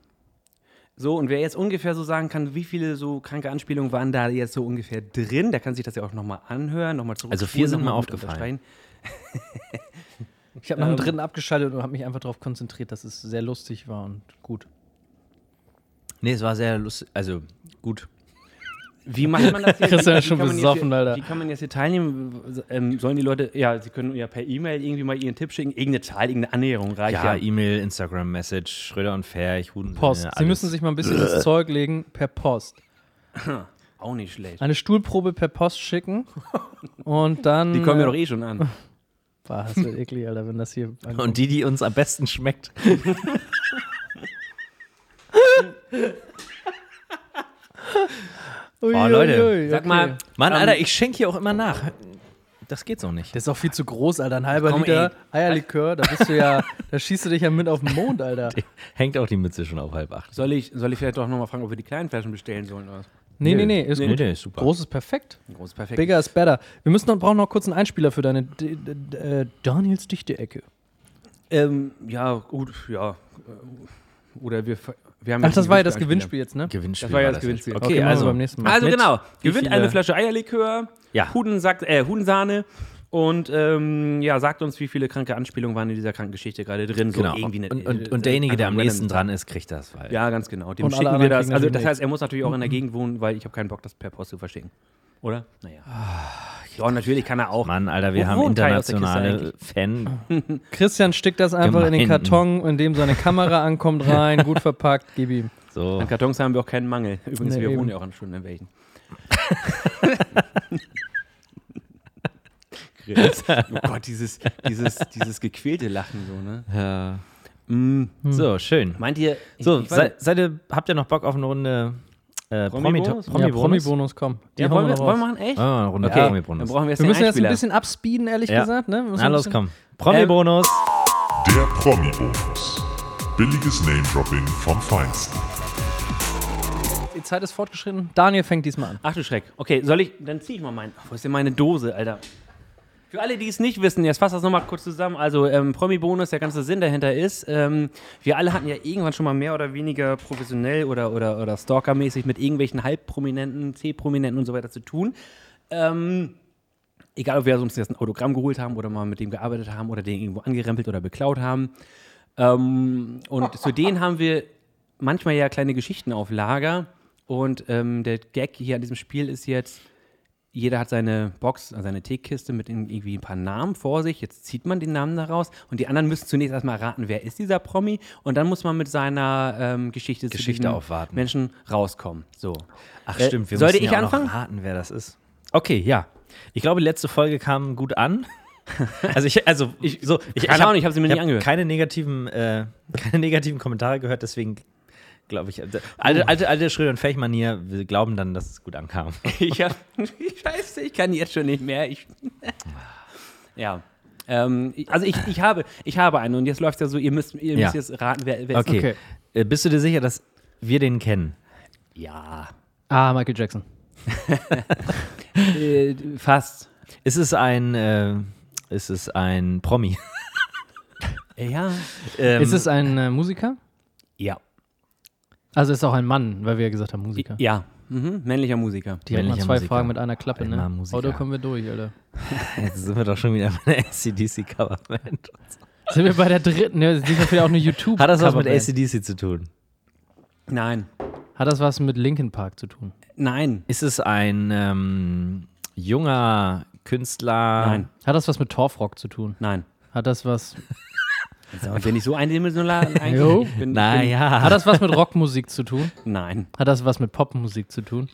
C: So, und wer jetzt ungefähr so sagen kann, wie viele so kranke Anspielungen waren da jetzt so ungefähr drin, der kann sich das ja auch nochmal anhören, nochmal zurück.
B: Also vier sind mir aufgefallen.
A: Ich habe nach dem dritten abgeschaltet und habe mich einfach darauf konzentriert, dass es sehr lustig war und gut.
B: Nee, es war sehr lustig. Also gut.
C: Wie macht man das hier?
A: Christian
C: Wie-
A: ist
C: wie
A: schon
C: kann man jetzt
A: besoffen,
C: hier,
A: Alter.
C: Wie kann man jetzt hier teilnehmen? Ähm, sollen die Leute, ja, sie können ja per E-Mail irgendwie mal ihren Tipp schicken, irgendeine Zahl, irgendeine Annäherung reicht
B: Ah, Ja,
C: ja.
B: E-Mail, Instagram-Message, Schröder und Ferch, Huden.
A: Post. Sie müssen sich mal ein bisschen ins Zeug legen per Post.
C: auch nicht schlecht.
A: Eine Stuhlprobe per Post schicken und dann.
C: Die kommen ja
A: äh,
C: doch eh schon an.
A: Boah, das wird eklig, Alter, wenn das hier.
B: Und die, die uns am besten schmeckt.
A: Ui,
B: Boah, Leute,
A: ui, ui,
C: Sag
A: okay.
C: mal,
B: Mann, Alter, ich schenke hier auch immer nach. Ähm, Das geht so nicht.
A: Das ist auch viel zu groß, Alter. Ein halber
C: Komm,
A: Liter Eierlikör, da bist du
C: <laughs>
A: ja, da schießt du dich ja mit auf den Mond, Alter.
B: Hängt auch die Mütze schon auf halb acht.
C: soll ich, soll ich vielleicht doch nochmal fragen, ob wir die kleinen Flaschen bestellen sollen oder was?
A: Nee, nee, nee, ist
B: Nee,
A: gut.
B: nee, ist super.
A: Groß ist perfekt.
C: Groß, perfekt.
A: Bigger is better. Wir müssen noch, brauchen noch kurz einen Einspieler für deine D D D äh, Daniels dichte Ecke.
C: Ähm, ja, gut, ja. Oder wir, ver- wir haben
A: Ach,
C: jetzt
A: das
C: ein
A: war ja das Gewinnspiel
C: Gewinnspiel
A: jetzt, ne?
B: Gewinnspiel.
C: Das war ja das Gewinnspiel.
B: jetzt.
A: Okay,
B: Okay,
A: machen wir
B: also
A: beim nächsten Mal.
C: Also
B: Mit
C: genau,
B: wie
C: gewinnt
B: viele-
C: eine Flasche Eierlikör,
B: Ja.
C: Hudensack, äh, Hudensanne und ähm, ja, sagt uns, wie viele kranke Anspielungen waren in dieser kranken Geschichte gerade drin.
B: Genau.
C: So irgendwie eine,
B: und, und,
C: äh,
B: und derjenige, der am
C: einfach
B: nächsten
C: random.
B: dran Mhm. ist, kriegt das. Weil
C: Ja, ganz genau. Dem
A: Und alle
C: schicken wir
A: anderen
C: das.
A: kriegen
C: Also
A: natürlich
C: das heißt, er muss natürlich auch in der Gegend wohnen, weil ich habe keinen Bock, das per Post zu verschicken. Oder? Naja.
B: Ah,
C: Doch, natürlich kann er auch.
B: Mann, Alter, wir
C: Wo
B: haben
C: wohnt Kai aus der Kiste
B: internationale Fan.
A: Christian stickt das einfach in den
B: Gemeinden.
A: Karton, in dem seine Kamera ankommt, rein, gut verpackt, gib ihm.
B: So.
C: An Kartons haben wir auch keinen Mangel. Übrigens,
A: Nee,
C: wir wohnen
A: eben.
C: ja auch schon in welchen. Chris. <laughs> Oh Gott, dieses, dieses, dieses gequälte Lachen so, ne?
B: Ja.
C: Mm.
B: Hm. So, schön.
C: Meint ihr, ich-
B: So,
C: ich weiß-
B: sei, seid ihr, habt ihr noch Bock auf eine Runde äh,
C: Promi-Bonus?
B: Promi-Bonus?
A: Ja, Promi-Bonus, komm. Die
C: ja,
A: hauen
C: wollen,
A: wir
C: wir,
A: noch
C: wollen wir
A: raus.
C: machen? Echt?
B: Ah, eine Runde
C: Okay, dann
B: Promi-Bonus.
C: brauchen wir jetzt
A: Wir
C: den
A: müssen jetzt ein
C: Einspieler.
A: bisschen abspeeden, ehrlich
B: Ja.
A: gesagt. Ne? Wir müssen
B: Na,
A: ein
B: los,
A: bisschen-
B: komm. Promi-Bonus.
D: Der Promi-Bonus. Billiges Name-Dropping vom Feinsten.
A: Die Zeit ist fortgeschritten. Daniel fängt diesmal an.
C: Ach du Schreck. Okay, soll ich, dann zieh ich mal meinen. Wo ist denn meine Dose, Alter? Für alle, die es nicht wissen, jetzt fass das nochmal kurz zusammen. Also, ähm, Promi-Bonus, der ganze Sinn dahinter ist, ähm, wir alle hatten ja irgendwann schon mal mehr oder weniger professionell oder, oder, oder stalkermäßig mit irgendwelchen Halbprominenten, C-Prominenten und so weiter zu tun. Ähm, egal, ob wir uns jetzt ein Autogramm geholt haben oder mal mit dem gearbeitet haben oder den irgendwo angerempelt oder beklaut haben. Ähm, und
B: <laughs>
C: zu denen haben wir manchmal ja kleine Geschichten auf Lager. Und ähm, der Gag hier an diesem Spiel ist jetzt, jeder hat seine Box, also seine Teekiste mit in- irgendwie ein paar Namen vor sich. Jetzt zieht man den Namen daraus und die anderen müssen zunächst erstmal raten, wer ist dieser Promi. Und dann muss man mit seiner ähm, Geschichte, zu
B: Geschichte
C: diesem
B: aufwarten.
C: Menschen rauskommen. So.
B: Ach
C: Äh,
B: stimmt, wir
C: sollte
B: müssen
C: ich
B: ja auch
C: anfangen?
B: noch raten, wer das ist. Okay, ja. Ich glaube, die letzte Folge kam gut <laughs> an. Also ich, also ich, so, ich,
C: Keine Ahnung, ich hab sie mir nicht angehört.
B: Keine negativen, äh, <laughs> keine negativen Kommentare gehört, deswegen glaube ich, äh, alte, alte, alte Schröder und Fech-Manier, wir glauben dann, dass es gut ankam.
C: <laughs> Ich hab, Scheiße, ich kann jetzt schon nicht mehr. Ich, <laughs> ja. Ähm, ich- also ich, ich, habe, ich habe einen und jetzt läuft ja so, ihr müsst, ihr
B: Ja.
C: müsst jetzt raten, wer,
B: <laughs>
C: wer
B: Okay.
C: ist.
A: Okay.
B: Äh, bist du dir sicher, dass wir den kennen?
C: Ja.
A: Ah, Michael Jackson.
C: Äh, fast.
B: Ist es ein, äh, ist es ein Promi?
C: Ja.
B: <laughs> Ähm,
A: Ist es ein äh, Musiker?
C: Ja.
A: Also ist auch ein Mann, weil wir ja gesagt haben Musiker.
C: Ja. Mhm. Männlicher Musiker.
A: Direkt mal
B: Männlicher
A: zwei
B: Musiker.
A: Fragen mit einer Klappe, ne?
B: Einmal Musiker.
A: Oder kommen wir durch, Alter?
B: Jetzt sind wir doch schon wieder bei der <laughs> ACDC-Coverband. <laughs>
A: Sind wir bei der dritten? Ne, das ist sicher wieder auch eine YouTube.
B: Hat das was mit
A: Coverband.
B: ACDC zu tun?
C: Nein,
A: Hat das was mit Linkin Park zu tun?
C: nein,
B: Ist es ein ähm, junger Künstler?
C: nein,
A: Hat das was mit Torfrock zu tun?
C: nein.
A: Hat das
B: <laughs>
A: was.
C: Und wenn ich so eindimensional
A: Jo.
C: eigentlich ich bin,
B: Naja.
A: Hat Ah, das was mit Rockmusik zu tun?
C: bin, nein,
A: Hat das was mit Popmusik zu tun?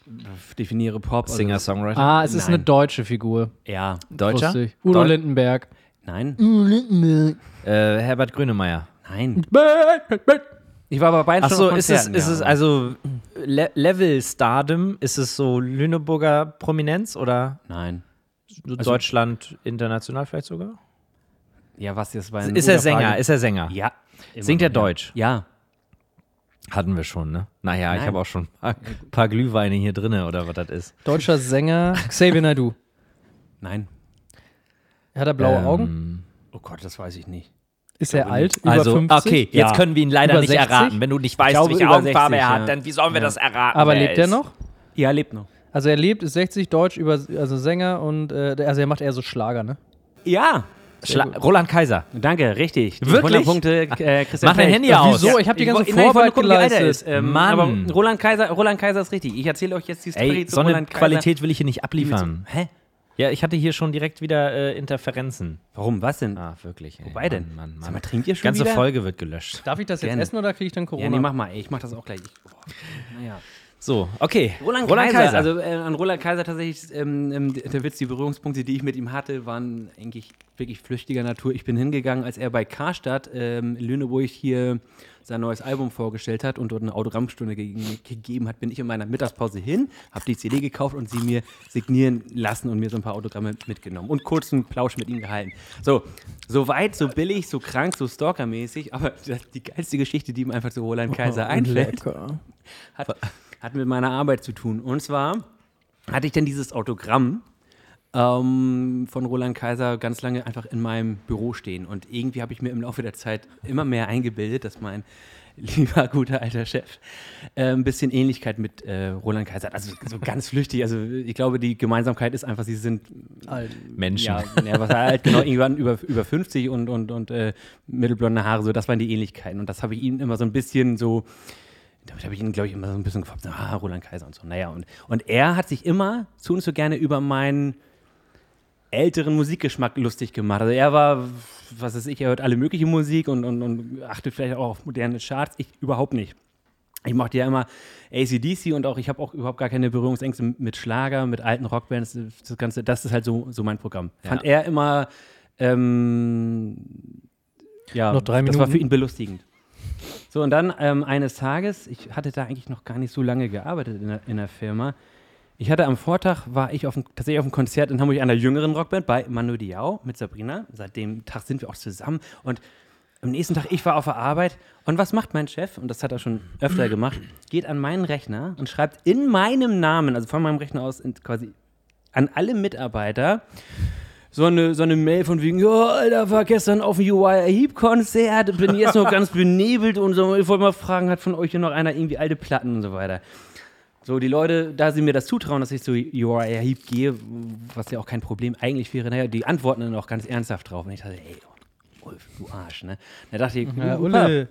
C: definiere Pop. also-
B: Singer-Songwriter?
A: Ah, es ist eine
C: Nein.
A: deutsche Figur.
C: Ja,
B: Deutscher?
A: Wusste ich. Udo
B: Deu-
A: Lindenberg.
C: nein,
B: Hm. Äh, Herbert Grönemeyer.
C: nein. Ich war aber beide schon
B: Achso,
C: auf
B: ist es,
C: Konzerten,
B: ist
C: ja.
B: es also Le Level Stardom? Ist es so Lüneburger Prominenz oder
C: Nein.
B: so Deutschland international vielleicht sogar?
C: Ja, was jetzt bei
B: Ist er Sänger? Ist er Sänger?
C: ja.
B: Singt er Deutsch?
C: Ja.
B: Hatten wir schon, ne? Naja, ich
C: Nein.
B: habe auch schon ein paar, paar Glühweine hier drinne oder was das ist.
A: Deutscher Sänger Xavier Naidoo.
C: Nein.
A: Hat er blaue
B: Ähm,
A: Augen?
C: Oh Gott, das weiß ich nicht.
A: Ist er alt? Über
B: Also,
A: 50?
B: okay, jetzt
A: Ja.
B: können wir ihn leider
A: Über
B: nicht
A: 60?
B: erraten. Wenn du nicht weißt,
C: glaube,
B: welche
C: über
B: Augenfarbe
C: 60,
B: er hat,
C: ja.
B: dann wie sollen wir das erraten?
A: Aber
B: wer
A: lebt er
B: ist?
A: noch?
C: Ja, lebt noch.
A: Also er lebt, ist 60, Deutsch, über, also Sänger und äh, also er macht eher so Schlager, ne?
C: Ja.
B: Schla Roland Kaiser.
C: Danke, richtig. Die
B: Wirklich?
C: 100
B: <laughs>
C: Punkte, äh, Christian
B: Mach dein
C: Feld.
B: Handy aus. Oh,
A: Wieso? Ich habe die ganze
C: Ich wollte- nein, ich wollte
A: Vorarbeit
C: nur gucken, wie alt er ist.
A: geleistet.
C: Ähm,
B: Mann.
C: Aber Roland Kaiser, Roland Kaiser ist richtig. Ich erzähle euch jetzt die Story
B: Ey,
C: zu
B: so eine
C: Roland Kaiser.
B: Qualität will ich hier nicht abliefern.
C: Hä?
B: Ja, ich hatte hier schon direkt wieder äh, Interferenzen.
C: Warum? Was denn?
B: Ah, wirklich. Ey.
C: Wobei denn?
B: Mann, Mann,
C: Sag mal,
B: Mann.
C: trinkt ihr schon
B: Ganze
C: wieder?
B: Folge wird gelöscht.
A: Darf ich das jetzt
C: Gerne.
A: essen oder kriege ich dann Corona?
C: Ja, nee, mach mal. Ey, ich mach das auch gleich. Ich, boah. Naja.
B: So, okay.
C: Roland, Kaiser, also äh, an Roland Kaiser tatsächlich, ähm, ähm, der Witz, die Berührungspunkte, die ich mit ihm hatte, waren eigentlich wirklich flüchtiger Natur. Ich bin hingegangen, als er bei Karstadt ähm, in Lüneburg hier sein neues Album vorgestellt hat und dort eine Autogrammstunde ge gegeben hat, bin ich in meiner Mittagspause hin, habe die CD gekauft und sie mir signieren lassen und mir so ein paar Autogramme mitgenommen und kurzen Plausch mit ihm gehalten. So, so weit, so billig, so krank, so stalkermäßig, aber <laughs> das, die geilste Geschichte, die mir einfach zu Roland Kaiser <laughs> einfällt,
A: Lecker.
C: hat, hat mit meiner Arbeit zu tun. Und zwar hatte ich dann dieses Autogramm ähm, von Roland Kaiser ganz lange einfach in meinem Büro stehen. Und irgendwie habe ich mir im Laufe der Zeit immer mehr eingebildet, dass mein <laughs> lieber guter alter Chef äh, ein bisschen Ähnlichkeit mit äh, Roland Kaiser hat. Also so ganz flüchtig. Also ich glaube, die Gemeinsamkeit ist einfach, sie sind
A: Alt.
B: Menschen.
C: <laughs> ja, ja, was er halt genau irgendwann über, über 50 und, und, und äh, mittelblonde Haare, so, das waren die Ähnlichkeiten. Und das habe ich ihm immer so ein bisschen so, damit habe ich ihn, glaube ich, immer so ein bisschen gefoppt, so, ah, Roland Kaiser und so. Naja, und, und er hat sich immer zu und so gerne über meinen älteren Musikgeschmack lustig gemacht. Also er war, was weiß ich, er hört alle mögliche Musik und, und, und achtet vielleicht auch auf moderne Charts. Ich überhaupt nicht. Ich mochte ja immer ACDC und auch, ich habe auch überhaupt gar keine Berührungsängste mit Schlager, mit alten Rockbands, das Ganze, das ist halt so, so mein Programm. Fand er immer, ähm, ja,
A: Noch drei
C: das war
A: Minuten.
C: für ihn belustigend. So, und dann ähm, eines Tages, ich hatte da eigentlich noch gar nicht so lange gearbeitet in der, in der Firma. Ich hatte am Vortag, war ich auf dem, tatsächlich auf einem Konzert in Hamburg einer jüngeren Rockband bei Manu Diao mit Sabrina. Seit dem Tag sind wir auch zusammen und am nächsten Tag, ich war auf der Arbeit und was macht mein Chef? Und das hat er schon öfter gemacht. Geht an meinen Rechner und schreibt in meinem Namen, also von meinem Rechner aus in, quasi an alle Mitarbeiter, so eine, so eine Mail von wegen, ja, Alter, war gestern auf dem UI Heap Konzert, bin jetzt noch ganz benebelt und so. Ich wollte mal fragen, hat von euch hier noch einer irgendwie alte Platten und so weiter? So, die Leute, da sie mir das zutrauen, dass ich zu Uriah Heep gehe, was ja auch kein Problem eigentlich wäre, naja, die antworten dann auch ganz ernsthaft drauf. Und ich dachte, ey, Ulf, du Arsch, ne? Da dachte ich,
A: Ja,
C: uh,
A: Ulle.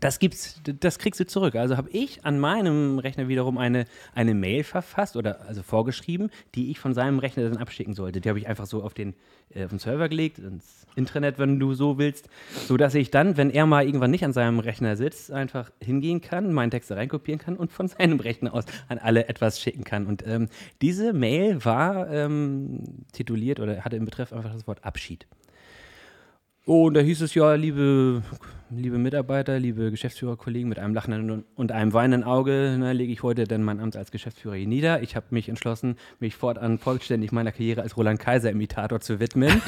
C: das gibt's, d- das kriegst du zurück. Also habe ich an meinem Rechner wiederum eine, eine Mail verfasst oder also vorgeschrieben, die ich von seinem Rechner dann abschicken sollte. Die habe ich einfach so auf den, äh, auf den Server gelegt, ins Intranet, wenn du so willst, sodass ich dann, wenn er mal irgendwann nicht an seinem Rechner sitzt, einfach hingehen kann, meinen Text da reinkopieren kann und von <laughs> seinem Rechner aus an alle etwas schicken kann. Und ähm, diese Mail war ähm, tituliert oder hatte im Betreff einfach das Wort Abschied. Oh, und da hieß es ja, liebe, liebe Mitarbeiter, liebe Geschäftsführerkollegen, mit einem lachenden und einem weinenden Auge ne, lege ich heute denn mein Amt als Geschäftsführer hier nieder. Ich habe mich entschlossen, mich fortan vollständig meiner Karriere als Roland Kaiser-Imitator zu widmen.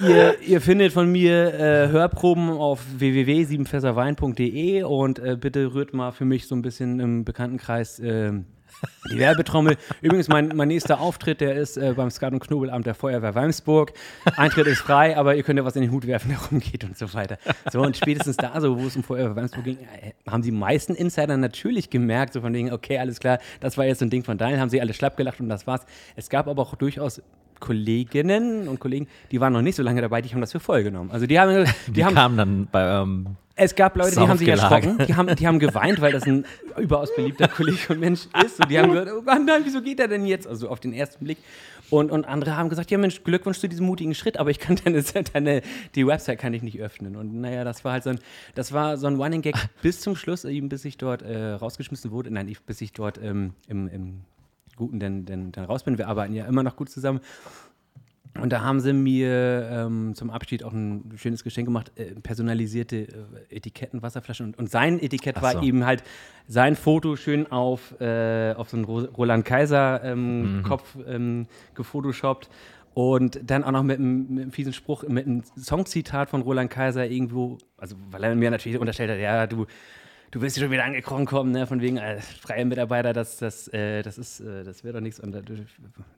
C: ihr, ihr findet von mir äh, Hörproben auf www.siebenfässerwein.de und äh, bitte rührt mal für mich so ein bisschen im Bekanntenkreis ähm, die Werbetrommel. Übrigens, mein, mein nächster Auftritt, der ist äh, beim Skat- und Knobelamt der Feuerwehr Weimsburg. Eintritt ist frei, aber ihr könnt ja was in den Hut werfen, <laughs> der rumgeht und so weiter. So, und spätestens da, so, wo es um Feuerwehr Weimsburg ging, äh, haben die meisten Insider natürlich gemerkt, so von wegen, okay, alles klar, das war jetzt so ein Ding von Daniel, haben sie alle schlapp gelacht und das war's. Es gab aber auch durchaus Kolleginnen und Kollegen, die waren noch nicht so lange dabei, die haben das für voll genommen. Also die haben, die
B: Die
C: haben
B: kamen dann bei ähm, eurem
C: es gab Leute, die haben sich
B: Saufgelage.
C: erschrocken, die haben, die haben geweint, weil das ein überaus beliebter Kollege und Mensch ist. Und die haben gesagt, oh Gott, nein, wieso geht er denn jetzt? Also auf den ersten Blick. Und, und andere haben gesagt, ja Mensch, Glückwunsch zu diesem mutigen Schritt, aber ich kann deine, deine die Website kann ich nicht öffnen. Und naja, das war halt so ein, das war so ein Running Gag bis zum Schluss, eben bis ich dort äh, rausgeschmissen wurde. Nein, ich, bis ich dort ähm, im, im Guten dann, dann, dann raus bin. Wir arbeiten ja immer noch gut zusammen. Und da haben sie mir ähm, zum Abschied auch ein schönes Geschenk gemacht, äh, personalisierte äh, Etiketten, Wasserflaschen. Und, und sein Etikett
B: Ach so.
C: war eben halt sein Foto schön auf, äh, auf so einen Ro- Roland Kaiser-Kopf ähm,
B: Mhm.
C: Kopf, ähm, gefotoshoppt. Und dann auch noch mit einem, mit einem fiesen Spruch, mit einem Songzitat von Roland Kaiser irgendwo, also weil er mir natürlich unterstellt hat, ja, du, du wirst hier schon wieder angekrochen kommen, ne? von wegen äh, freie Mitarbeiter, das, das, äh, das ist, äh, das wäre doch nichts. Und da,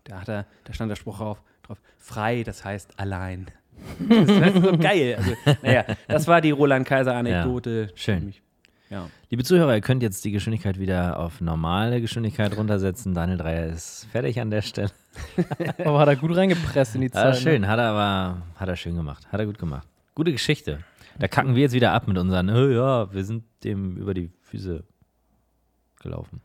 C: da, hat er, da stand der Spruch drauf, drauf, frei, das heißt allein. Das ist so geil. Also, naja, das war die Roland Kaiser-Anekdote.
B: schön.
C: Mich- Ja.
B: Liebe Zuhörer, ihr könnt jetzt die Geschwindigkeit wieder auf normale Geschwindigkeit runtersetzen. Daniel Dreier ist fertig an der Stelle.
A: Aber hat er gut reingepresst in die Zeit. ne?
B: Ah,
C: ne?
B: schön, hat er aber, hat er schön gemacht, hat er gut gemacht. Gute Geschichte. Da kacken wir jetzt wieder ab mit unseren, oh ja, wir sind dem über die Füße gelaufen.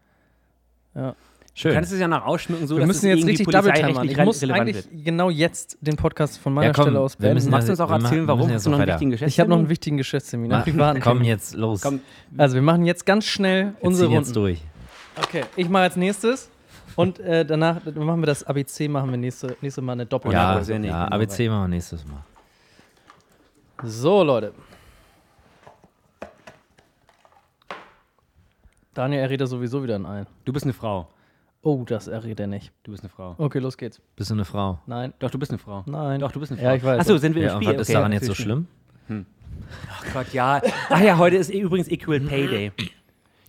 A: Ja.
C: Du
B: Schön.
C: kannst es ja noch ausschmücken, so
A: Wir
C: dass
A: müssen
C: es
A: jetzt
C: irgendwie
A: richtig Double
C: polizeirechtlich
A: Time machen. Ich
C: re-
A: muss
C: relevant
A: eigentlich
C: wird.
A: genau jetzt den Podcast von meiner
B: Ja, komm,
A: Stelle aus
B: wir
A: beenden.
B: müssen
C: Magst du uns auch
B: Wir machen-
C: erzählen, warum?
B: müssen
C: Hast
B: jetzt
C: du noch
B: noch
C: einen
B: weiter.
C: wichtigen Geschäft?
A: Ich habe noch einen wichtigen Geschäftsseminar. privaten
B: <laughs> Komm
A: Termin.
B: jetzt los.
C: Komm,
A: Also wir machen jetzt ganz schnell
B: wir
A: unsere
B: ziehen
A: Runden.
B: jetzt durch.
A: Okay, ich mache als nächstes und äh, danach machen wir das ABC, machen wir nächste, nächste Mal eine Doppel.
B: Ja,
C: oder so, nee,
B: ja
C: genau,
B: ABC machen wir nächstes Mal.
A: So, Leute. Daniel errät da sowieso wieder einen ein.
C: Du bist eine Frau.
A: Oh, das errät er nicht.
C: Du bist eine Frau.
A: Okay, los geht's.
B: Bist du eine Frau?
A: Nein,
C: Doch, du bist eine Frau.
A: nein.
C: Doch, du bist eine Frau.
A: Ja, ich weiß.
C: Achso, sind wir
B: Ja,
C: im
B: und
C: Spiel?
B: was ist
C: Okay,
B: daran
C: ja,
B: jetzt so
C: natürlich.
B: schlimm?
C: Gott, ja. Ach ja, heute ist eh übrigens Equal Pay Day.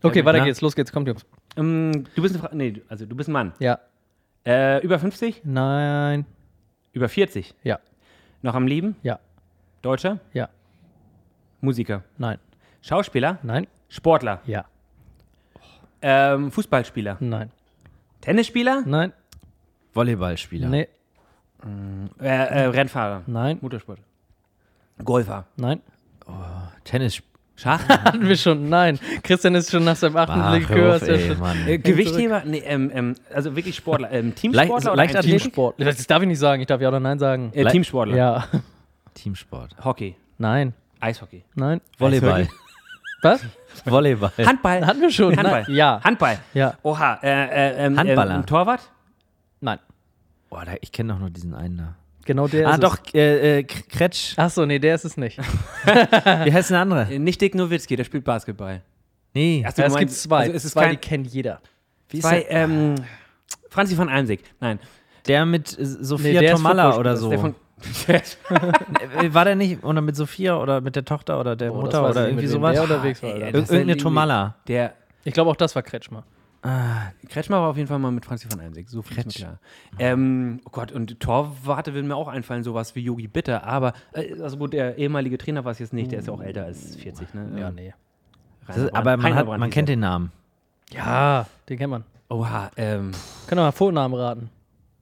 A: Okay,
C: Ja,
A: weiter
B: na?
A: geht's, los geht's, kommt, Jungs.
C: Ähm, du bist eine Frau. Nee, also du bist ein Mann.
A: Ja,
C: Äh, über 50?
A: nein,
C: Über 40?
A: ja,
C: Noch am Leben?
A: ja,
C: Deutscher?
A: ja,
C: Musiker?
A: nein,
C: Schauspieler?
A: nein,
C: Sportler?
A: ja,
C: Ähm, Fußballspieler?
A: nein,
C: Tennisspieler?
A: nein,
B: Volleyballspieler.
A: nee,
C: Äh, äh, Rennfahrer?
A: nein,
C: Motorsport? Golfer?
A: nein.
B: Tennis.
C: <laughs> Schach? Äh,
A: Hatten wir schon, nein. Christian ist schon nach seinem achten
B: Ach,
A: Blick
B: Ah, hör auf,
A: gehört.
B: ey, Mann.
C: äh, Gewichtheber? Nee, ähm, ähm, also wirklich Sportler. Ähm, Teamsportler? oder
B: Leichtathletik?
C: Einzelsportler?
A: Sport. Das darf ich nicht sagen, ich darf ja oder nein sagen.
C: Äh,
B: Le-
C: Teamsportler.
A: Ja, <laughs>
B: Teamsport.
C: Hockey.
A: nein,
C: Eishockey.
A: nein.
B: Volleyball.
A: Was?
B: <laughs> Volleyball.
C: Handball.
A: Hatten wir schon.
C: Handball.
A: Nein. Ja.
C: Handball.
A: Ja.
C: Oha. Äh, äh, ähm,
B: Handballer.
C: Ähm, Torwart?
A: Nein.
B: Boah, da, ich kenne doch nur diesen einen da.
A: Genau der
B: Ah,
A: ist
B: doch, äh, äh, K- Kretsch.
A: es. Achso, nee, der ist es nicht.
B: Wie heißt denn der andere?
C: Äh, Nicht Dick Nowitzki, der spielt Basketball.
B: Nee.
C: Ach so,
A: Ja, es
C: meinst-
A: gibt zwei.
C: Also es ist
A: zwei,
C: kein,
A: die kennt jeder.
B: Wie ist
C: Bei,
B: der?
C: ähm, Franzi von Almsig. Nein.
B: Der mit äh, Sophia
A: der ist
B: Tomalla oder so.
A: Footballspieler.
C: <laughs> Der von,
B: Äh, War der nicht? Oder mit Sophia oder mit der Tochter oder der
A: Oh, das
B: Mutter
A: weiß ich
B: oder
A: nicht,
B: irgendwie
A: mit wem
B: sowas?
A: Der unterwegs war,
C: Ey,
A: Alter.
B: Ir-
C: Das ist ja
B: Irgendeine
C: irgendwie-
B: Tomalla.
C: der
A: Ich glaube, auch das war Kretschmer.
C: Kretschmer war auf jeden Fall mal mit Franzi von Almsig. So viel ist mir klar. Ähm, oh Gott, und Torwarte will mir auch einfallen, sowas wie Yogi Bitter. Aber, äh, also gut, der ehemalige Trainer war es jetzt nicht. Der ist ja auch älter als 40, ne?
A: Ja,
C: Ähm,
A: nee.
B: Das ist,
C: Rainer
B: aber
C: Brandt-
B: man,
C: Heiner
B: hat,
C: Brandt
B: man
C: hieß
B: kennt
C: er.
B: den Namen. Ah.
A: Ja, den kennt man.
C: Oha, ähm.
A: Können wir mal Vornamen raten.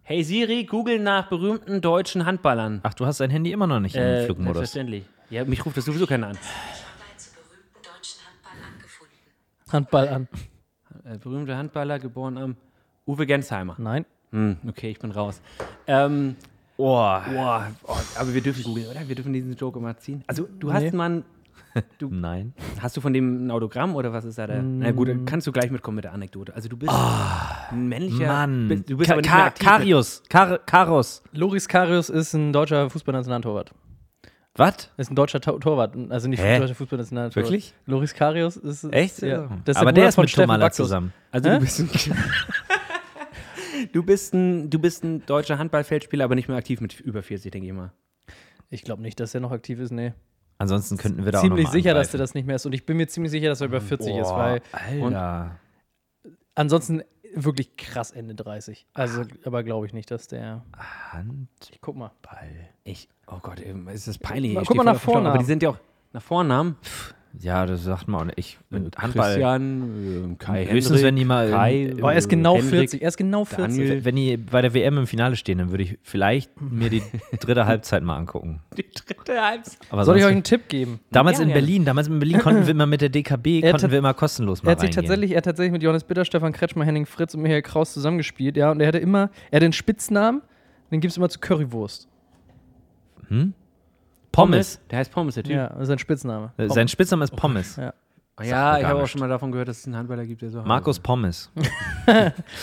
C: Hey Siri, google nach berühmten deutschen Handballern.
B: Ach, du hast dein Handy immer noch nicht
C: Äh,
B: im Flugmodus.
C: selbstverständlich. Ja, mich ruft das sowieso keiner an.
F: Handball zu berühmten deutschen Handballern gefunden.
A: Handball an.
C: Äh, berühmter Handballer, geboren am Uwe Gensheimer.
A: Nein.
C: Hm, okay, ich bin raus. Ähm,
B: Boah.
C: boah, oh, aber wir dürfen googeln, oder? Wir dürfen diesen Joke mal ziehen. Also, du
A: Nee.
C: hast mal ein-
B: Nein.
C: Hast du von dem ein Autogramm oder was ist da der? Na gut, dann kannst du gleich mitkommen mit der Anekdote. Also, du bist ein männlicher.
B: Mann.
C: Bist, du bist
B: Ka-
C: aber nicht
B: Ka-
C: mehr aktiv.
B: Karius. Kar Karos.
A: Loris Karius ist ein deutscher Fußballnationaltorwart.
B: Was?
A: Ist ein deutscher Tor Torwart. Also nicht
B: Hä?
A: deutscher Fußballnationaltorwart.
B: Wirklich?
A: Loris Karius ist.
B: Echt?
A: Ja. Das
B: aber
A: Bruder
B: der ist
A: von
B: mit
A: Steffen
B: Tomalla
A: Backlos.
B: zusammen.
C: Also,
A: Hä?
C: du bist ein. <laughs> Du bist, ein, du bist ein deutscher Handballfeldspieler, aber nicht mehr aktiv mit über 40, denke ich mal.
A: Ich glaube nicht, dass er noch aktiv ist, nee.
B: Ansonsten könnten wir da auch
A: ziemlich
B: noch
A: sicher, dass er das nicht mehr ist. Und ich bin mir ziemlich sicher, dass er über 40 ist, weil
B: Alter.
A: ansonsten wirklich krass Ende 30. Also, aber glaube ich nicht, dass der. Ich guck mal.
B: Handball.
C: Ich, oh Gott, ey, ist das peinlich.
A: Mal-
C: ich
A: guck
C: steh
A: mal nach
C: voll auf dem Schlauch, Aber
A: Vornamen.
C: die sind ja auch nach Vornamen.
B: Ja, das sagt man auch nicht. Ich, mit Handball.
C: Christian, ähm, Kai
B: Höchstens, wenn die mal.
C: Kai, äh,
B: in,
A: Boah, er ist genau
C: Hendrik,
A: 40. Er ist genau 40.
C: Daniel.
B: wenn die bei der WM im Finale stehen, dann würde ich vielleicht mir die dritte Halbzeit mal angucken.
C: die dritte Halbzeit.
B: Aber
A: Soll ich
B: sonst-
A: euch einen Tipp geben?
B: damals
C: Ja,
B: in
C: gerne.
B: Berlin, damals in Berlin konnten wir immer mit der DKB,
A: Er
B: konnten
A: hat-
B: wir immer kostenlos mal
A: Er hat, sich
B: reingehen.
A: tatsächlich, er hat tatsächlich mit Johannes Bitter, Stefan Kretschmer, Henning Fritz und Michael Kraus zusammengespielt, ja. Und er hatte immer, er hat den Spitznamen, den gibt es immer zu Currywurst.
B: Pommes.
C: Der heißt Pommes, der Typ.
A: Ja, das ist sein Spitzname.
B: Äh, Sein Spitzname ist Pommes.
C: Ah ja,
B: mir
C: ich
B: gar
C: habe auch
B: nichts.
C: schon mal davon gehört, dass es einen Handballer gibt, der so heißt.
B: Markus Pommes.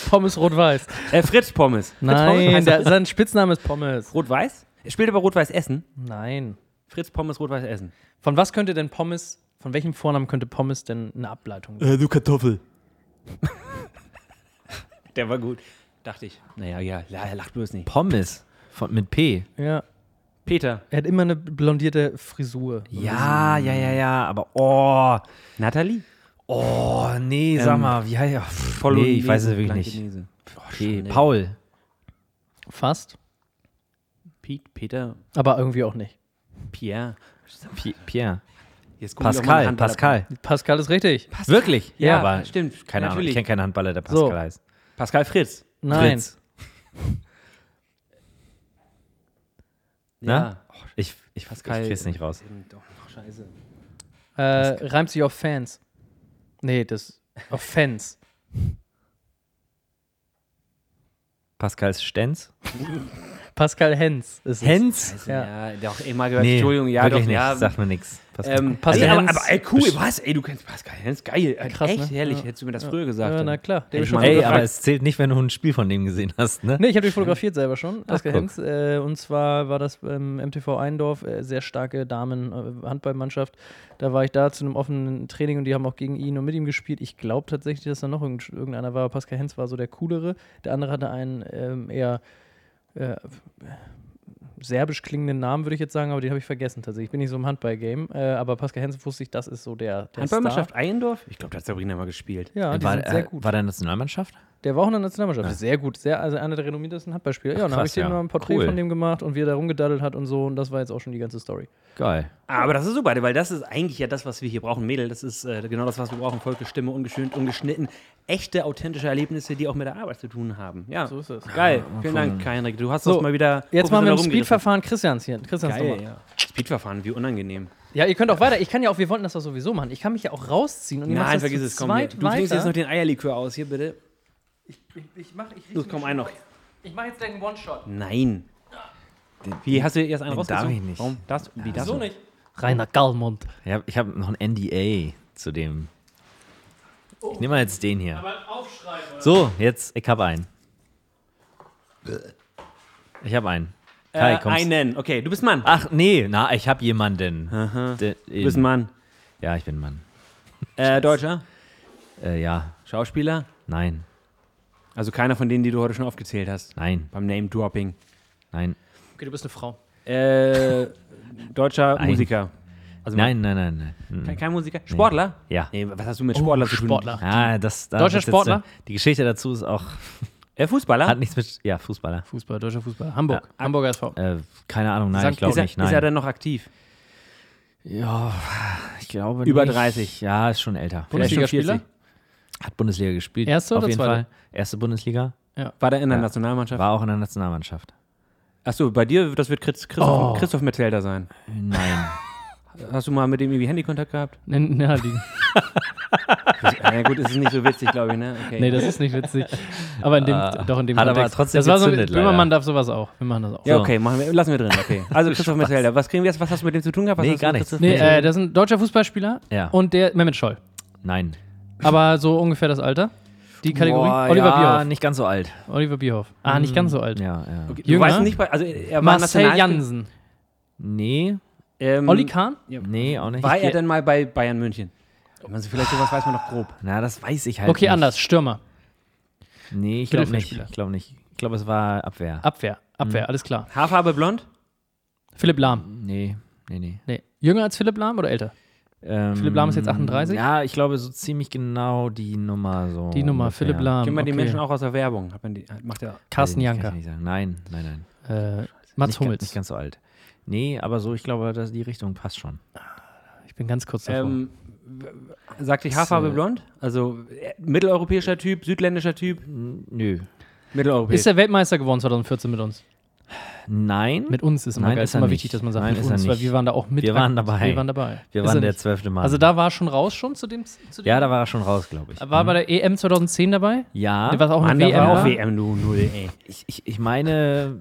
A: Pommes Rot-Weiß.
C: Äh, Fritz Pommes. Fritz Pommes
A: Nein,
C: heißt
A: der, <laughs>
C: er.
A: sein Spitzname ist Pommes.
C: Rot-Weiß? Er spielt aber Rot-Weiß Essen.
A: Nein.
C: Fritz Pommes, Rot-Weiß Essen.
A: Von was könnte denn Pommes, von welchem Vornamen könnte Pommes denn eine Ableitung sein?
E: Äh, du Kartoffel.
C: Der war gut. Dachte ich. Naja, ja, la- lacht bloß nicht.
B: Pommes. Von, mit P.
A: Ja.
C: Peter.
A: Er hat immer eine blondierte Frisur.
B: Ja, ja, ja, ja. Aber oh,
C: Nathalie.
B: oh, nee, sag
C: Ähm,
B: mal, wie heißt er? Pff, Nee, ich weiß es wirklich nicht. P. Paul.
A: Fast,
C: Pete, Peter,
A: aber irgendwie auch nicht.
C: Pierre.
B: P Pierre.
C: Jetzt gucken wir doch mal einen
B: Pascal,
C: Handballer.
B: Pascal.
A: Pascal ist richtig.
B: Wirklich?
C: Ja,
B: aber
C: stimmt.
B: Keine Ahnung, ich
C: natürlich.
B: kenne keinen Handballer, der Pascal
A: So.
B: heißt.
C: Pascal Fritz.
A: Nein.
B: Fritz.
C: ne?
B: Na? Ich, ich, ich
C: Pascal-
B: krieg's nicht raus.
C: Eben Oh, doch noch scheiße.
A: Äh, reimt sich auf Fans. Nee, das. Auf Fans.
B: Pascal Stenz?
A: Pascal Hens ist es.
B: Hens?
C: Ja, doch, eh mal gehört.
B: Nee,
C: Entschuldigung, ja,
B: wirklich
C: doch,
B: nicht.
C: ja.
B: Sag mir nichts.
C: Ähm,
A: Pascal
C: nee, aber,
A: Hens-
C: aber ey, cool, was? Ey, du kennst Pascal Hens, geil. Äh,
A: Krass,
C: Echt,
A: ne?
C: herrlich,
A: Ja.
C: hättest du mir das früher gesagt.
A: Ja, na
C: dann.
A: klar. Der
C: Hätte
A: ist
C: ich
A: schon
C: mal
B: Ey,
C: gefragt.
B: aber es zählt nicht, wenn du ein Spiel von dem gesehen hast, ne?
A: Nee, ich habe die fotografiert selber schon. Pascal
B: guck.
A: Hens. Äh, und zwar war das beim MTV Eindorf, äh, sehr starke Damen-Handballmannschaft. Da war ich da zu einem offenen Training und die haben auch gegen ihn und mit ihm gespielt. Ich glaube tatsächlich, dass da noch irgend- irgendeiner war. Pascal Hens war so der coolere. Der andere hatte einen ähm, eher äh, serbisch klingenden Namen, würde ich jetzt sagen, aber den habe ich vergessen tatsächlich. Ich bin nicht so im Handball-Game. Äh, aber Pascal Hens wusste ich, das ist so der, der
C: Handballmannschaft Eiendorf? Ich glaube, da hat Sabrina mal gespielt.
A: Star. Ja, die
B: war,
A: sind sehr
B: äh,
A: gut.
B: war der Nationalmannschaft?
A: Der war auch in der Nationalmannschaft. Sehr gut. Sehr, also einer der renommiertesten Handballspieler. Ja, und dann habe
B: krass,
A: ich dem
B: ja.
A: mal ein Porträt
B: Cool.
A: von dem gemacht und wie er da rumgedaddelt hat und so. Und das war jetzt auch schon die ganze Story.
B: Geil.
C: Aber das ist super, weil das ist eigentlich ja das, was wir hier brauchen. Mädel, das ist äh, genau das, was wir brauchen. Volke Stimme, ungeschönt, ungeschnitten. Echte, authentische Erlebnisse, die auch mit der Arbeit zu thin haben. Ja,
A: So ist es.
C: Geil, vielen Dank, Heinrich. Du hast
A: So,
C: uns mal wieder
A: Jetzt machen wir im
C: professionell rumgerissen.
A: Speedverfahren Christians hier. Christians
C: Geil,
A: Nummer.
C: ja. Speedverfahren, wie unangenehm.
A: Ja, ihr könnt auch weiter. Ich kann ja auch, wir wollten das doch sowieso machen. Ich kann mich ja auch rausziehen und ihr macht
C: Nein,
A: das
C: vergiss
A: zu
C: es, komm. Hier.
A: zweit
C: Du trinkst jetzt noch
A: weiter.
C: den Eierlikör aus, hier bitte.
A: Ich mache ich
C: Los, komm, ein noch.
A: ich mach jetzt gleich einen One-Shot.
C: Nein. Wie, hast du erst einen rausgezogen?
B: darf ich nicht.
C: Warum? Darfst, du- wie darfst du?
A: nicht? Rainer Gallmund.
B: Ich habe ich hab noch ein NDA zu dem. Ich nehme mal jetzt den hier. So, jetzt, ich habe einen. Ich habe einen. Kai,
C: Äh,
B: kommst
C: einen. Okay, du bist Mann.
B: Ach nee, na, ich habe jemanden. De-
C: Du bist ein Mann.
B: Ja, ich bin ein Mann.
C: Äh, Deutscher?
B: Äh, ja,
C: Schauspieler?
B: nein,
C: Also keiner von denen, die du heute schon aufgezählt hast.
B: nein,
C: Beim Name-Dropping.
B: nein.
A: Okay, du bist eine Frau.
C: Äh, deutscher
B: Nein.
C: Musiker. Also
B: Nein, nein, nein, nein. Mhm.
C: Kein, kein Musiker. Sportler?
B: Ja.
C: Hm. Nee, was hast du mit Sportler zu tun?
A: Sportler.
B: Ah, das, da
A: Deutscher
B: das jetzt- äh,
A: Sportler?
B: Die Geschichte dazu ist auch,
C: Äh, Fußballer?
B: hat nichts mit, ja, Fußballer.
A: Fußball, deutscher Fußball. Hamburg. Hamburger SV.
B: Äh, keine Ahnung, nein,
A: Sag-
B: ich
C: ist,
B: glaube
C: er,
B: nicht,
C: ist er
B: nein.
C: denn noch aktiv?
B: Ja, ich glaube
C: Über
B: nicht.
C: 30?
B: Ja, ist schon älter.
C: Vielleicht schon
A: Bundesligaspieler?
C: 40.
B: Hat Bundesliga gespielt.
A: Erste
B: auf
A: oder
B: jeden
A: zweite?
B: Fall. Erste Bundesliga.
C: War der in der
B: Ja.
C: Nationalmannschaft?
B: War auch in der Nationalmannschaft.
C: Achso, bei dir, das wird Chris, Christoph, Christoph Metzelder sein.
B: Nein.
A: <laughs>
C: Hast du mal mit dem irgendwie Handykontakt <laughs> gehabt?
A: Nein, nein,
C: Na gut, es ist nicht so witzig, glaube ich, ne? Okay.
A: Nee, das ist nicht witzig. Aber in dem,
B: Ah,
A: doch in dem
B: hat aber
A: Kontext.
B: trotzdem
A: das war so,
B: gezündet, leider.
A: Böhmermann darf sowas auch. Wir machen das auch.
C: ja,
B: so.
C: okay, machen wir, lassen wir drin. Okay. <laughs> Also Christoph Metzelder, was kriegen wir jetzt? Was hast du mit dem zu tun gehabt? Was
B: Nee,
C: hast du
B: gar
C: mit
B: nichts.
C: Christoph
A: Nee,
C: Metzelder?
A: äh, das ist ein deutscher Fußballspieler
B: Ja.
A: und der Mehmet Scholl.
B: nein.
A: Aber so ungefähr das Alter. Die Kategorie.
B: Boah,
A: Oliver
B: ja,
A: Bierhoff.
B: nicht ganz so alt.
A: Oliver Bierhoff. Ah, nicht ganz so alt.
B: Ja, ja.
C: Okay, du
A: Jünger?
C: weißt nicht, bei- also er war
A: Marcel
C: National-
A: Jansen. Mm.
B: Nee,
C: Ähm,
A: Olli Kahn?
B: nee, auch nicht.
C: War
B: Ich
C: er
B: geh-
C: denn mal bei Bayern München? Also vielleicht sowas weiß man noch grob.
B: Na, das weiß ich halt
A: Okay,
B: nicht.
A: anders. Stürmer.
B: Nee, ich glaube nicht.
A: Mittelfeldspieler.
B: Ich glaube nicht. Ich glaube, es war Abwehr.
A: Abwehr.
B: Mm.
A: Abwehr, alles klar.
C: Haarfarbe blond?
A: Philipp Lahm.
B: nee, nee, nee.
A: Nee. Jünger als Philipp Lahm oder älter?
B: Ähm,
A: Philipp Lahm ist jetzt 38?
B: Ja, ich glaube, so ziemlich genau die Nummer. So
A: Die Nummer,
B: Oh, ungefähr.
A: Philipp Lahm.
C: Kennen wir die
A: okay.
C: Menschen auch aus der Werbung? Hat man die, hat- macht der,
B: Weiß ich
A: Carsten
B: nicht, kann
A: Janker.
B: ich nicht sagen. Nein, nein, nein.
A: Äh, Mats
B: nicht, ga-
A: Hummels.
B: Nicht ganz so alt. Nee, aber so, ich glaube, dass die Richtung passt schon.
A: ich bin ganz kurz davor.
C: ähm, Sagt dich Haarfarbe blond? Also äh, mitteleuropäischer Typ, südländischer Typ,
B: Nö.
C: mitteleuropäisch.
A: Ist er Weltmeister geworden 2014 mit uns?
B: Nein.
A: Mit uns ist immer,
B: Nein,
A: geil.
B: ist
A: ist
B: er
A: immer
B: nicht.
A: wichtig, dass man sagt,
B: Nein,
A: mit
B: ist er
A: uns, weil
B: nicht.
A: wir waren da auch mit.
B: Wir waren
A: aktiv.
B: dabei.
A: Wir waren dabei.
B: wir
A: Ist
B: waren
A: er
B: der
A: nicht.
B: zwölfte Mann.
A: Also da war er schon raus schon zu dem. Zu dem
B: ja, da war er schon raus, glaube ich.
A: war bei der EM 2010 dabei?
B: Mhm. ja.
A: Der war auch eine
C: Mann, da
A: WM.
C: war auch
A: war?
C: WM 0 ey.
B: Ich, ich, ich meine,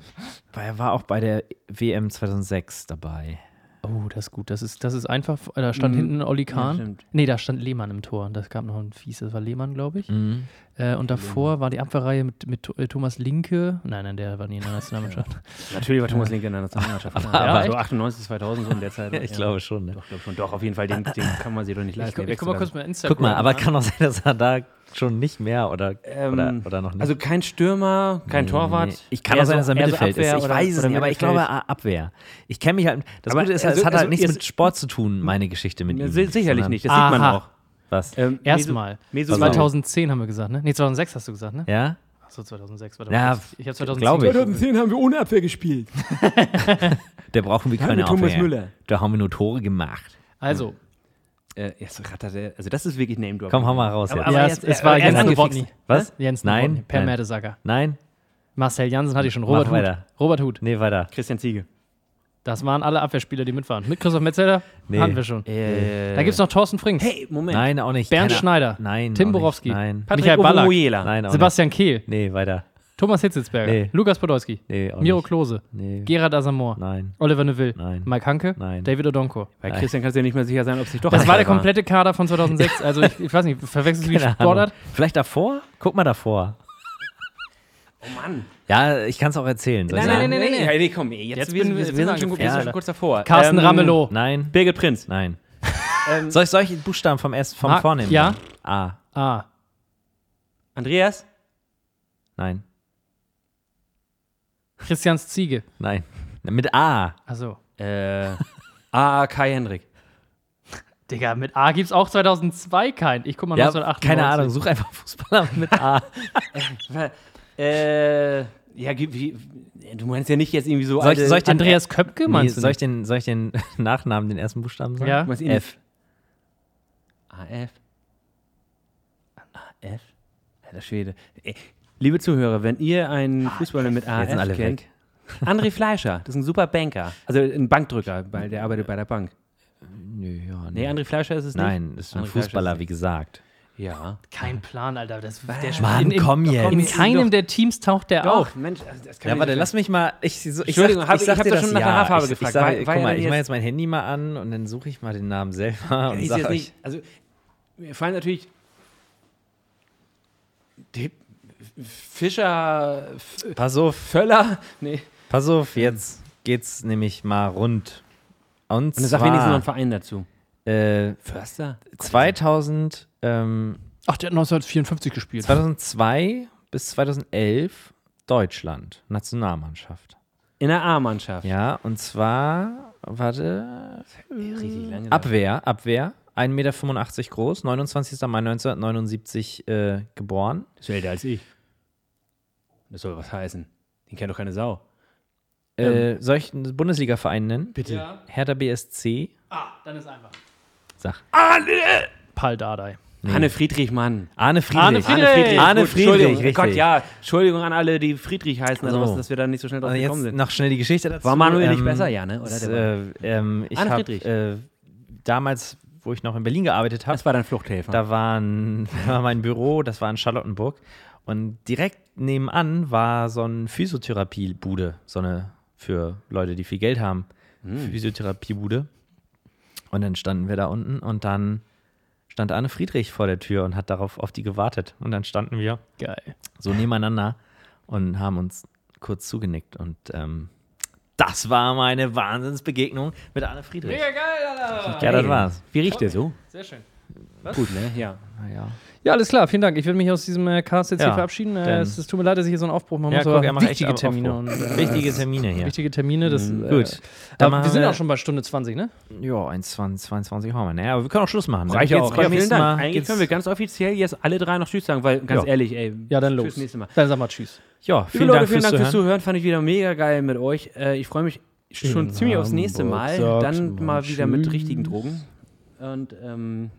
B: er war auch bei der WM 2006 dabei.
A: Oh, das ist gut. Das ist, das ist einfach. Da
B: Mhm.
A: stand hinten Olli Kahn.
C: stimmt.
A: nee, da stand Lehmann im Tor. Das gab noch ein fieses. Das war Lehmann, glaube ich.
B: Mhm.
A: Äh, und davor war die Abwehrreihe mit, mit Tho- äh, Thomas Linke. Nein, nein, der war nie in der Nationalmannschaft.
C: Natürlich war Thomas Linke in der Nationalmannschaft. Aber,
A: aber-
C: so 98, 2000 so in der <laughs> Zeit.
B: Ich glaube schon. Ne?
C: Doch, glaub schon. Doch, auf jeden Fall, den, den kann man sich doch nicht leisten.
A: ich guck,
C: den
A: ich guck mal kurz
C: wegzulassen.
A: mit Instagram.
B: Guck mal, aber
A: an.
B: kann auch sein, dass er da schon nicht mehr oder,
A: Ähm,
B: oder, oder noch nicht.
C: Also kein Stürmer, kein Torwart.
B: ich kann
C: Eher
B: auch sein, dass er
C: eher
B: Mittelfeld ist.
C: Abwehr
B: Ich
C: oder-
B: weiß es
C: oder
B: nicht, aber ich
C: Mittelfeld.
B: glaube ah, Abwehr. Ich kenne mich halt. Das
C: Aber
B: Gute ist,
C: also-
B: es hat halt
C: also
B: nichts
C: es-
B: mit Sport zu tun, meine Geschichte mit
C: Ja,
B: ihm.
C: si- sicherlich
B: sondern-
C: nicht, das sieht man
A: Aha.
C: auch.
B: Was?
C: Ähm,
A: Erstmal.
C: Mesu,
B: Also-
C: Mesu
A: 2010 haben wir gesagt, ne? Nee, 2006 hast du gesagt, ne?
B: Ja?
A: Achso, 2006. Warte
B: Ja,
A: mal. ich habe 2010.
B: glaub ich.
C: 2010 um haben wir ohne Abwehr gespielt.
B: Da brauchen wir
C: Ja,
B: keine
C: mit Thomas
B: Abwehr.
C: Müller.
B: Da haben wir nur Tore gemacht.
A: Also,
C: Äh, jetzt rattert er. Also, das ist wirklich Name Drop.
B: Komm, hau mal raus. jetzt.
C: Aber-
B: äh,
C: aber-
A: ja,
C: jetzt-
A: es, es war
C: aber erst
A: Jens
C: angefixt.
A: Nowotny.
B: Was?
A: Jens
B: Nein,
A: Nowotny, Per
B: nein.
A: Mertesacker.
B: Nein?
A: Marcel Jansen hatte ich schon.
B: Mach
A: Robert Huth.
B: weiter.
A: Robert Huth.
B: Nee, weiter.
C: Christian Ziege.
A: Das waren alle Abwehrspieler, die mit waren. Mit Christoph Metzelder
B: Nee.
A: hatten wir schon.
C: Äh,
A: Da gibt es noch Thorsten Frings.
C: Hey, Moment.
B: Nein, auch nicht.
A: Bernd
B: Keine-
A: Schneider.
B: Nein. auch
A: Tim
B: nicht.
A: Borowski.
B: Nein.
A: Patrick
C: Michael
A: Ballack.
C: Ovoyela.
B: Nein, auch
A: Sebastian Kehl.
B: nicht. Nee, weiter.
A: Thomas Hitzitzberger.
B: Nee.
A: Lukas Podolski.
B: Nee, auch
A: Miro
B: nicht.
A: Klose.
B: Nee.
A: Gerard Asamoah.
B: Nein.
A: Oliver Neville.
B: Nein.
A: Mike Hanke.
B: Nein.
A: David Odonko.
C: Bei Christian kannst du ja nicht mehr sicher sein, ob es nicht doch
A: Das war der
C: einer
A: komplette Kader von 2006. Also, ich, ich weiß nicht, verwechselst du die
B: <laughs> Keine Ahnung.
A: Sportart?
B: Vielleicht davor? Guck mal davor.
C: Oh Mann.
B: Ja, ich kann es auch erzählen. Soll ich
C: Nein,
B: sagen?
C: nein, nein, nein,
A: nein.
C: nein. Hey, nee, komm, ey, jetzt,
A: Jetzt
C: wir,
A: bin-
C: sind-
A: wir
C: wir
A: sind
C: sind schon, wir sind
B: Ja,
C: schon kurz davor.
A: Carsten
C: Ähm,
A: Ramelow.
B: Nein.
C: Birgit Prinz.
B: Nein.
C: Ähm.
B: Soll ich solche Buchstaben vom S vom
A: Mark-
B: Vornehmen?
A: ja.
B: nehmen? A.
A: Ah,
C: Andreas.
B: Nein.
A: Christians Ziege.
B: Nein. Mit A.
A: Also,
C: Äh, A. Kai Hendrik.
A: Digga, mit A gibt's auch 2002 keinen. Ich guck mal
B: Ja,
A: 1998.
B: keine Ahnung, such einfach Fußballer mit
A: <laughs>
B: A.
C: Äh, ja, gib- wie, du meinst ja nicht jetzt irgendwie so
B: Soll ich-
C: alte-
B: soll ich den-
A: Andreas Köpke
B: Nee,
A: meinst du?
B: soll, ich den, soll ich den <laughs> Nachnamen, den ersten Buchstaben sagen?
A: Ja.
C: Du meinst ihn-
B: F.
C: AF. AF? Alter Schwede. Ey, Liebe Zuhörer, wenn ihr einen Fußballer mit AF
B: Ah, sind alle
C: kennt,
B: <laughs>
C: André Fleischer, das ist ein super Banker. Also ein Bankdrücker, weil der arbeitet bei der Bank.
B: Nö, ja,
C: Nee, André Fleischer ist es nicht.
B: Nein, ist ein
C: André Fleischer
B: Fußballer,
C: ist
B: wie gesagt.
C: es nicht. Ja.
A: Kein Plan, Alter. Das, der
B: Mann,
A: in, in,
B: komm jetzt.
A: In keinem
C: Doch.
A: der Teams taucht der auf.
C: Doch, Mensch, also das kann
B: Ja,
C: ich
B: warte,
C: nicht
B: lass mich mal. Ich, so, ich
C: Entschuldigung, hab- ich hab
B: dir
C: doch schon nach der Haarfarbe
B: ich, Ich,
C: gefragt.
B: sag,
C: War- war
B: guck
C: ja
B: mal,
C: dann
B: ich mache
C: jetzt-
B: jetzt mein Handy mal an und dann suche ich mal den Namen selber und
C: Ist
B: sag
C: jetzt
B: euch.
C: nicht, also mir fallen natürlich die Fischer, F
B: Pass auf,
C: Völler, nee.
B: pass auf, jetzt geht's nämlich mal rund. Und,
C: Und dann sag wenigstens noch einen
B: zwar,
C: Verein dazu.
B: äh,
C: Förster?
B: 2000, ähm,
A: Ach, der hat 1954 gespielt.
B: 2002 bis 2011 Deutschland, Nationalmannschaft.
C: In der A-Mannschaft.
B: Ja, und zwar, warte,
C: Richtig lange.
B: Abwehr, Abwehr, 1,85 Meter groß, 29. Mai 1979 äh, geboren.
C: Ist älter als ich. Das soll was heißen. Den kennt doch keine Sau.
A: Ähm.
B: Äh, soll ich einen Bundesliga-Verein nennen? Bitte. Hertha BSC.
A: Dann ist einfach.
B: Sag.
A: Paul Dardai.
C: Hanne Friedrich, Mann.
B: Arne Friedrich.
A: Arne Friedrich.
B: Arne
C: Gut,
B: Friedrich,
C: Entschuldigung. Oh
B: richtig.
C: Gott, ja. Entschuldigung an alle, die Friedrich heißen, also
B: So.
C: was, dass wir da nicht so schnell drauf
B: Also
C: gekommen
B: jetzt
C: sind.
B: noch schnell die Geschichte dazu. Ähm,
C: War Manuel nicht besser? Ja, ne? Oder?
B: das,
C: Der war-
B: äh, ähm, ich
C: Arne
B: hab,
C: Friedrich.
B: Äh, damals, wo ich noch in Berlin gearbeitet habe,
C: Das war dein Fluchthelfer.
B: Da waren, <laughs> da war mein Büro, das war in Charlottenburg. Und direkt nebenan war so ein Physiotherapiebude, so eine für Leute, die viel Geld haben.
C: Hm.
B: Physiotherapiebude. Und dann standen wir da unten und dann stand Anne Friedrich vor der Tür und hat darauf auf die gewartet. Und dann standen wir
A: Geil.
B: so nebeneinander und haben uns kurz zugenickt. Und ähm, das war meine Wahnsinnsbegegnung mit Anne Friedrich.
A: geil, Alter.
B: Ja, das war's.
C: Wie riecht der so?
A: Sehr schön.
C: Gut, ne? Ja.
B: Ja,
A: Ja, alles klar. Vielen Dank. Ich will mich aus diesem äh, Cast jetzt hier
B: Ja,
A: verabschieden. Äh,
B: denn-
A: es, es tut mir leid, dass ich hier so einen Aufbruch machen
B: ja
A: muss.
B: guck,
A: aber
B: er macht
A: wichtige
B: echt
A: Termine. Und,
B: Aufbruch.
A: äh,
B: Wichtige Termine hier.
A: Wichtige Termine. Das, äh,
B: gut. Dann
A: Aber wir
B: machen
A: sind
B: wir-
A: auch schon bei Stunde 20, ne?
B: Ja, 1, 20, 22 haben wir. Naja, aber wir können auch Schluss machen. ne?
C: Reicht ja auch.
B: Beim
C: Ja, vielen
B: nächsten Mal
C: Dank. Eigentlich
B: geht's-
C: können wir ganz offiziell jetzt alle drei noch Tschüss sagen, weil ganz
B: Ja.
C: ehrlich, ey.
A: Ja, dann los.
C: Fürs nächste Mal.
A: Dann sag mal Tschüss.
B: ja,
C: Liebe
B: vielen
C: Leute,
B: Dank
C: vielen Dank fürs
B: Zuhören.
C: Zuhören. Fand ich wieder mega geil mit euch. Äh, ich freue mich schon ziemlich aufs nächste Mal.
A: Hamburg sagt
C: Dann
A: man
C: mal wieder mit
A: Tschüss.
C: richtigen Drogen. Und ähm,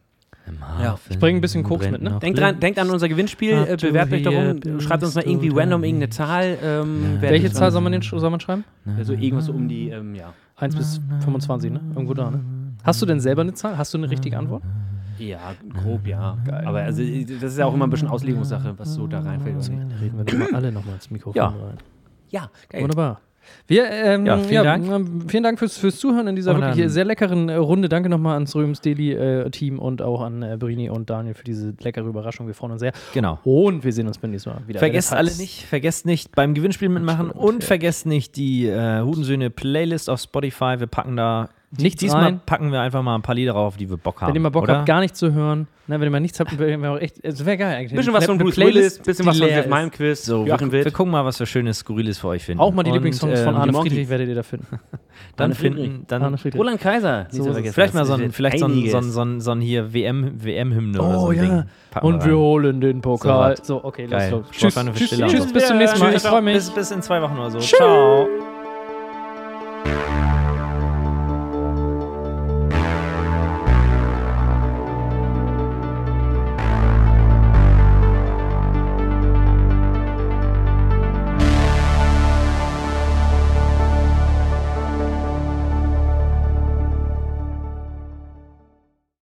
C: Ja.
A: Ich bring ein bisschen Koks mit, ne?
C: Denkt dran, denkt an unser Gewinnspiel, äh,
B: Ab du
C: bewerbt euch
B: hier
C: darum,
B: bist
C: schreibt uns mal
B: du
C: irgendwie
B: dann
C: random
B: nicht.
C: irgendeine Zahl. Ähm, wer
A: Welche
C: das
A: Zahl soll man, den, soll man schreiben?
C: dann- Also irgendwas um die, ähm, ja.
A: 1 bis 25, ne? Irgendwo da, ne? Hast du denn selber eine Zahl? Hast du eine
B: Mhm.
A: richtige Antwort?
C: Ja, grob, ja. Aber also, äh, das ist ja auch immer ein bisschen Auslegungssache, was so da reinfällt. oder nicht.
A: Reden wir doch mal alle nochmal ins Mikrofon
B: Ja.
A: rein.
C: Ja, geil.
A: Wunderbar. Wir, ähm,
B: Ja,
A: ja,
B: vielen
A: vielen,
B: Dank.
A: Dank. Ähm, vielen Dank fürs, fürs Zuhören in dieser
B: Und dann-
A: wirklich sehr leckeren äh, Runde. Danke nochmal ans Röms Deli-Team und auch an äh, Brini und Daniel für diese leckere Überraschung. Wir freuen uns sehr.
B: Genau.
A: Und wir sehen uns beim nächsten Mal wieder.
B: Vergesst
A: Wenn es
B: alle
A: heißt-
B: nicht, vergesst nicht beim Gewinnspiel mitmachen und vergesst nicht die äh, Hudensöhne-Playlist auf Spotify. Wir packen da.
A: Nichts
B: diesmal
A: rein.
B: packen wir einfach mal ein paar Lieder drauf, die wir Bock haben.
A: Wenn ihr mal Bock
B: oder?
A: habt, gar nicht zu hören. Na, wenn ihr mal nichts habt, wäre auch echt. Es wäre geil eigentlich.
C: Ein bisschen was
A: Eine
C: von Bruce
A: Playlist,
C: Willis, ein bisschen
A: die
C: was von
A: leer
C: Jeff
A: ist.
C: Malmquist,
B: so, wir,
C: Joachim Wild.
B: wir gucken mal, was wir Schönes, Skurriles für euch finden.
A: Auch mal die
B: Und,
A: Lieblingssongs von
B: ähm,
A: Arne
C: Monty.
A: Friedrich werdet ihr da finden.
B: Dann
C: Arne Friedrich.
B: finden, dann
A: Arne Friedrich.
C: Roland Kaiser. nicht
A: So
C: zu
A: ist
C: vergessen.
B: vielleicht mal so
C: Das
B: ein,
C: wird
B: vielleicht so ein, so ein,
C: einiges.
B: so ein, so ein hier WM, WM-Hymne oder so
A: Oh
B: ein
A: ja.
B: Ding. Packen
A: Und wir
B: rein.
A: holen den Pokal.
B: was.
A: So, okay,
B: Geil.
A: los, los.
B: Sportfreunde für
A: tschüss,
B: Stille.
A: tschüss, bis zum nächsten Mal. Ich freue mich.
B: Bis, bis in zwei Wochen oder so. Ciao.